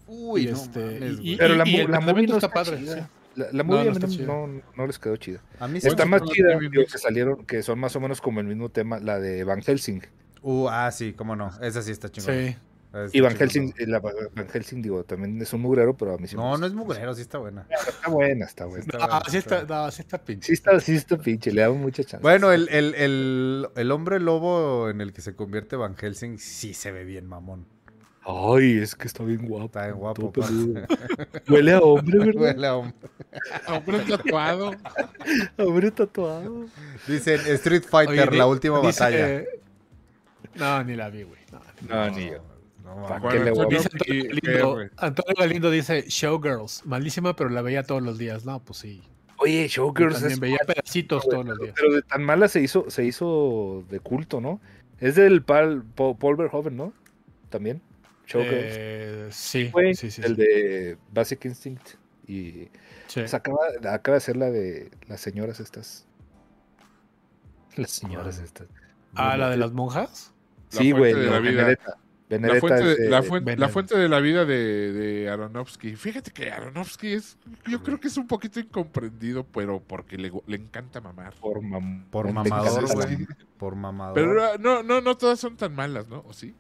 [SPEAKER 3] Uy,
[SPEAKER 6] y
[SPEAKER 3] no
[SPEAKER 6] este,
[SPEAKER 3] mames,
[SPEAKER 6] y-
[SPEAKER 3] güey.
[SPEAKER 1] Pero la,
[SPEAKER 6] y
[SPEAKER 1] mu-
[SPEAKER 6] el
[SPEAKER 1] la movie
[SPEAKER 6] tratamiento
[SPEAKER 1] no
[SPEAKER 6] está
[SPEAKER 1] está,
[SPEAKER 6] padre,
[SPEAKER 1] chida.
[SPEAKER 6] sí.
[SPEAKER 1] La, la
[SPEAKER 6] No,
[SPEAKER 1] movie
[SPEAKER 6] no
[SPEAKER 1] a mí
[SPEAKER 6] está
[SPEAKER 1] no-
[SPEAKER 6] chida.
[SPEAKER 1] no, no les quedó chida.
[SPEAKER 3] A mí sí
[SPEAKER 1] Está
[SPEAKER 3] me
[SPEAKER 1] más
[SPEAKER 3] gustó.
[SPEAKER 1] chida digo, que salieron, que son más o menos como el mismo tema, la de Van Helsing.
[SPEAKER 3] Uh, ah, sí, cómo no. Esa sí está chingona.
[SPEAKER 6] Sí.
[SPEAKER 3] Esa está
[SPEAKER 1] Y Van
[SPEAKER 3] chingona.
[SPEAKER 1] Helsing, eh, la, Van Helsing, digo, también es un mugrero, pero a mí sí me
[SPEAKER 3] No, no
[SPEAKER 1] gusta.
[SPEAKER 3] es mugrero, sí está buena.
[SPEAKER 1] Está buena, está buena.
[SPEAKER 3] Está buena,
[SPEAKER 6] Ah, sí
[SPEAKER 3] está
[SPEAKER 6] está,
[SPEAKER 3] buena.
[SPEAKER 6] no, sí está pinche.
[SPEAKER 1] Sí está, sí está pinche, le damos mucha chance.
[SPEAKER 3] Bueno, el, el, el, el hombre lobo en el que se convierte Van Helsing sí se ve bien mamón.
[SPEAKER 1] Ay, es que está bien guapo.
[SPEAKER 3] Está bien
[SPEAKER 1] todo
[SPEAKER 3] guapo. pa.
[SPEAKER 1] peludo. Huele a hombre, ¿verdad?
[SPEAKER 3] Huele a hombre.
[SPEAKER 2] Hombre tatuado.
[SPEAKER 1] A hombre tatuado.
[SPEAKER 3] Dicen Street Fighter,
[SPEAKER 6] Oye,
[SPEAKER 3] la
[SPEAKER 6] di-
[SPEAKER 3] última
[SPEAKER 6] dice- eh,
[SPEAKER 3] batalla.
[SPEAKER 6] No, ni la vi, güey. No.
[SPEAKER 1] No, ni yo.
[SPEAKER 3] No,
[SPEAKER 1] ¿Pa'
[SPEAKER 3] mames.
[SPEAKER 1] qué le voy a-
[SPEAKER 6] Dice
[SPEAKER 2] Y-
[SPEAKER 6] Antonio Galindo,
[SPEAKER 2] PR.
[SPEAKER 6] Antonio Galindo dice Showgirls, malísima, pero la veía todos los días. No, pues sí.
[SPEAKER 1] Oye,
[SPEAKER 6] Yo
[SPEAKER 1] Showgirls es
[SPEAKER 6] también veía pedacitos todos los días.
[SPEAKER 1] Ah, Pero de tan mala se hizo, se hizo de culto, ¿no? Es del pal- Paul, Paul Verhoeven, ¿no? También. Showgirls.
[SPEAKER 6] Eh, sí,
[SPEAKER 1] Fue
[SPEAKER 6] sí, sí.
[SPEAKER 1] el
[SPEAKER 6] sí.
[SPEAKER 1] de Basic Instinct. Y
[SPEAKER 6] Sí.
[SPEAKER 1] pues, acaba, acaba de ser la de las señoras estas. Las señoras estas.
[SPEAKER 6] Ah, la de las monjas.
[SPEAKER 2] La
[SPEAKER 1] Sí,
[SPEAKER 2] fuente
[SPEAKER 1] güey.
[SPEAKER 2] de la
[SPEAKER 1] no,
[SPEAKER 2] vida.
[SPEAKER 1] Benedetta.
[SPEAKER 2] La
[SPEAKER 1] Benedetta
[SPEAKER 2] fuente,
[SPEAKER 1] es
[SPEAKER 2] de,
[SPEAKER 1] de-
[SPEAKER 2] la, fuente, la
[SPEAKER 6] Veneno.
[SPEAKER 2] fuente de la vida de, de Aronofsky. Fíjate que Aronofsky es, yo creo que es un poquito incomprendido, pero porque le, gu- le encanta mamar.
[SPEAKER 1] por, mam-
[SPEAKER 3] Por
[SPEAKER 1] en
[SPEAKER 3] mamador,
[SPEAKER 1] Texas.
[SPEAKER 3] güey. Por mamador.
[SPEAKER 2] Pero ah, no, no, no todas son tan malas, ¿no? ¿O sí?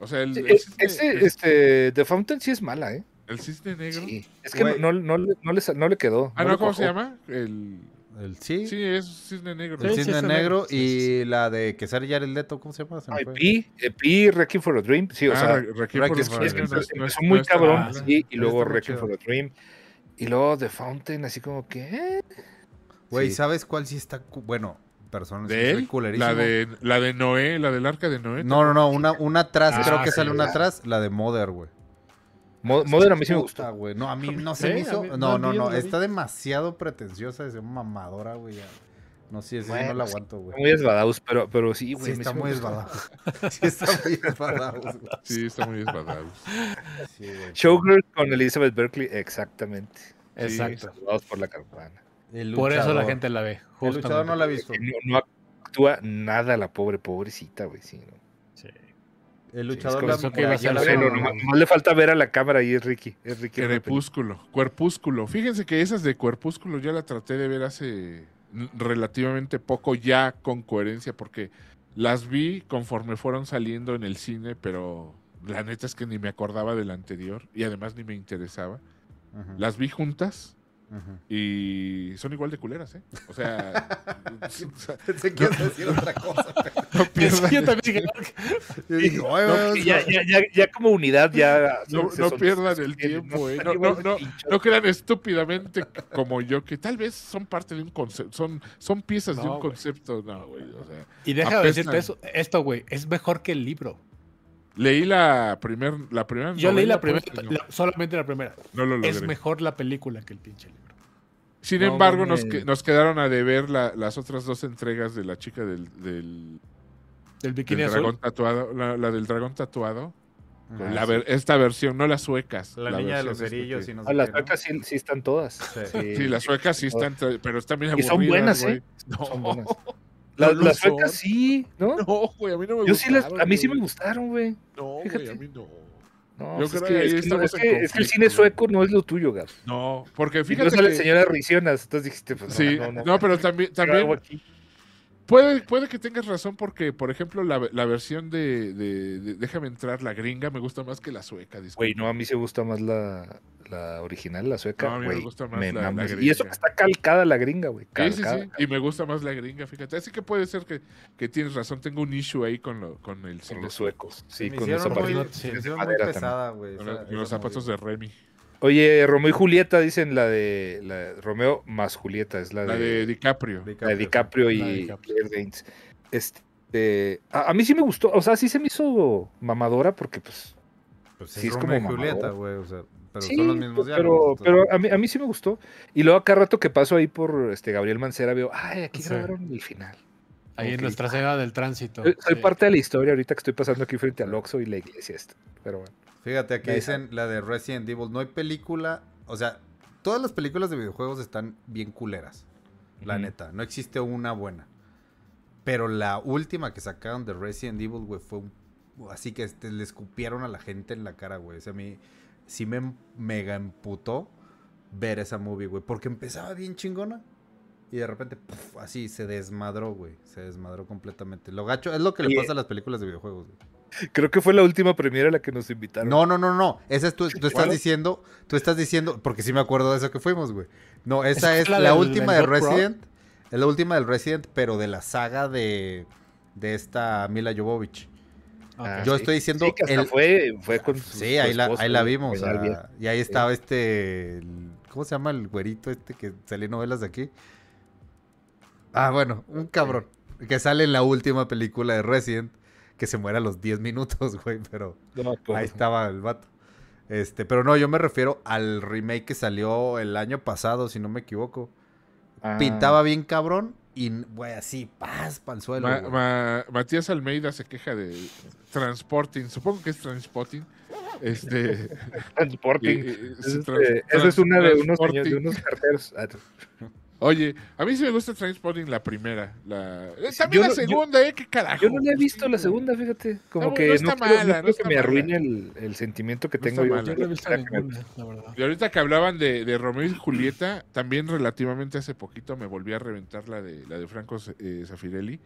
[SPEAKER 2] O sea, el,
[SPEAKER 1] Sí,
[SPEAKER 2] el
[SPEAKER 1] eh,
[SPEAKER 2] cisne, el-
[SPEAKER 1] Este, este, The Fountain sí es mala, ¿eh?
[SPEAKER 2] el cisne negro.
[SPEAKER 1] Sí. Es que
[SPEAKER 3] Güey.
[SPEAKER 1] no, no, le- no, le, sa- no le quedó.
[SPEAKER 2] Ah,
[SPEAKER 1] no
[SPEAKER 2] no,
[SPEAKER 1] le
[SPEAKER 2] ¿cómo se
[SPEAKER 1] cuajó.
[SPEAKER 2] llama? El,
[SPEAKER 3] El sí.
[SPEAKER 2] sí, es cisne negro.
[SPEAKER 3] El
[SPEAKER 6] Sí,
[SPEAKER 3] cisne
[SPEAKER 6] sí, sí,
[SPEAKER 3] negro
[SPEAKER 6] sí, sí,
[SPEAKER 3] y la de que sale Jared Leto, ¿cómo se llama? Se me
[SPEAKER 1] Ay,
[SPEAKER 3] fue.
[SPEAKER 1] Pi, eh, Pi, Requiem for a Dream. Sí, o
[SPEAKER 2] Ah,
[SPEAKER 1] sea,
[SPEAKER 2] Re- Requiem
[SPEAKER 1] Requiem
[SPEAKER 2] for a
[SPEAKER 1] es- es que
[SPEAKER 2] Dream.
[SPEAKER 1] empezó-
[SPEAKER 2] No es-
[SPEAKER 1] empezó
[SPEAKER 2] no
[SPEAKER 1] muy
[SPEAKER 2] está
[SPEAKER 1] cabrón,
[SPEAKER 2] mal.
[SPEAKER 1] sí, y
[SPEAKER 3] No
[SPEAKER 1] luego
[SPEAKER 3] está muy
[SPEAKER 1] Requiem
[SPEAKER 3] chido.
[SPEAKER 1] for a Dream. Y luego The Fountain, así como que. eh.
[SPEAKER 3] Güey,
[SPEAKER 1] Sí.
[SPEAKER 3] ¿sabes cuál sí está? cu- Bueno, personas
[SPEAKER 2] ¿De él? La de, la de Noé, la del arca de Noé.
[SPEAKER 3] No, no, no, una, una atrás,
[SPEAKER 6] Ah,
[SPEAKER 3] creo que
[SPEAKER 6] sí,
[SPEAKER 3] sale una
[SPEAKER 6] la-
[SPEAKER 3] atrás, la de Mother, güey.
[SPEAKER 1] Mo- Modern a mí sí me
[SPEAKER 3] Puta,
[SPEAKER 1] gustó.
[SPEAKER 3] güey. No, a mí no se
[SPEAKER 6] Sí,
[SPEAKER 3] me
[SPEAKER 6] a
[SPEAKER 3] hizo.
[SPEAKER 6] mí-
[SPEAKER 3] no,
[SPEAKER 6] no,
[SPEAKER 3] no,
[SPEAKER 6] yo
[SPEAKER 3] no.
[SPEAKER 6] no la vi.
[SPEAKER 3] Está demasiado pretenciosa, es mamadora, güey. ya. No, sí, sí, no
[SPEAKER 1] Bueno,
[SPEAKER 3] la
[SPEAKER 1] sí,
[SPEAKER 3] aguanto, güey.
[SPEAKER 1] Muy esbadaus, pero, pero sí,
[SPEAKER 3] Sí,
[SPEAKER 1] güey. a mí
[SPEAKER 3] está
[SPEAKER 1] sí me
[SPEAKER 3] muy
[SPEAKER 1] gustó.
[SPEAKER 3] esbadado. Sí, está muy esbadado, güey.
[SPEAKER 2] Sí, está muy desbadado.
[SPEAKER 3] Sí, güey.
[SPEAKER 1] Showgirl con Elizabeth Berkley, exactamente.
[SPEAKER 6] Exacto.
[SPEAKER 1] Saludados por la campana.
[SPEAKER 3] El
[SPEAKER 6] Por eso la
[SPEAKER 3] luchador.
[SPEAKER 6] gente la ve.
[SPEAKER 3] El luchador no la ha visto.
[SPEAKER 6] justamente.
[SPEAKER 1] Que No, no actúa nada la pobre, pobrecita, güey. Sí, ¿no?
[SPEAKER 6] Sí.
[SPEAKER 3] El
[SPEAKER 1] Sí, es
[SPEAKER 3] luchador
[SPEAKER 1] como
[SPEAKER 3] la
[SPEAKER 1] eso
[SPEAKER 6] que iba a
[SPEAKER 3] ya
[SPEAKER 6] ser
[SPEAKER 3] la-
[SPEAKER 1] Bueno,
[SPEAKER 6] no,
[SPEAKER 1] nomás, nomás le falta ver a la cámara y es Ricky. Es Ricky.
[SPEAKER 2] Crepúsculo, Cuerpúsculo. Fíjense que esas de Cuerpúsculo yo la traté de ver hace n- relativamente poco ya con coherencia porque las vi conforme fueron saliendo en el cine, pero la neta es que ni me acordaba del anterior y además ni me interesaba.
[SPEAKER 3] Ujú,
[SPEAKER 2] Las vi juntas
[SPEAKER 3] ujú.
[SPEAKER 2] y son igual de culeras, ¿eh? O sea, o sea,
[SPEAKER 3] Pensé que ibas a decir otra cosa. güey.
[SPEAKER 2] no
[SPEAKER 6] Sí,
[SPEAKER 2] pierdan
[SPEAKER 6] yo también dije, "Ah,
[SPEAKER 3] Yo dije, "Ay,
[SPEAKER 1] No,
[SPEAKER 3] güey,
[SPEAKER 1] ya, ya, ya, ya como unidad, ya.
[SPEAKER 2] No,
[SPEAKER 1] se- se
[SPEAKER 2] no
[SPEAKER 1] son-
[SPEAKER 2] pierdan
[SPEAKER 1] se
[SPEAKER 2] el
[SPEAKER 1] tienen,
[SPEAKER 2] tiempo, eh.
[SPEAKER 1] Están
[SPEAKER 2] No, no,
[SPEAKER 1] igual de
[SPEAKER 2] no,
[SPEAKER 1] pinchos.
[SPEAKER 2] no crean estúpidamente como yo, que tal vez son parte de un concepto, son, son piezas de
[SPEAKER 6] No,
[SPEAKER 2] un
[SPEAKER 6] güey.
[SPEAKER 2] concepto. No, güey, o sea.
[SPEAKER 6] y deja de decirte
[SPEAKER 2] Apestan.
[SPEAKER 6] eso, esto, güey, es mejor que el libro.
[SPEAKER 2] Leí la, primer, la primera.
[SPEAKER 6] Yo leí la
[SPEAKER 2] novela,
[SPEAKER 6] primera,
[SPEAKER 2] pues,
[SPEAKER 6] la- solamente la primera.
[SPEAKER 2] no, no lo
[SPEAKER 6] Es
[SPEAKER 2] logré.
[SPEAKER 6] mejor la película que el pinche libro.
[SPEAKER 2] Sin
[SPEAKER 1] No
[SPEAKER 2] embargo, nos,
[SPEAKER 1] mames.
[SPEAKER 2] que- nos quedaron a deber la- las otras dos entregas de la chica del, del,
[SPEAKER 6] Del
[SPEAKER 2] del
[SPEAKER 6] bikini azul.
[SPEAKER 2] dragón tatuado, la, la del dragón tatuado.
[SPEAKER 3] no".
[SPEAKER 1] Ah,
[SPEAKER 2] la ver- esta versión, no las suecas.
[SPEAKER 3] "Ah, pues, La este niña de
[SPEAKER 2] versión
[SPEAKER 3] los
[SPEAKER 2] esta
[SPEAKER 3] cerillos
[SPEAKER 2] que-
[SPEAKER 3] y no sé
[SPEAKER 1] Ah, las
[SPEAKER 3] qué, ¿no?
[SPEAKER 1] vacas sí, sí están todas.
[SPEAKER 3] Sí.
[SPEAKER 2] Sí, las suecas sí están, tra- pero están bien
[SPEAKER 1] Y
[SPEAKER 2] aburridas.
[SPEAKER 1] son buenas,
[SPEAKER 2] güey.
[SPEAKER 1] ¿eh?
[SPEAKER 2] No,
[SPEAKER 1] Son buenas. Las,
[SPEAKER 2] no
[SPEAKER 1] las
[SPEAKER 2] son.
[SPEAKER 1] suecas sí, ¿no?
[SPEAKER 2] No, güey, a mí no me
[SPEAKER 1] Yo sí las,
[SPEAKER 2] gustaron,
[SPEAKER 1] a mí sí me
[SPEAKER 2] güey.
[SPEAKER 1] gustaron, güey.
[SPEAKER 2] No, güey,
[SPEAKER 1] Fíjate.
[SPEAKER 2] a mí no.
[SPEAKER 1] No,
[SPEAKER 2] Yo
[SPEAKER 1] pues es
[SPEAKER 2] creo que
[SPEAKER 1] que,
[SPEAKER 2] ahí
[SPEAKER 1] es que no,
[SPEAKER 2] estamos
[SPEAKER 1] es
[SPEAKER 2] en
[SPEAKER 1] que- es que el
[SPEAKER 2] conflicto,
[SPEAKER 1] cine
[SPEAKER 2] güey.
[SPEAKER 1] sueco no es lo tuyo, Gab.
[SPEAKER 2] No, porque
[SPEAKER 1] Y no
[SPEAKER 2] fíjate
[SPEAKER 1] sale
[SPEAKER 2] que...
[SPEAKER 1] señora Ricionas, entonces dijiste, pues
[SPEAKER 2] sí,
[SPEAKER 1] no, no, no.
[SPEAKER 2] no, pero también,
[SPEAKER 1] ¿qué hago
[SPEAKER 2] también,
[SPEAKER 1] aquí?
[SPEAKER 2] Puede, puede que tengas razón porque, por ejemplo, la, la versión de, de- de Déjame entrar, la gringa, me gusta más que la sueca.
[SPEAKER 1] Güey,
[SPEAKER 2] disculpa.
[SPEAKER 1] no, a mí se gusta más la, la original, la sueca.
[SPEAKER 2] No, a mí me
[SPEAKER 1] güey,
[SPEAKER 2] gusta más la-
[SPEAKER 1] mamas.
[SPEAKER 2] la
[SPEAKER 1] Y eso que
[SPEAKER 2] gringa.
[SPEAKER 1] está calcada la gringa, güey.
[SPEAKER 2] Sí, sí,
[SPEAKER 1] Calcada.
[SPEAKER 2] sí. Y me gusta más la gringa, fíjate. Así que puede ser que, que tienes razón. Tengo un issue ahí con, lo, con el
[SPEAKER 1] Con
[SPEAKER 2] cine
[SPEAKER 1] los
[SPEAKER 2] sueco.
[SPEAKER 1] suecos. Sí,
[SPEAKER 3] me
[SPEAKER 1] con los
[SPEAKER 3] hicieron
[SPEAKER 1] zapatos.
[SPEAKER 3] muy,
[SPEAKER 6] zapatos
[SPEAKER 3] me
[SPEAKER 1] de
[SPEAKER 3] hicieron muy
[SPEAKER 1] madera también.
[SPEAKER 3] pesada, güey.
[SPEAKER 2] Con
[SPEAKER 3] esa-
[SPEAKER 2] los- con
[SPEAKER 3] esa
[SPEAKER 2] los zapatos
[SPEAKER 3] movida.
[SPEAKER 2] de Remy.
[SPEAKER 1] Oye, Romeo y Julieta dicen la de la de Romeo más Julieta, es la,
[SPEAKER 2] La
[SPEAKER 1] de,
[SPEAKER 2] de DiCaprio.
[SPEAKER 1] la de DiCaprio y
[SPEAKER 6] La de DiCaprio.
[SPEAKER 1] Claire Danes. Este, a, a mí sí me gustó, o sea, sí se me hizo mamadora porque pues
[SPEAKER 3] Pues
[SPEAKER 1] Sí,
[SPEAKER 3] sí,
[SPEAKER 1] es
[SPEAKER 3] es
[SPEAKER 1] como
[SPEAKER 3] Romeo y
[SPEAKER 1] mamador.
[SPEAKER 3] Julieta, güey. O sea, pero
[SPEAKER 1] Sí, pues,
[SPEAKER 3] son los mismos
[SPEAKER 1] pero,
[SPEAKER 3] diálogos.
[SPEAKER 1] pero
[SPEAKER 3] entonces-
[SPEAKER 1] a, mí, a mí sí me gustó. Y luego cada rato que paso ahí por este Gabriel Mancera veo, ay, aquí
[SPEAKER 6] Sí.
[SPEAKER 1] grabaron el final.
[SPEAKER 6] Ahí en
[SPEAKER 1] Ok.
[SPEAKER 6] nuestra cena del tránsito.
[SPEAKER 1] Soy, soy
[SPEAKER 6] sí.
[SPEAKER 1] parte de la historia ahorita que estoy pasando aquí frente al Oxxo y la iglesia esta. Pero bueno.
[SPEAKER 3] Fíjate, aquí
[SPEAKER 1] Ahí
[SPEAKER 3] dicen la de Resident Evil. No hay película. O sea, todas las películas de videojuegos están bien culeras. La
[SPEAKER 1] Ujú.
[SPEAKER 3] neta. No existe una buena. Pero la última que sacaron de Resident Evil, güey, fue un. Así que este, le escupieron a la gente en la cara, güey. O sea, a mí sí me em- mega emputó ver esa movie, güey. Porque empezaba bien chingona. Y de repente, puf, así se desmadró, güey. Se desmadró completamente. Lo gacho es lo que le
[SPEAKER 1] Oye.
[SPEAKER 3] pasa a las películas de videojuegos, güey.
[SPEAKER 1] Creo que fue la última premiera a la que nos invitaron.
[SPEAKER 3] No, no, no, no. Esa es tu, tú estás
[SPEAKER 1] ¿Cuál?
[SPEAKER 3] diciendo, tú estás diciendo, porque sí me acuerdo de eso que fuimos, güey. No, esa
[SPEAKER 6] ¿Esa
[SPEAKER 3] es
[SPEAKER 6] fue
[SPEAKER 3] la,
[SPEAKER 6] la del-
[SPEAKER 3] última de
[SPEAKER 6] del Doc Brown?
[SPEAKER 3] Resident. Es la última del Resident, pero de la saga de, de esta Mila Jovovich.
[SPEAKER 6] Ok.
[SPEAKER 1] Ah,
[SPEAKER 3] Yo
[SPEAKER 1] sí.
[SPEAKER 3] estoy diciendo
[SPEAKER 1] Sí, que hasta
[SPEAKER 3] el- Ah,
[SPEAKER 1] fue, fue con su-
[SPEAKER 3] Sí,
[SPEAKER 1] su
[SPEAKER 3] ahí la,
[SPEAKER 1] esposo,
[SPEAKER 3] ahí la
[SPEAKER 1] el
[SPEAKER 3] vimos.
[SPEAKER 1] señor
[SPEAKER 3] ah,
[SPEAKER 1] viejo.
[SPEAKER 3] y ahí estaba este. el- ¿Cómo se llama el güerito este que sale en novelas de aquí? Ah, bueno, un cabrón. Que sale en la última película de Resident. Que se muere a los 10 minutos, güey, pero.
[SPEAKER 1] No, pues,
[SPEAKER 3] Ahí estaba el vato. Este, pero no, yo me refiero al remake que salió el año pasado, si no me equivoco.
[SPEAKER 1] ah,
[SPEAKER 3] Pintaba bien cabrón y, güey, así, paz, pa'l suelo.
[SPEAKER 2] Ma-
[SPEAKER 3] güey.
[SPEAKER 2] Ma- Matías Almeida se queja de Transporting. Supongo que es Transporting. Este,
[SPEAKER 1] Transporting.
[SPEAKER 2] y- y-
[SPEAKER 1] Es,
[SPEAKER 2] es
[SPEAKER 1] este,
[SPEAKER 2] trans-
[SPEAKER 1] esa es una de unos,
[SPEAKER 2] transporting.
[SPEAKER 1] señores- de unos carteros. Ah,
[SPEAKER 2] Oye, a mí sí me gusta Transporting la primera. La, eh,
[SPEAKER 1] Sí,
[SPEAKER 2] también
[SPEAKER 1] yo
[SPEAKER 2] la
[SPEAKER 1] no- yo-
[SPEAKER 2] segunda, ¿eh? ¿Qué carajo?
[SPEAKER 1] Yo no la he
[SPEAKER 2] Pues
[SPEAKER 1] visto
[SPEAKER 2] sí,
[SPEAKER 1] la
[SPEAKER 2] güey.
[SPEAKER 1] segunda, fíjate. Como
[SPEAKER 2] No,
[SPEAKER 1] que
[SPEAKER 2] no
[SPEAKER 1] no,
[SPEAKER 2] está
[SPEAKER 1] quiero, no
[SPEAKER 2] mala, no
[SPEAKER 1] quiero
[SPEAKER 2] está
[SPEAKER 1] que me
[SPEAKER 2] mala.
[SPEAKER 1] arruine el, el sentimiento que
[SPEAKER 2] No está
[SPEAKER 1] tengo yo.
[SPEAKER 2] mala.
[SPEAKER 6] Yo no he visto
[SPEAKER 1] Era que me-
[SPEAKER 6] ninguna, la verdad.
[SPEAKER 2] Y ahorita que hablaban de, de Romeo y Julieta, también relativamente hace poquito me volví a reventar la de, la de Franco eh, Zafirelli.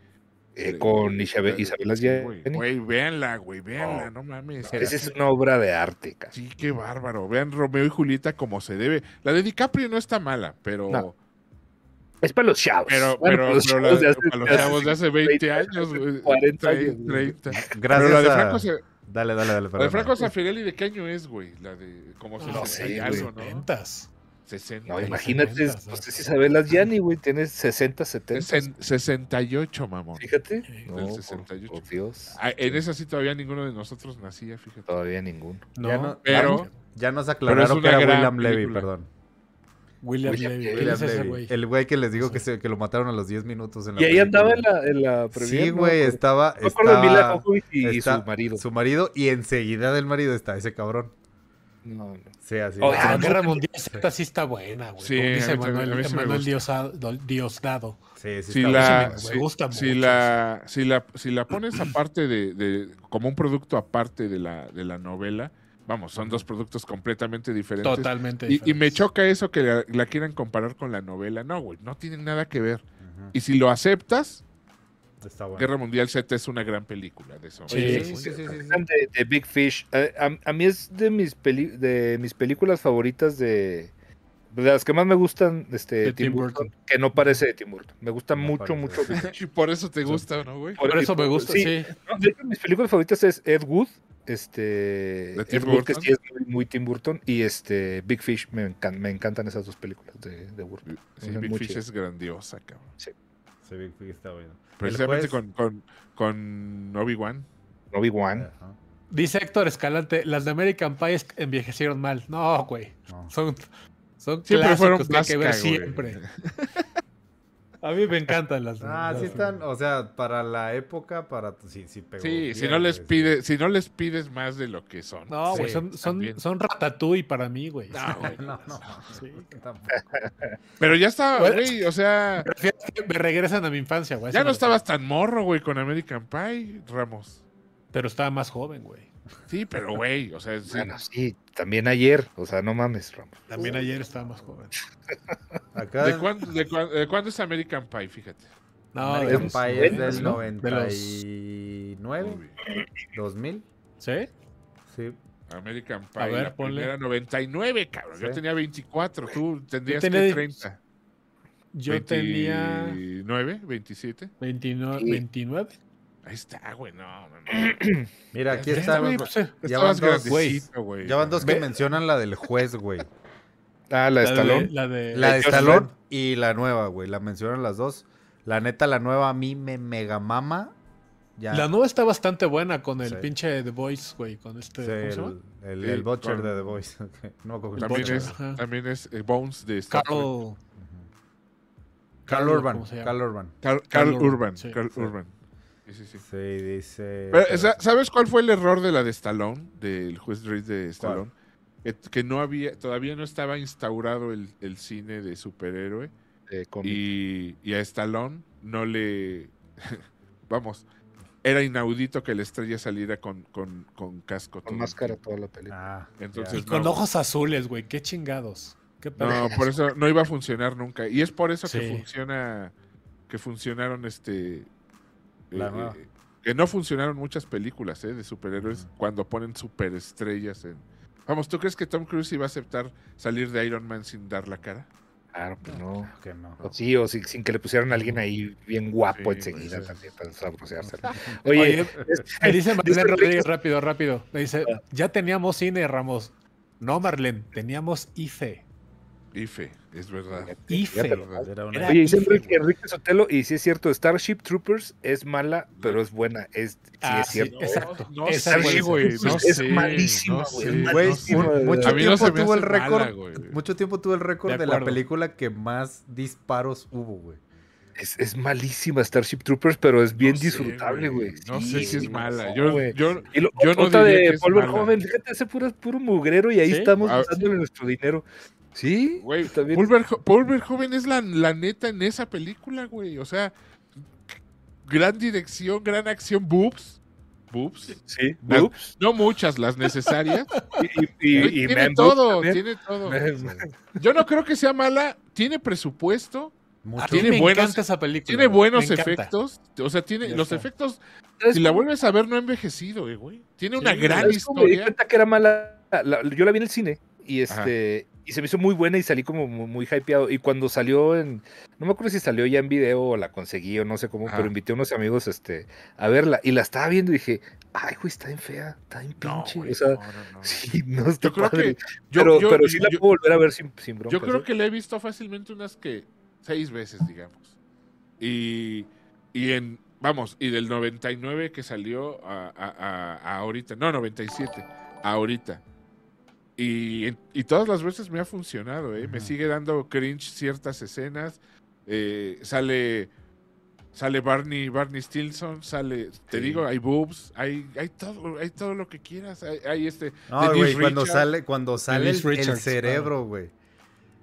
[SPEAKER 1] eh, con Isabel,
[SPEAKER 2] Güey,
[SPEAKER 1] Isabel Allende.
[SPEAKER 2] Güey, güey, véanla, güey, véanla, no mames.
[SPEAKER 1] Esa es una obra de arte, casi.
[SPEAKER 2] Sí, qué bárbaro. Vean Romeo y Julieta como se debe. La de DiCaprio no está mala, pero...
[SPEAKER 1] No. Es para los chavos.
[SPEAKER 2] Pero,
[SPEAKER 1] Bueno,
[SPEAKER 2] pero,
[SPEAKER 1] para los
[SPEAKER 2] pero la-
[SPEAKER 1] chavos de hace-
[SPEAKER 2] para los chavos de hace 20 años, güey.
[SPEAKER 1] 40 años,
[SPEAKER 2] 30,
[SPEAKER 1] güey.
[SPEAKER 2] 30. Pero
[SPEAKER 3] Gracias
[SPEAKER 2] la de
[SPEAKER 3] a-
[SPEAKER 2] Franco, se-
[SPEAKER 3] Dale, dale, dale.
[SPEAKER 2] la de
[SPEAKER 3] perdona.
[SPEAKER 2] Franco Zeffirelli, ¿de qué año es, güey? La de... Como
[SPEAKER 6] No
[SPEAKER 2] 60
[SPEAKER 1] sé,
[SPEAKER 2] y
[SPEAKER 1] güey.
[SPEAKER 2] algo, ¿no?
[SPEAKER 6] Ventas.
[SPEAKER 2] 60.
[SPEAKER 1] No,
[SPEAKER 6] Ay,
[SPEAKER 1] imagínate,
[SPEAKER 6] cincuenta,
[SPEAKER 1] pues
[SPEAKER 6] ¿no?
[SPEAKER 1] es Isabel Allende, güey. Tiene 60, 70.
[SPEAKER 2] Sesen- 68, mamón.
[SPEAKER 1] Fíjate.
[SPEAKER 6] Sí.
[SPEAKER 1] No,
[SPEAKER 2] Del
[SPEAKER 1] por-
[SPEAKER 2] 68.
[SPEAKER 1] por Dios.
[SPEAKER 2] Ah, En esa sí todavía ninguno de nosotros nacía, fíjate.
[SPEAKER 1] Todavía ninguno.
[SPEAKER 3] Ya,
[SPEAKER 6] No,
[SPEAKER 3] no-
[SPEAKER 2] Pero-
[SPEAKER 3] ya nos
[SPEAKER 2] Pero
[SPEAKER 3] aclararon
[SPEAKER 2] es una
[SPEAKER 3] que era
[SPEAKER 2] gran
[SPEAKER 3] William Levy,
[SPEAKER 2] película.
[SPEAKER 3] perdón.
[SPEAKER 6] William
[SPEAKER 1] William
[SPEAKER 6] Levy.
[SPEAKER 1] Levy.
[SPEAKER 6] ¿Quién
[SPEAKER 3] William
[SPEAKER 6] es ese
[SPEAKER 3] Levy,
[SPEAKER 6] güey?
[SPEAKER 3] El güey que les digo que, se- que lo mataron a los 10 minutos en la
[SPEAKER 1] Y ahí andaba en
[SPEAKER 3] película.
[SPEAKER 1] la, en la premier,
[SPEAKER 3] Sí,
[SPEAKER 1] ¿no?
[SPEAKER 3] güey,
[SPEAKER 1] Porque-
[SPEAKER 3] estaba...
[SPEAKER 1] Me acuerdo de Mila
[SPEAKER 3] estaba
[SPEAKER 1] Jovovich y
[SPEAKER 3] está-
[SPEAKER 1] su marido.
[SPEAKER 3] Su marido y enseguida del marido está ese cabrón.
[SPEAKER 1] No, no.
[SPEAKER 3] Sí, así.
[SPEAKER 1] Oh,
[SPEAKER 6] Ah,
[SPEAKER 1] no.
[SPEAKER 6] Guerra Mundial Z sí está buena, güey.
[SPEAKER 2] Sí,
[SPEAKER 6] Como
[SPEAKER 2] a
[SPEAKER 6] dice
[SPEAKER 2] mí también-
[SPEAKER 6] Manuel,
[SPEAKER 2] a mí sí me
[SPEAKER 6] Manuel
[SPEAKER 2] gusta.
[SPEAKER 6] Diosado- Diosdado.
[SPEAKER 3] Sí, sí
[SPEAKER 2] Si
[SPEAKER 3] está
[SPEAKER 2] la,
[SPEAKER 6] bueno.
[SPEAKER 2] si,
[SPEAKER 6] Me gusta
[SPEAKER 2] si
[SPEAKER 6] mucho
[SPEAKER 2] la, si, la, si la pones aparte de, de- como un producto aparte de la, de la novela, vamos, son dos productos completamente diferentes.
[SPEAKER 6] Totalmente.
[SPEAKER 2] Y, y me
[SPEAKER 6] diferentes.
[SPEAKER 2] choca eso que la, la quieran comparar con la novela. No, güey, no tienen nada que ver.
[SPEAKER 3] Ujú,
[SPEAKER 2] Y si lo aceptas,
[SPEAKER 3] Está bueno.
[SPEAKER 2] Guerra Mundial Z es una gran película de eso.
[SPEAKER 6] Sí,
[SPEAKER 1] Oye,
[SPEAKER 6] sí,
[SPEAKER 1] este,
[SPEAKER 3] sí, sí, sí.
[SPEAKER 1] hablan De, de Big Fish. eh, A, a mí es de mis, peli- de mis películas favoritas de, de las que más me gustan este,
[SPEAKER 6] De
[SPEAKER 1] Tim
[SPEAKER 6] Tim
[SPEAKER 1] Burton, que no parece de Tim Burton. Me gusta
[SPEAKER 3] No
[SPEAKER 1] mucho,
[SPEAKER 3] parece.
[SPEAKER 1] mucho. Big Fish.
[SPEAKER 2] Y por eso te gusta, ¿no, güey?
[SPEAKER 6] Por eso me gusta,
[SPEAKER 1] Sí,
[SPEAKER 6] sí.
[SPEAKER 1] no, de hecho, mis películas favoritas es Ed Wood, este,
[SPEAKER 2] ¿De Tim
[SPEAKER 1] Ed Wood, que
[SPEAKER 2] Burton?
[SPEAKER 1] sí es muy, muy Tim Burton, y este Big Fish. Me, encan- me encantan esas dos películas de, de Burton.
[SPEAKER 2] Sí,
[SPEAKER 1] Muy
[SPEAKER 2] Big Fish
[SPEAKER 1] chido.
[SPEAKER 2] es grandiosa, cabrón.
[SPEAKER 3] Sí, Big Fish está bueno. El
[SPEAKER 2] Precisamente con,
[SPEAKER 3] juez-
[SPEAKER 2] con, con Obi-Wan.
[SPEAKER 1] Obi-Wan.
[SPEAKER 3] Ajá,
[SPEAKER 6] Dice Héctor Escalante, las de American Pie es- envejecieron mal. No, güey.
[SPEAKER 3] no.
[SPEAKER 6] Son, son
[SPEAKER 2] Siempre fueron
[SPEAKER 6] clásicos que hay que ver
[SPEAKER 2] plasca, güey.
[SPEAKER 6] siempre. A mí me encantan las de-
[SPEAKER 3] Ah, sí están, o sea, para la época, para sí, sí pegó.
[SPEAKER 2] Sí,
[SPEAKER 3] bien,
[SPEAKER 2] si no les
[SPEAKER 3] güey, sí.
[SPEAKER 2] pides, si no les pides más de lo que son.
[SPEAKER 6] No, güey,
[SPEAKER 3] Sí,
[SPEAKER 6] son, son,
[SPEAKER 2] también.
[SPEAKER 6] son ratatouille para mí, güey.
[SPEAKER 2] No, güey.
[SPEAKER 3] No, no,
[SPEAKER 6] Sí.
[SPEAKER 3] tampoco.
[SPEAKER 2] Pero ya estaba,
[SPEAKER 6] Bueno.
[SPEAKER 2] güey, o sea,
[SPEAKER 6] Prefiero que me regresan a mi infancia, Pues, güey.
[SPEAKER 2] ya
[SPEAKER 6] Eso
[SPEAKER 2] no
[SPEAKER 6] me-
[SPEAKER 2] estabas tan morro, güey, con American Pie, Ramos.
[SPEAKER 6] Pero estaba más joven, güey.
[SPEAKER 2] Sí, pero güey, o sea, sí.
[SPEAKER 1] Bueno, sí, también ayer. O sea, no mames, Ramos.
[SPEAKER 6] También ayer estaba más joven.
[SPEAKER 3] Acá
[SPEAKER 2] ¿De cuándo, de, cuán- de cuándo es American Pie? Fíjate.
[SPEAKER 6] No,
[SPEAKER 1] American
[SPEAKER 6] de los
[SPEAKER 1] Pie
[SPEAKER 3] Vampire es
[SPEAKER 1] noventas,
[SPEAKER 3] del
[SPEAKER 6] ¿no? De los-
[SPEAKER 3] 99, 2000.
[SPEAKER 6] ¿Sí?
[SPEAKER 3] Sí.
[SPEAKER 2] American Pie,
[SPEAKER 6] A ver,
[SPEAKER 2] la
[SPEAKER 6] ponle.
[SPEAKER 2] primera 99, cabrón. Yo
[SPEAKER 3] Sí.
[SPEAKER 2] tenía 24, tú tendrías
[SPEAKER 6] tenía
[SPEAKER 2] que
[SPEAKER 6] de-
[SPEAKER 2] 30.
[SPEAKER 6] Yo tenía
[SPEAKER 2] 29, 27.
[SPEAKER 6] 29,
[SPEAKER 1] Sí.
[SPEAKER 6] 29.
[SPEAKER 2] Ahí está, güey, no, no, no.
[SPEAKER 3] Mira, aquí
[SPEAKER 2] Ya
[SPEAKER 6] Sí,
[SPEAKER 3] está.
[SPEAKER 6] güey, pues, eh,
[SPEAKER 3] Ya
[SPEAKER 2] Estabas
[SPEAKER 3] van dos,
[SPEAKER 2] grandecito, güey.
[SPEAKER 3] Ya van dos que
[SPEAKER 6] Ve-
[SPEAKER 3] mencionan la del juez, güey.
[SPEAKER 1] Ah, la de Stallone.
[SPEAKER 6] La de,
[SPEAKER 3] La de
[SPEAKER 1] Just
[SPEAKER 3] Stallone y la nueva, güey. La mencionan las dos. La neta, la nueva a mí me mega mama. Ya.
[SPEAKER 6] La nueva está bastante buena con el
[SPEAKER 3] Sí.
[SPEAKER 6] pinche The Voice, güey, con este.
[SPEAKER 3] Sí,
[SPEAKER 6] ¿Cómo se llama?
[SPEAKER 3] el, el,
[SPEAKER 2] Sí,
[SPEAKER 3] el Butcher
[SPEAKER 2] con-
[SPEAKER 3] de The Voice. Ok, no, con
[SPEAKER 2] También
[SPEAKER 6] Butcher,
[SPEAKER 2] es,
[SPEAKER 6] ajá.
[SPEAKER 2] también es eh, Bones de Star Trek.
[SPEAKER 6] Carl.
[SPEAKER 3] Carl
[SPEAKER 6] ¿cómo
[SPEAKER 3] Urban.
[SPEAKER 6] se llama?
[SPEAKER 3] Carl Urban.
[SPEAKER 2] Carl,
[SPEAKER 6] Carl
[SPEAKER 2] Carl
[SPEAKER 6] Urban,
[SPEAKER 2] Urban.
[SPEAKER 6] sí.
[SPEAKER 2] Carl
[SPEAKER 3] Sí.
[SPEAKER 2] Urban. Sí, sí, sí.
[SPEAKER 3] Sí, dice.
[SPEAKER 2] Pero,
[SPEAKER 3] pero-
[SPEAKER 2] sa- ¿Sabes cuál fue el error de la de Stallone? Del juez Reed de Stallone. Que, que no había, todavía no estaba instaurado el, el cine de superhéroe.
[SPEAKER 1] eh, con-
[SPEAKER 2] Y, y a Stallone no le. Vamos, era inaudito que la estrella saliera con, con, con casco.
[SPEAKER 1] con
[SPEAKER 2] todo el
[SPEAKER 1] máscara
[SPEAKER 2] tiempo.
[SPEAKER 1] toda la película.
[SPEAKER 3] Ah,
[SPEAKER 2] Entonces,
[SPEAKER 6] Y
[SPEAKER 3] ya.
[SPEAKER 6] con
[SPEAKER 2] no.
[SPEAKER 6] ojos azules, güey. Qué chingados. Qué
[SPEAKER 2] No,
[SPEAKER 6] pedo.
[SPEAKER 2] por eso no iba a funcionar nunca. Y es por eso que
[SPEAKER 6] Sí.
[SPEAKER 2] funciona. Que funcionaron este. eh,
[SPEAKER 3] La nueva.
[SPEAKER 2] que no funcionaron muchas películas eh, de superhéroes
[SPEAKER 3] Ujú.
[SPEAKER 2] cuando ponen superestrellas en. Vamos, ¿tú crees que Tom Cruise iba a aceptar salir de Iron Man sin dar la cara?
[SPEAKER 1] Claro, pues no.
[SPEAKER 3] que no.
[SPEAKER 1] O Sí, o si- sin que le pusieran a alguien ahí bien guapo
[SPEAKER 2] Sí, pues,
[SPEAKER 1] enseguida
[SPEAKER 2] sí.
[SPEAKER 1] también para sabroseárselo.
[SPEAKER 6] Oye,
[SPEAKER 1] Oye,
[SPEAKER 6] me dice
[SPEAKER 1] dice Ah.
[SPEAKER 6] Marlene Rodríguez rápido, rápido. Me dice, ya teníamos cine, Ramos. No, Marlene, teníamos E. IFE.
[SPEAKER 2] Ife, es verdad.
[SPEAKER 1] ya te
[SPEAKER 6] IFE.
[SPEAKER 1] lo-
[SPEAKER 3] pues, Era una-
[SPEAKER 6] Era-
[SPEAKER 1] Oye, dice
[SPEAKER 6] Ay,
[SPEAKER 1] Enrique,
[SPEAKER 6] güey.
[SPEAKER 1] Enrique Sotelo, y sí es cierto, Starship Troopers es mala, pero es buena. Es, sí
[SPEAKER 6] Ah,
[SPEAKER 1] es
[SPEAKER 6] sí,
[SPEAKER 1] cierto.
[SPEAKER 6] exacto.
[SPEAKER 2] No,
[SPEAKER 6] Esa
[SPEAKER 1] Starship
[SPEAKER 2] sé,
[SPEAKER 6] puede ser.
[SPEAKER 2] güey.
[SPEAKER 1] Troopers
[SPEAKER 2] No
[SPEAKER 1] es
[SPEAKER 2] sé,
[SPEAKER 1] malísima, güey.
[SPEAKER 2] no sé.
[SPEAKER 1] es
[SPEAKER 3] Güey,
[SPEAKER 1] malísima,
[SPEAKER 3] un-
[SPEAKER 1] de
[SPEAKER 3] mucho
[SPEAKER 1] verdad.
[SPEAKER 2] A mí no
[SPEAKER 3] tiempo
[SPEAKER 2] se me
[SPEAKER 3] tuvo
[SPEAKER 2] hace
[SPEAKER 3] el récord.
[SPEAKER 2] mala, güey.
[SPEAKER 3] Mucho tiempo tuvo el récord
[SPEAKER 6] De
[SPEAKER 3] de, la
[SPEAKER 6] acuerdo.
[SPEAKER 3] película que más disparos hubo, güey.
[SPEAKER 1] Es, es malísima Starship Troopers, pero es bien
[SPEAKER 2] No sé,
[SPEAKER 1] disfrutable, güey.
[SPEAKER 2] No
[SPEAKER 1] Sí,
[SPEAKER 2] sé si
[SPEAKER 1] sí,
[SPEAKER 2] es mala.
[SPEAKER 1] no,
[SPEAKER 2] Yo,
[SPEAKER 1] güey.
[SPEAKER 2] yo,
[SPEAKER 1] Y lo-
[SPEAKER 2] yo no
[SPEAKER 1] otra
[SPEAKER 2] diría que
[SPEAKER 1] de
[SPEAKER 2] es
[SPEAKER 1] Paul
[SPEAKER 2] mala.
[SPEAKER 1] Verhoeven, fíjate, ese puro, puro mugrero y ahí
[SPEAKER 6] Sí,
[SPEAKER 1] estamos
[SPEAKER 2] a-
[SPEAKER 1] dándole nuestro dinero. Sí,
[SPEAKER 2] Güey,
[SPEAKER 1] también-
[SPEAKER 2] Paul, Verho- Paul Verhoeven es la, la neta en esa película, güey. O sea, gran dirección, gran acción, boobs. Boobs.
[SPEAKER 1] sí,
[SPEAKER 2] Las-
[SPEAKER 1] Oops.
[SPEAKER 2] No muchas, las necesarias.
[SPEAKER 1] Y, y- y-
[SPEAKER 2] Güey,
[SPEAKER 1] y
[SPEAKER 2] tiene
[SPEAKER 1] Man Boobs
[SPEAKER 2] todo,
[SPEAKER 1] también.
[SPEAKER 2] tiene todo.
[SPEAKER 1] Man-
[SPEAKER 2] Yo no creo que sea mala. Tiene presupuesto,
[SPEAKER 6] A
[SPEAKER 3] Mucho.
[SPEAKER 6] mí
[SPEAKER 2] Tiene
[SPEAKER 6] me
[SPEAKER 2] buenos-
[SPEAKER 6] encanta esa película.
[SPEAKER 2] tiene
[SPEAKER 6] güey.
[SPEAKER 2] buenos
[SPEAKER 6] Me encanta.
[SPEAKER 2] efectos. O sea, tiene
[SPEAKER 6] Ya
[SPEAKER 2] los
[SPEAKER 6] está.
[SPEAKER 2] efectos.
[SPEAKER 1] ¿Sabes
[SPEAKER 2] Si la
[SPEAKER 1] cómo-
[SPEAKER 2] vuelves a ver, no ha envejecido, eh, güey. Tiene una
[SPEAKER 6] Sí,
[SPEAKER 2] gran
[SPEAKER 1] ¿sabes cómo Me di
[SPEAKER 2] historia.
[SPEAKER 1] cuenta que era mala. La- yo la vi en el cine y
[SPEAKER 2] Ajá.
[SPEAKER 1] este y se me hizo muy buena y salí como muy, muy hypeado. Y cuando salió en. No me acuerdo si salió ya en video o la conseguí o no sé cómo,
[SPEAKER 2] Ajá.
[SPEAKER 1] pero invité a unos amigos este, a verla y la estaba viendo y dije, ay, güey, está bien fea, está bien
[SPEAKER 2] No,
[SPEAKER 1] pinche.
[SPEAKER 2] güey,
[SPEAKER 1] o sea,
[SPEAKER 2] no, no, no.
[SPEAKER 1] sí, no está
[SPEAKER 2] Yo creo
[SPEAKER 1] padre.
[SPEAKER 2] que. yo-
[SPEAKER 1] pero,
[SPEAKER 2] yo-
[SPEAKER 1] pero sí la
[SPEAKER 2] yo-
[SPEAKER 1] puedo volver a ver sin, sin ¿eh? bronca.
[SPEAKER 2] Yo creo que la he visto fácilmente unas que seis veces, digamos. Y, y en, vamos, y del 99 que salió a, a- a- a ahorita, no, 97, a ahorita. Y, en- y todas las veces me ha funcionado, ¿eh? Me
[SPEAKER 3] Ujú.
[SPEAKER 2] sigue dando cringe ciertas escenas. Eh, sale sale Barney Barney Stilson, sale, te
[SPEAKER 3] Sí.
[SPEAKER 2] digo, hay boobs, hay, hay, todo, hay todo lo que quieras. Hay, hay este...
[SPEAKER 3] No,
[SPEAKER 2] Denise
[SPEAKER 3] güey, cuando
[SPEAKER 2] Richards.
[SPEAKER 3] sale, cuando sale el,
[SPEAKER 6] Denise
[SPEAKER 3] el
[SPEAKER 6] Richards,
[SPEAKER 3] cerebro, güey.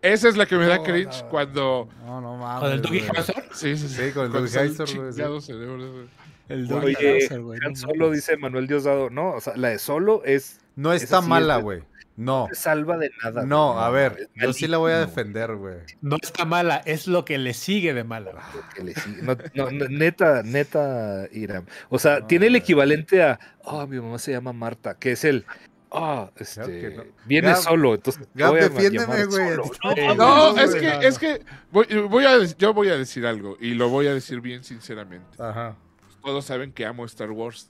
[SPEAKER 2] Esa es la que me da
[SPEAKER 3] No,
[SPEAKER 2] cringe
[SPEAKER 3] no.
[SPEAKER 2] cuando...
[SPEAKER 3] No, no mames.
[SPEAKER 6] Con el Doggy
[SPEAKER 3] güey.
[SPEAKER 6] Hauser.
[SPEAKER 2] Sí, sí,
[SPEAKER 3] Sí, con el
[SPEAKER 2] Cuando
[SPEAKER 3] Doggy
[SPEAKER 2] sale el
[SPEAKER 3] Hauser, güey, sí.
[SPEAKER 2] chingado cerebro, güey.
[SPEAKER 6] El
[SPEAKER 1] Oye,
[SPEAKER 6] Doggy Hauser, güey. no
[SPEAKER 1] Solo
[SPEAKER 6] mames.
[SPEAKER 1] dice Manuel Diosdado, no, o sea, la de Solo es
[SPEAKER 3] No
[SPEAKER 1] Esa
[SPEAKER 3] está
[SPEAKER 1] sí es
[SPEAKER 3] mala,
[SPEAKER 1] de-
[SPEAKER 3] güey. No,
[SPEAKER 1] no te salva de nada. güey.
[SPEAKER 3] no, a ver,
[SPEAKER 1] es
[SPEAKER 3] yo sí la voy a
[SPEAKER 1] malísima, güey.
[SPEAKER 3] defender, güey.
[SPEAKER 6] No está mala, es lo que le sigue de mala.
[SPEAKER 1] lo que le sigue. No, no, no, neta, neta, Iram. O sea,
[SPEAKER 3] No,
[SPEAKER 1] tiene el
[SPEAKER 3] güey.
[SPEAKER 1] equivalente a, oh, mi mamá se llama Marta, que es el, ah, este,
[SPEAKER 3] que no.
[SPEAKER 1] viene
[SPEAKER 3] Gab,
[SPEAKER 1] solo, entonces te
[SPEAKER 3] Gab,
[SPEAKER 1] voy a
[SPEAKER 3] defiéndeme,
[SPEAKER 1] llamar
[SPEAKER 3] güey.
[SPEAKER 1] solo.
[SPEAKER 3] a ti-
[SPEAKER 6] No,
[SPEAKER 2] No,
[SPEAKER 6] güey,
[SPEAKER 2] es que,
[SPEAKER 6] no,
[SPEAKER 2] es
[SPEAKER 6] no.
[SPEAKER 2] que voy, voy a, dec- yo voy a decir algo y lo voy a decir bien sinceramente.
[SPEAKER 3] Ajá.
[SPEAKER 2] Todos saben que amo Star Wars.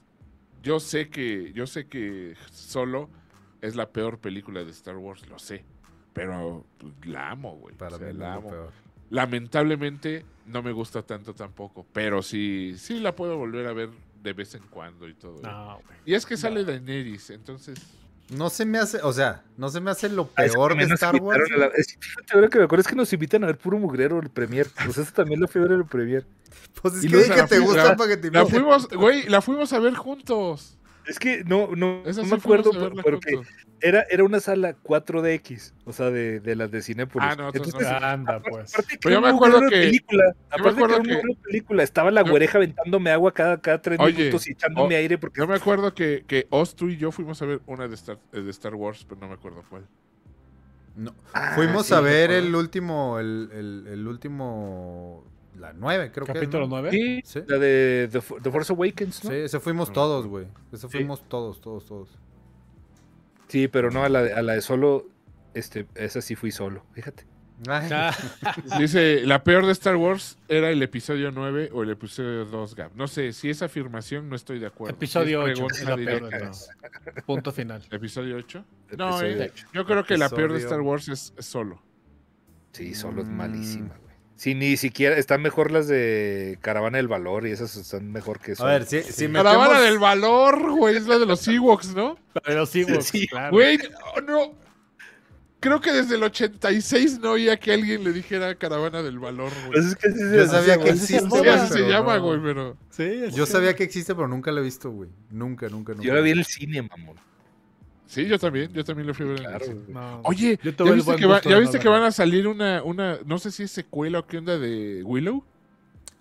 [SPEAKER 2] Yo sé que, yo sé que solo es la peor película de Star Wars, lo sé. Pero pues, la amo, güey.
[SPEAKER 3] Para
[SPEAKER 2] O sea,
[SPEAKER 3] mí
[SPEAKER 2] la
[SPEAKER 3] la
[SPEAKER 2] amo.
[SPEAKER 3] peor.
[SPEAKER 2] Lamentablemente no me gusta tanto tampoco. Pero sí, sí la puedo volver a ver de vez en cuando y todo. ¿eh?
[SPEAKER 6] No, güey.
[SPEAKER 2] Y es que sale Daenerys, entonces.
[SPEAKER 3] No se me hace, o sea, no se me hace lo
[SPEAKER 1] Ah, es que
[SPEAKER 3] peor de
[SPEAKER 1] también nos
[SPEAKER 3] Star Wars.
[SPEAKER 1] invitaron a la- es- fíjate, ahora que me acuerdo es que nos invitan a ver puro mugrero el premier. Pues eso también lo fui a ver en el premier.
[SPEAKER 3] Pues es
[SPEAKER 2] Y
[SPEAKER 3] que
[SPEAKER 2] luego
[SPEAKER 3] di
[SPEAKER 2] se
[SPEAKER 3] que
[SPEAKER 2] la
[SPEAKER 3] te
[SPEAKER 2] fui-
[SPEAKER 3] gusta para que te
[SPEAKER 2] La
[SPEAKER 3] inviten.
[SPEAKER 2] fuimos, güey, la fuimos a ver juntos.
[SPEAKER 1] Es que no, no,
[SPEAKER 2] Esa
[SPEAKER 1] no
[SPEAKER 2] sí
[SPEAKER 1] me
[SPEAKER 2] fuimos
[SPEAKER 1] acuerdo
[SPEAKER 2] a verla
[SPEAKER 1] por- porque
[SPEAKER 2] juntos.
[SPEAKER 1] era, era una sala 4DX, o sea, de, de las de Cinépolis.
[SPEAKER 2] Ah, no, entonces
[SPEAKER 1] Entonces,
[SPEAKER 6] Anda, pues.
[SPEAKER 1] Aparte que
[SPEAKER 2] Pero yo
[SPEAKER 1] era
[SPEAKER 2] me
[SPEAKER 1] un
[SPEAKER 2] acuerdo
[SPEAKER 1] mugrero de
[SPEAKER 2] que-
[SPEAKER 1] película. Aparte que era
[SPEAKER 2] acuerdo
[SPEAKER 1] un
[SPEAKER 2] que-
[SPEAKER 1] mugrero de película. Estaba la
[SPEAKER 2] Yo-
[SPEAKER 1] güereja aventándome agua cada, cada tres
[SPEAKER 2] Oye,
[SPEAKER 1] minutos y echándome
[SPEAKER 2] o-
[SPEAKER 1] aire porque
[SPEAKER 2] Yo me acuerdo que, que Oz, tú y yo fuimos a ver una de Star, eh, de Star Wars, pero no me acuerdo cuál.
[SPEAKER 3] No.
[SPEAKER 1] Ah,
[SPEAKER 3] Fuimos
[SPEAKER 1] sí,
[SPEAKER 3] a
[SPEAKER 1] me
[SPEAKER 3] ver
[SPEAKER 1] acuerdo.
[SPEAKER 3] el último, el, el, el último, La 9, creo que es,
[SPEAKER 6] Capítulo
[SPEAKER 3] ¿no?
[SPEAKER 6] 9.
[SPEAKER 1] Sí,
[SPEAKER 3] Sí.
[SPEAKER 1] la de The, Fu- The Force Awakens, ¿no?
[SPEAKER 3] Sí,
[SPEAKER 1] Sí,
[SPEAKER 3] ese fuimos todos, güey. Ese fuimos todos, todos, todos.
[SPEAKER 1] pero no, a la, de- a la de solo, este, esa sí fui solo, fíjate.
[SPEAKER 3] Ay,
[SPEAKER 6] Ah,
[SPEAKER 2] Dice, la peor de Star Wars era el episodio 9 o el episodio 2, Gab. No sé, si es afirmación, no estoy de acuerdo.
[SPEAKER 6] episodio
[SPEAKER 2] Si es
[SPEAKER 6] 8 es la
[SPEAKER 2] pregunta
[SPEAKER 6] peor
[SPEAKER 2] directa.
[SPEAKER 6] de todas. Punto final.
[SPEAKER 2] ¿Episodio 8? No,
[SPEAKER 1] Episodio
[SPEAKER 2] eh,
[SPEAKER 1] ocho.
[SPEAKER 2] yo creo que la peor de
[SPEAKER 3] Episodio-
[SPEAKER 2] Star Wars es, es solo.
[SPEAKER 1] Sí, solo es
[SPEAKER 3] Mm.
[SPEAKER 1] malísima, güey. Sí, ni siquiera, están mejor las de Caravana del Valor y esas están mejor que
[SPEAKER 3] A
[SPEAKER 1] Solo.
[SPEAKER 3] ver, si, si
[SPEAKER 2] Caravana
[SPEAKER 3] metemos-
[SPEAKER 2] del valor, güey, es la de los Ewoks, ¿no?
[SPEAKER 6] Pero sí,
[SPEAKER 1] Sí,
[SPEAKER 6] claro.
[SPEAKER 2] Güey, no, no. Creo que desde el 86 no oía que alguien le dijera caravana del valor,
[SPEAKER 1] Pues
[SPEAKER 2] güey.
[SPEAKER 1] es que sí se-
[SPEAKER 3] Yo sabía que
[SPEAKER 1] así se
[SPEAKER 3] existe,
[SPEAKER 1] llama.
[SPEAKER 2] Sí, así se
[SPEAKER 3] pero
[SPEAKER 2] llama,
[SPEAKER 3] no.
[SPEAKER 2] güey, pero.
[SPEAKER 6] Sí, es
[SPEAKER 3] Yo
[SPEAKER 6] que-
[SPEAKER 3] sabía que existe, pero nunca lo he visto, güey. Nunca, nunca, nunca.
[SPEAKER 1] Yo la vi en el cine, mamón.
[SPEAKER 2] Sí, yo también, yo también lo fui a ver en el
[SPEAKER 1] Claro,
[SPEAKER 2] cine.
[SPEAKER 1] güey.
[SPEAKER 6] No.
[SPEAKER 2] Oye,
[SPEAKER 6] Yo
[SPEAKER 2] ¿ya
[SPEAKER 6] tuve el
[SPEAKER 2] viste,
[SPEAKER 6] buen
[SPEAKER 2] que, va-
[SPEAKER 6] gusto
[SPEAKER 2] ya
[SPEAKER 6] de
[SPEAKER 2] viste
[SPEAKER 6] no
[SPEAKER 2] que van
[SPEAKER 6] verlo.
[SPEAKER 2] a salir una, una, no sé si es secuela o qué onda de Willow?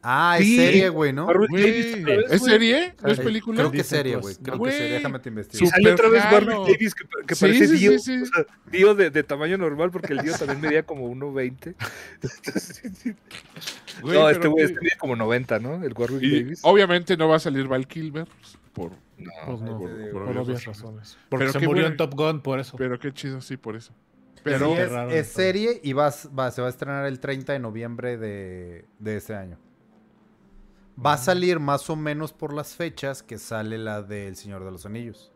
[SPEAKER 3] Ah, es
[SPEAKER 1] Sí.
[SPEAKER 3] serie, güey, ¿no?
[SPEAKER 1] Warwick Davis
[SPEAKER 2] Güey,
[SPEAKER 1] otra vez,
[SPEAKER 2] ¿es
[SPEAKER 1] güey.
[SPEAKER 2] serie? ¿No es
[SPEAKER 3] Eh,
[SPEAKER 2] película?
[SPEAKER 3] Creo que es
[SPEAKER 6] Disney
[SPEAKER 3] serie,
[SPEAKER 6] Plus.
[SPEAKER 3] güey. Creo
[SPEAKER 2] Güey.
[SPEAKER 3] que es serie. Déjame te investigo.
[SPEAKER 1] Y sale otra vez
[SPEAKER 2] Supercaro.
[SPEAKER 1] Warwick Davis, que, que
[SPEAKER 2] Sí,
[SPEAKER 1] parece
[SPEAKER 2] sí, sí,
[SPEAKER 1] Dio.
[SPEAKER 2] sí.
[SPEAKER 1] O sea, Dio de, de tamaño normal, porque el Dio también medía como 1.20. Entonces, sí, sí. no,
[SPEAKER 2] Güey, pero
[SPEAKER 1] este güey
[SPEAKER 2] que-
[SPEAKER 1] este mide como 90, ¿no? El Warwick
[SPEAKER 2] y oh.
[SPEAKER 1] Davis.
[SPEAKER 2] obviamente no va a salir Val Kilmer por,
[SPEAKER 6] Pues no,
[SPEAKER 2] por-
[SPEAKER 3] te
[SPEAKER 2] por
[SPEAKER 3] digo.
[SPEAKER 6] por
[SPEAKER 2] obvias razones.
[SPEAKER 6] obvias razones. Porque
[SPEAKER 2] Pero
[SPEAKER 6] se
[SPEAKER 2] qué
[SPEAKER 6] murió
[SPEAKER 2] bueno.
[SPEAKER 6] en Top Gun por eso.
[SPEAKER 2] Pero qué chido, sí, por eso.
[SPEAKER 3] Pues Sí,
[SPEAKER 2] Pero
[SPEAKER 3] es,
[SPEAKER 6] Qué raro,
[SPEAKER 3] es
[SPEAKER 6] ¿no?
[SPEAKER 3] serie y vas, va- se va a estrenar el 30 de noviembre de, de este año. Va a salir más o menos por las fechas que sale la del Señor de los Anillos.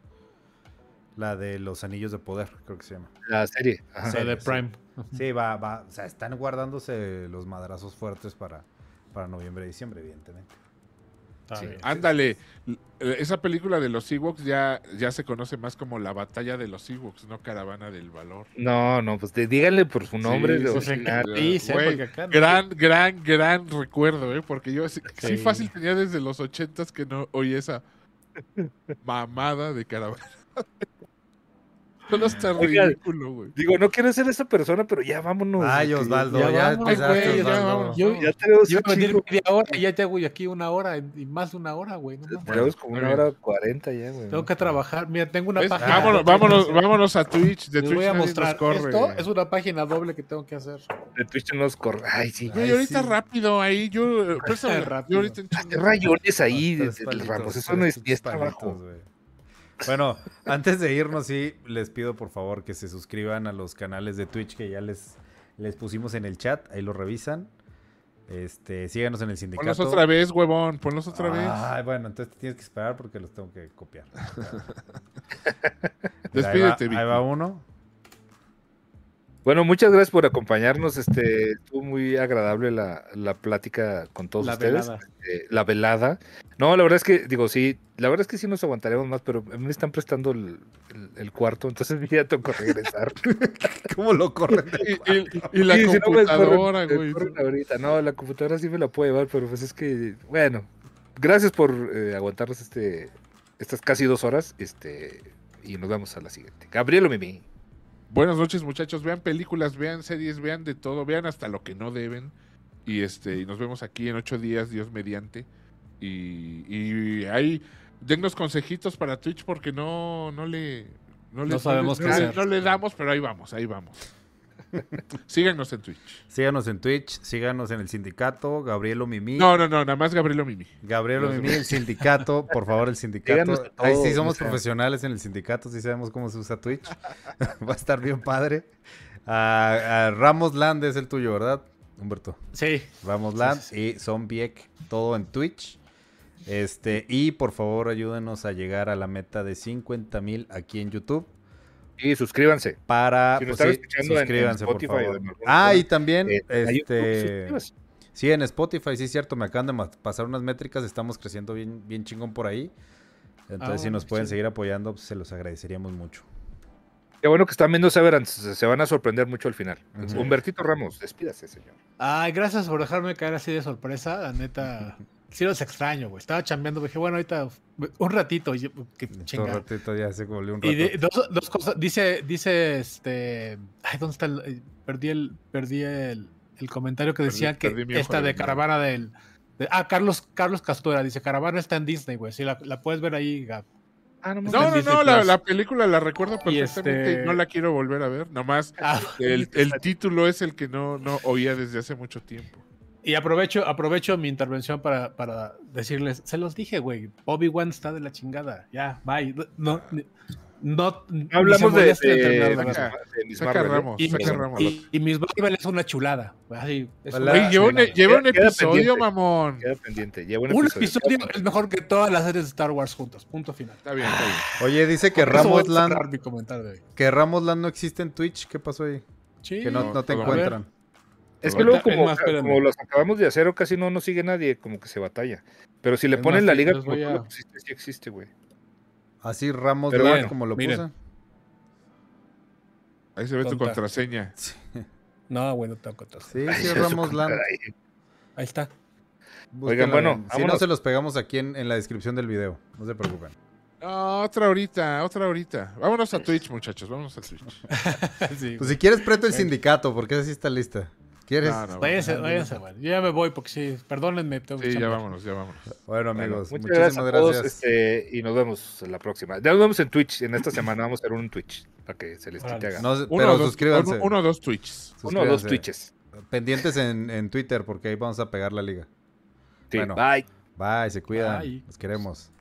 [SPEAKER 3] La de los Anillos de Poder, creo que se llama.
[SPEAKER 1] La serie. Ajá.
[SPEAKER 6] o sea, de
[SPEAKER 3] sí.
[SPEAKER 6] Prime.
[SPEAKER 3] Sí, va, va. O sea, están guardándose los madrazos fuertes para, para noviembre y diciembre, evidentemente.
[SPEAKER 6] Está
[SPEAKER 1] Sí.
[SPEAKER 6] bien.
[SPEAKER 2] Ándale, l- eh, esa película de los Ewoks ya, ya se conoce más como la batalla de los Ewoks, no Caravana del Valor.
[SPEAKER 1] No, no, pues de- díganle por su nombre.
[SPEAKER 2] Sí,
[SPEAKER 1] de
[SPEAKER 2] sí,
[SPEAKER 6] Pues en
[SPEAKER 1] original.
[SPEAKER 6] Catriz, ¿eh?
[SPEAKER 2] Güey,
[SPEAKER 6] Porque acá no.
[SPEAKER 2] Gran, gran, gran recuerdo, ¿eh? Porque yo sí, sí
[SPEAKER 6] Sí.
[SPEAKER 2] fácil tenía desde los ochentas que no oí esa mamada de Caravana. Solo está
[SPEAKER 1] Oigan.
[SPEAKER 2] ridículo, güey.
[SPEAKER 1] Digo, no quiero ser esa persona, pero ya vámonos.
[SPEAKER 3] Ay,
[SPEAKER 1] porque
[SPEAKER 3] Osvaldo,
[SPEAKER 6] ya
[SPEAKER 3] ya,
[SPEAKER 6] vámonos,
[SPEAKER 3] empezaste,
[SPEAKER 2] güey, ya
[SPEAKER 3] Osvaldo.
[SPEAKER 2] vámonos.
[SPEAKER 6] Yo
[SPEAKER 1] Ya tenemos
[SPEAKER 6] yo
[SPEAKER 1] un
[SPEAKER 6] iba a venir
[SPEAKER 1] chingo.
[SPEAKER 6] media hora y ya tengo aquí una hora y más de una hora, güey. no mames.
[SPEAKER 1] Tenemos como
[SPEAKER 2] Está
[SPEAKER 1] una hora cuarenta ya, güey.
[SPEAKER 6] Tengo que trabajar. Mira, tengo una
[SPEAKER 2] ¿Ves? Ah,
[SPEAKER 6] página.
[SPEAKER 2] Vámonos, vámonos, vámonos a Twitch. De
[SPEAKER 6] Les
[SPEAKER 2] Twitch
[SPEAKER 6] voy a
[SPEAKER 2] nadie nos
[SPEAKER 6] mostrar.
[SPEAKER 2] corre.
[SPEAKER 6] Esto es una página doble que tengo que hacer.
[SPEAKER 1] De Twitch no nos corre. Ay, sí.
[SPEAKER 2] Güey,
[SPEAKER 3] Ay,
[SPEAKER 2] ahorita
[SPEAKER 3] sí.
[SPEAKER 2] rápido ahí. Yo, préstame,
[SPEAKER 6] Rápido.
[SPEAKER 2] yo ahorita en
[SPEAKER 1] Qué
[SPEAKER 2] chinga.
[SPEAKER 1] rayones ahí, de,
[SPEAKER 3] Tres
[SPEAKER 1] de-
[SPEAKER 3] palitos,
[SPEAKER 1] Ramos. Eso
[SPEAKER 3] tres
[SPEAKER 1] no es,
[SPEAKER 3] pinches
[SPEAKER 1] ni es
[SPEAKER 3] palitos,
[SPEAKER 1] trabajo.
[SPEAKER 3] güey. Bueno, antes de irnos, sí, les pido por favor que se suscriban a los canales de Twitch que ya les, les pusimos en el chat. Ahí lo revisan. Este, síganos en el
[SPEAKER 2] Ponlos
[SPEAKER 3] sindicato.
[SPEAKER 2] otra vez, huevón. Ponlos otra
[SPEAKER 6] Ah.
[SPEAKER 2] vez.
[SPEAKER 3] Ay, bueno, entonces te tienes que esperar porque los tengo que copiar. Mira, ahí va-
[SPEAKER 2] Despídete,
[SPEAKER 3] Ahí va,
[SPEAKER 2] Vicky.
[SPEAKER 3] uno.
[SPEAKER 1] Bueno, muchas gracias por acompañarnos. Este, estuvo muy agradable la, la plática con todos
[SPEAKER 6] La
[SPEAKER 1] ustedes.
[SPEAKER 6] velada.
[SPEAKER 1] eh, la velada. No, la verdad es que, digo, sí, la verdad es que sí nos aguantaremos más, pero me están prestando el, el- el cuarto, entonces ya tengo que regresar.
[SPEAKER 3] ¿Cómo lo corren?
[SPEAKER 2] Y, y- y la
[SPEAKER 1] Sí, si no me corren-
[SPEAKER 2] computadora,
[SPEAKER 1] me
[SPEAKER 2] güey.
[SPEAKER 1] corren ahorita. No, la computadora sí me la puedo llevar, pero pues es que, bueno, gracias por eh, aguantarnos este, estas casi dos horas, este, y nos vamos a la siguiente. Gabriel o Mimi.
[SPEAKER 2] Buenas noches, muchachos. Vean películas, vean series, vean de todo, vean hasta lo que no deben. Y este, y nos vemos aquí en ocho días, Dios mediante. Y, y ahí, dennos consejitos para Twitch porque no, no le. No, le-
[SPEAKER 6] sabemos
[SPEAKER 2] no
[SPEAKER 6] qué
[SPEAKER 2] le-
[SPEAKER 6] hacer.
[SPEAKER 2] no le damos, pero ahí vamos, ahí vamos. Síganos en Twitch.
[SPEAKER 3] Síganos en Twitch, síganos en el sindicato, Gabrielo Mimi.
[SPEAKER 2] No, no, no, nada más Gabriel Mimi.
[SPEAKER 3] Gabriel
[SPEAKER 2] No
[SPEAKER 3] Mimi,
[SPEAKER 2] sé.
[SPEAKER 3] el sindicato, por favor, el
[SPEAKER 1] Díganos
[SPEAKER 3] sindicato.
[SPEAKER 1] a
[SPEAKER 3] Ahí
[SPEAKER 1] todos,
[SPEAKER 3] sí somos
[SPEAKER 1] o sea.
[SPEAKER 3] profesionales en el sindicato, sí sabemos cómo se usa Twitch. Va a estar bien padre. A- a Ramos Land es el tuyo, ¿verdad, Humberto?
[SPEAKER 6] Sí.
[SPEAKER 3] Ramos
[SPEAKER 6] Sí,
[SPEAKER 3] Land
[SPEAKER 6] sí, sí.
[SPEAKER 3] y Zombiek, todo en Twitch. Este, y por favor, ayúdenos a llegar a la meta de 50 mil aquí en YouTube.
[SPEAKER 1] Y suscríbanse.
[SPEAKER 3] Para
[SPEAKER 1] Si nos están
[SPEAKER 3] pues, sí,
[SPEAKER 1] escuchando en- en
[SPEAKER 3] suscríbanse, por
[SPEAKER 1] Spotify o
[SPEAKER 3] favor.
[SPEAKER 1] en algún
[SPEAKER 3] Ah,
[SPEAKER 1] lugar,
[SPEAKER 3] y también,
[SPEAKER 1] Eh, a YouTube,
[SPEAKER 3] este.
[SPEAKER 1] suscríbanse.
[SPEAKER 3] Sí, en Spotify, sí es cierto, me acaban de ma- pasar unas métricas, estamos creciendo bien, bien chingón por ahí. Entonces,
[SPEAKER 6] Ah,
[SPEAKER 3] si nos
[SPEAKER 6] qué
[SPEAKER 3] pueden
[SPEAKER 6] chido.
[SPEAKER 3] seguir apoyando, pues, se los agradeceríamos mucho.
[SPEAKER 1] Qué bueno que están viendo Severance, se se van a sorprender mucho al final.
[SPEAKER 3] Ujú.
[SPEAKER 1] Humbertito Ramos, despídase, señor.
[SPEAKER 6] Ay, gracias por dejarme caer así de sorpresa. La neta, sí los extraño, güey. Estaba chambeando, dije, bueno, ahorita un ratito. y- Que
[SPEAKER 3] Todo
[SPEAKER 6] chingada.
[SPEAKER 3] ratito ya se volvió un rato.
[SPEAKER 6] Y de- dos, dos cosas. Dice, dice este. Ay, ¿dónde está el- eh, Perdí el, perdí el, el comentario que
[SPEAKER 2] Perdí-
[SPEAKER 6] decía
[SPEAKER 2] perdí mi
[SPEAKER 6] que
[SPEAKER 2] ojo
[SPEAKER 6] esta
[SPEAKER 2] de
[SPEAKER 6] de
[SPEAKER 2] nuevo.
[SPEAKER 6] caravana del. de- ah, Carlos, Carlos Castura dice: Caravana está en Disney, güey. Sí, la, la puedes ver ahí, Gab. Ah,
[SPEAKER 2] Ah, No, no, no, la, la película la recuerdo
[SPEAKER 6] Y
[SPEAKER 2] perfectamente y,
[SPEAKER 6] este-
[SPEAKER 2] no la quiero volver a ver. Nomás
[SPEAKER 6] Ah,
[SPEAKER 2] el, el título es el que no, no oía desde hace mucho tiempo.
[SPEAKER 6] Y aprovecho, aprovecho mi intervención para, para decirles, se los dije, güey, Obi-Wan está de la chingada. Ya, bye. No, ni- no, ni se
[SPEAKER 1] Hablamos de,
[SPEAKER 6] moleste
[SPEAKER 1] de,
[SPEAKER 6] en terminar la
[SPEAKER 1] de-
[SPEAKER 6] cosa.
[SPEAKER 1] de Miss
[SPEAKER 2] Saca
[SPEAKER 1] Marvel, ¿eh?
[SPEAKER 2] Ramos,
[SPEAKER 6] Y,
[SPEAKER 2] saca Ramos.
[SPEAKER 6] y- y Miss Marvel es una chulada. Así, es
[SPEAKER 3] Ojalá-
[SPEAKER 6] una
[SPEAKER 2] Oye, lleva un, e-,
[SPEAKER 6] chulada.
[SPEAKER 2] lleva un
[SPEAKER 1] Queda- queda
[SPEAKER 2] episodio,
[SPEAKER 1] pendiente.
[SPEAKER 2] mamón.
[SPEAKER 1] Queda pendiente. Lleva
[SPEAKER 6] Un episodio es mejor que todas las series de Star Wars juntas. Punto final.
[SPEAKER 2] Está bien, está bien.
[SPEAKER 3] Oye, dice que
[SPEAKER 6] Por eso voy a
[SPEAKER 3] Ramos Land,
[SPEAKER 6] cerrar mi comentario de hoy.
[SPEAKER 3] que Ramos Land no existe en Twitch. ¿Qué pasó ahí?
[SPEAKER 6] Sí.
[SPEAKER 3] Que no, no te
[SPEAKER 2] a ver.
[SPEAKER 3] encuentran.
[SPEAKER 1] Es que luego,
[SPEAKER 6] Ahorita,
[SPEAKER 1] como,
[SPEAKER 6] es más, espérame.
[SPEAKER 1] como los acabamos de hacer, o casi no nos sigue nadie, como que se batalla. Pero si le
[SPEAKER 6] Es
[SPEAKER 1] ponen
[SPEAKER 6] más,
[SPEAKER 1] la
[SPEAKER 6] sí,
[SPEAKER 1] liga,
[SPEAKER 6] les
[SPEAKER 1] como
[SPEAKER 6] voy
[SPEAKER 1] tú
[SPEAKER 6] a-
[SPEAKER 1] lo pusiste, sí existe, güey.
[SPEAKER 3] Así Ah, Ramos
[SPEAKER 1] Pero
[SPEAKER 3] Land,
[SPEAKER 6] bueno,
[SPEAKER 3] como lo
[SPEAKER 6] miren.
[SPEAKER 2] Ahí se ve tu
[SPEAKER 6] Contar.
[SPEAKER 2] contraseña.
[SPEAKER 3] puse.
[SPEAKER 6] No, güey, no tengo contar.
[SPEAKER 3] Sí,
[SPEAKER 1] Ay,
[SPEAKER 3] sí,
[SPEAKER 1] eso,
[SPEAKER 3] Ramos Land.
[SPEAKER 1] caray.
[SPEAKER 6] Ahí está.
[SPEAKER 1] Oigan, bueno,
[SPEAKER 3] si no
[SPEAKER 1] vámonos.
[SPEAKER 3] se los pegamos aquí en, en la descripción del video. No se preocupen.
[SPEAKER 2] No, otra ahorita, otra ahorita. Vámonos a Twitch, muchachos, vámonos a Twitch.
[SPEAKER 6] Sí,
[SPEAKER 3] Pues si quieres, preto el sindicato, porque esa sí está lista. ¿Quieres?
[SPEAKER 2] No, no,
[SPEAKER 6] Váyanse, váyanse, güey. Yo ya me voy porque sí, perdónenme. tengo que
[SPEAKER 2] Sí, ya
[SPEAKER 6] chambear.
[SPEAKER 2] vámonos, ya vámonos.
[SPEAKER 3] Bueno,
[SPEAKER 1] Bueno,
[SPEAKER 3] amigos,
[SPEAKER 1] muchas gracias
[SPEAKER 3] muchísimas
[SPEAKER 1] a
[SPEAKER 3] gracias.
[SPEAKER 1] todos este, y nos vemos en la próxima. Ya nos vemos en Twitch. En esta semana vamos a hacer un Twitch para que se les
[SPEAKER 6] Órale.
[SPEAKER 1] quite haga.
[SPEAKER 3] No se-
[SPEAKER 2] Uno,
[SPEAKER 3] pero
[SPEAKER 2] o dos,
[SPEAKER 3] suscríbanse.
[SPEAKER 2] uno- uno o dos Twitches.
[SPEAKER 1] Uno o dos
[SPEAKER 3] suscríbanse.
[SPEAKER 1] Twitches.
[SPEAKER 3] Pendientes en, en Twitter, porque ahí vamos a pegar la liga.
[SPEAKER 1] Sí,
[SPEAKER 3] Bueno.
[SPEAKER 1] Bye.
[SPEAKER 3] Bye, se cuidan.
[SPEAKER 6] Bye.
[SPEAKER 3] Los queremos.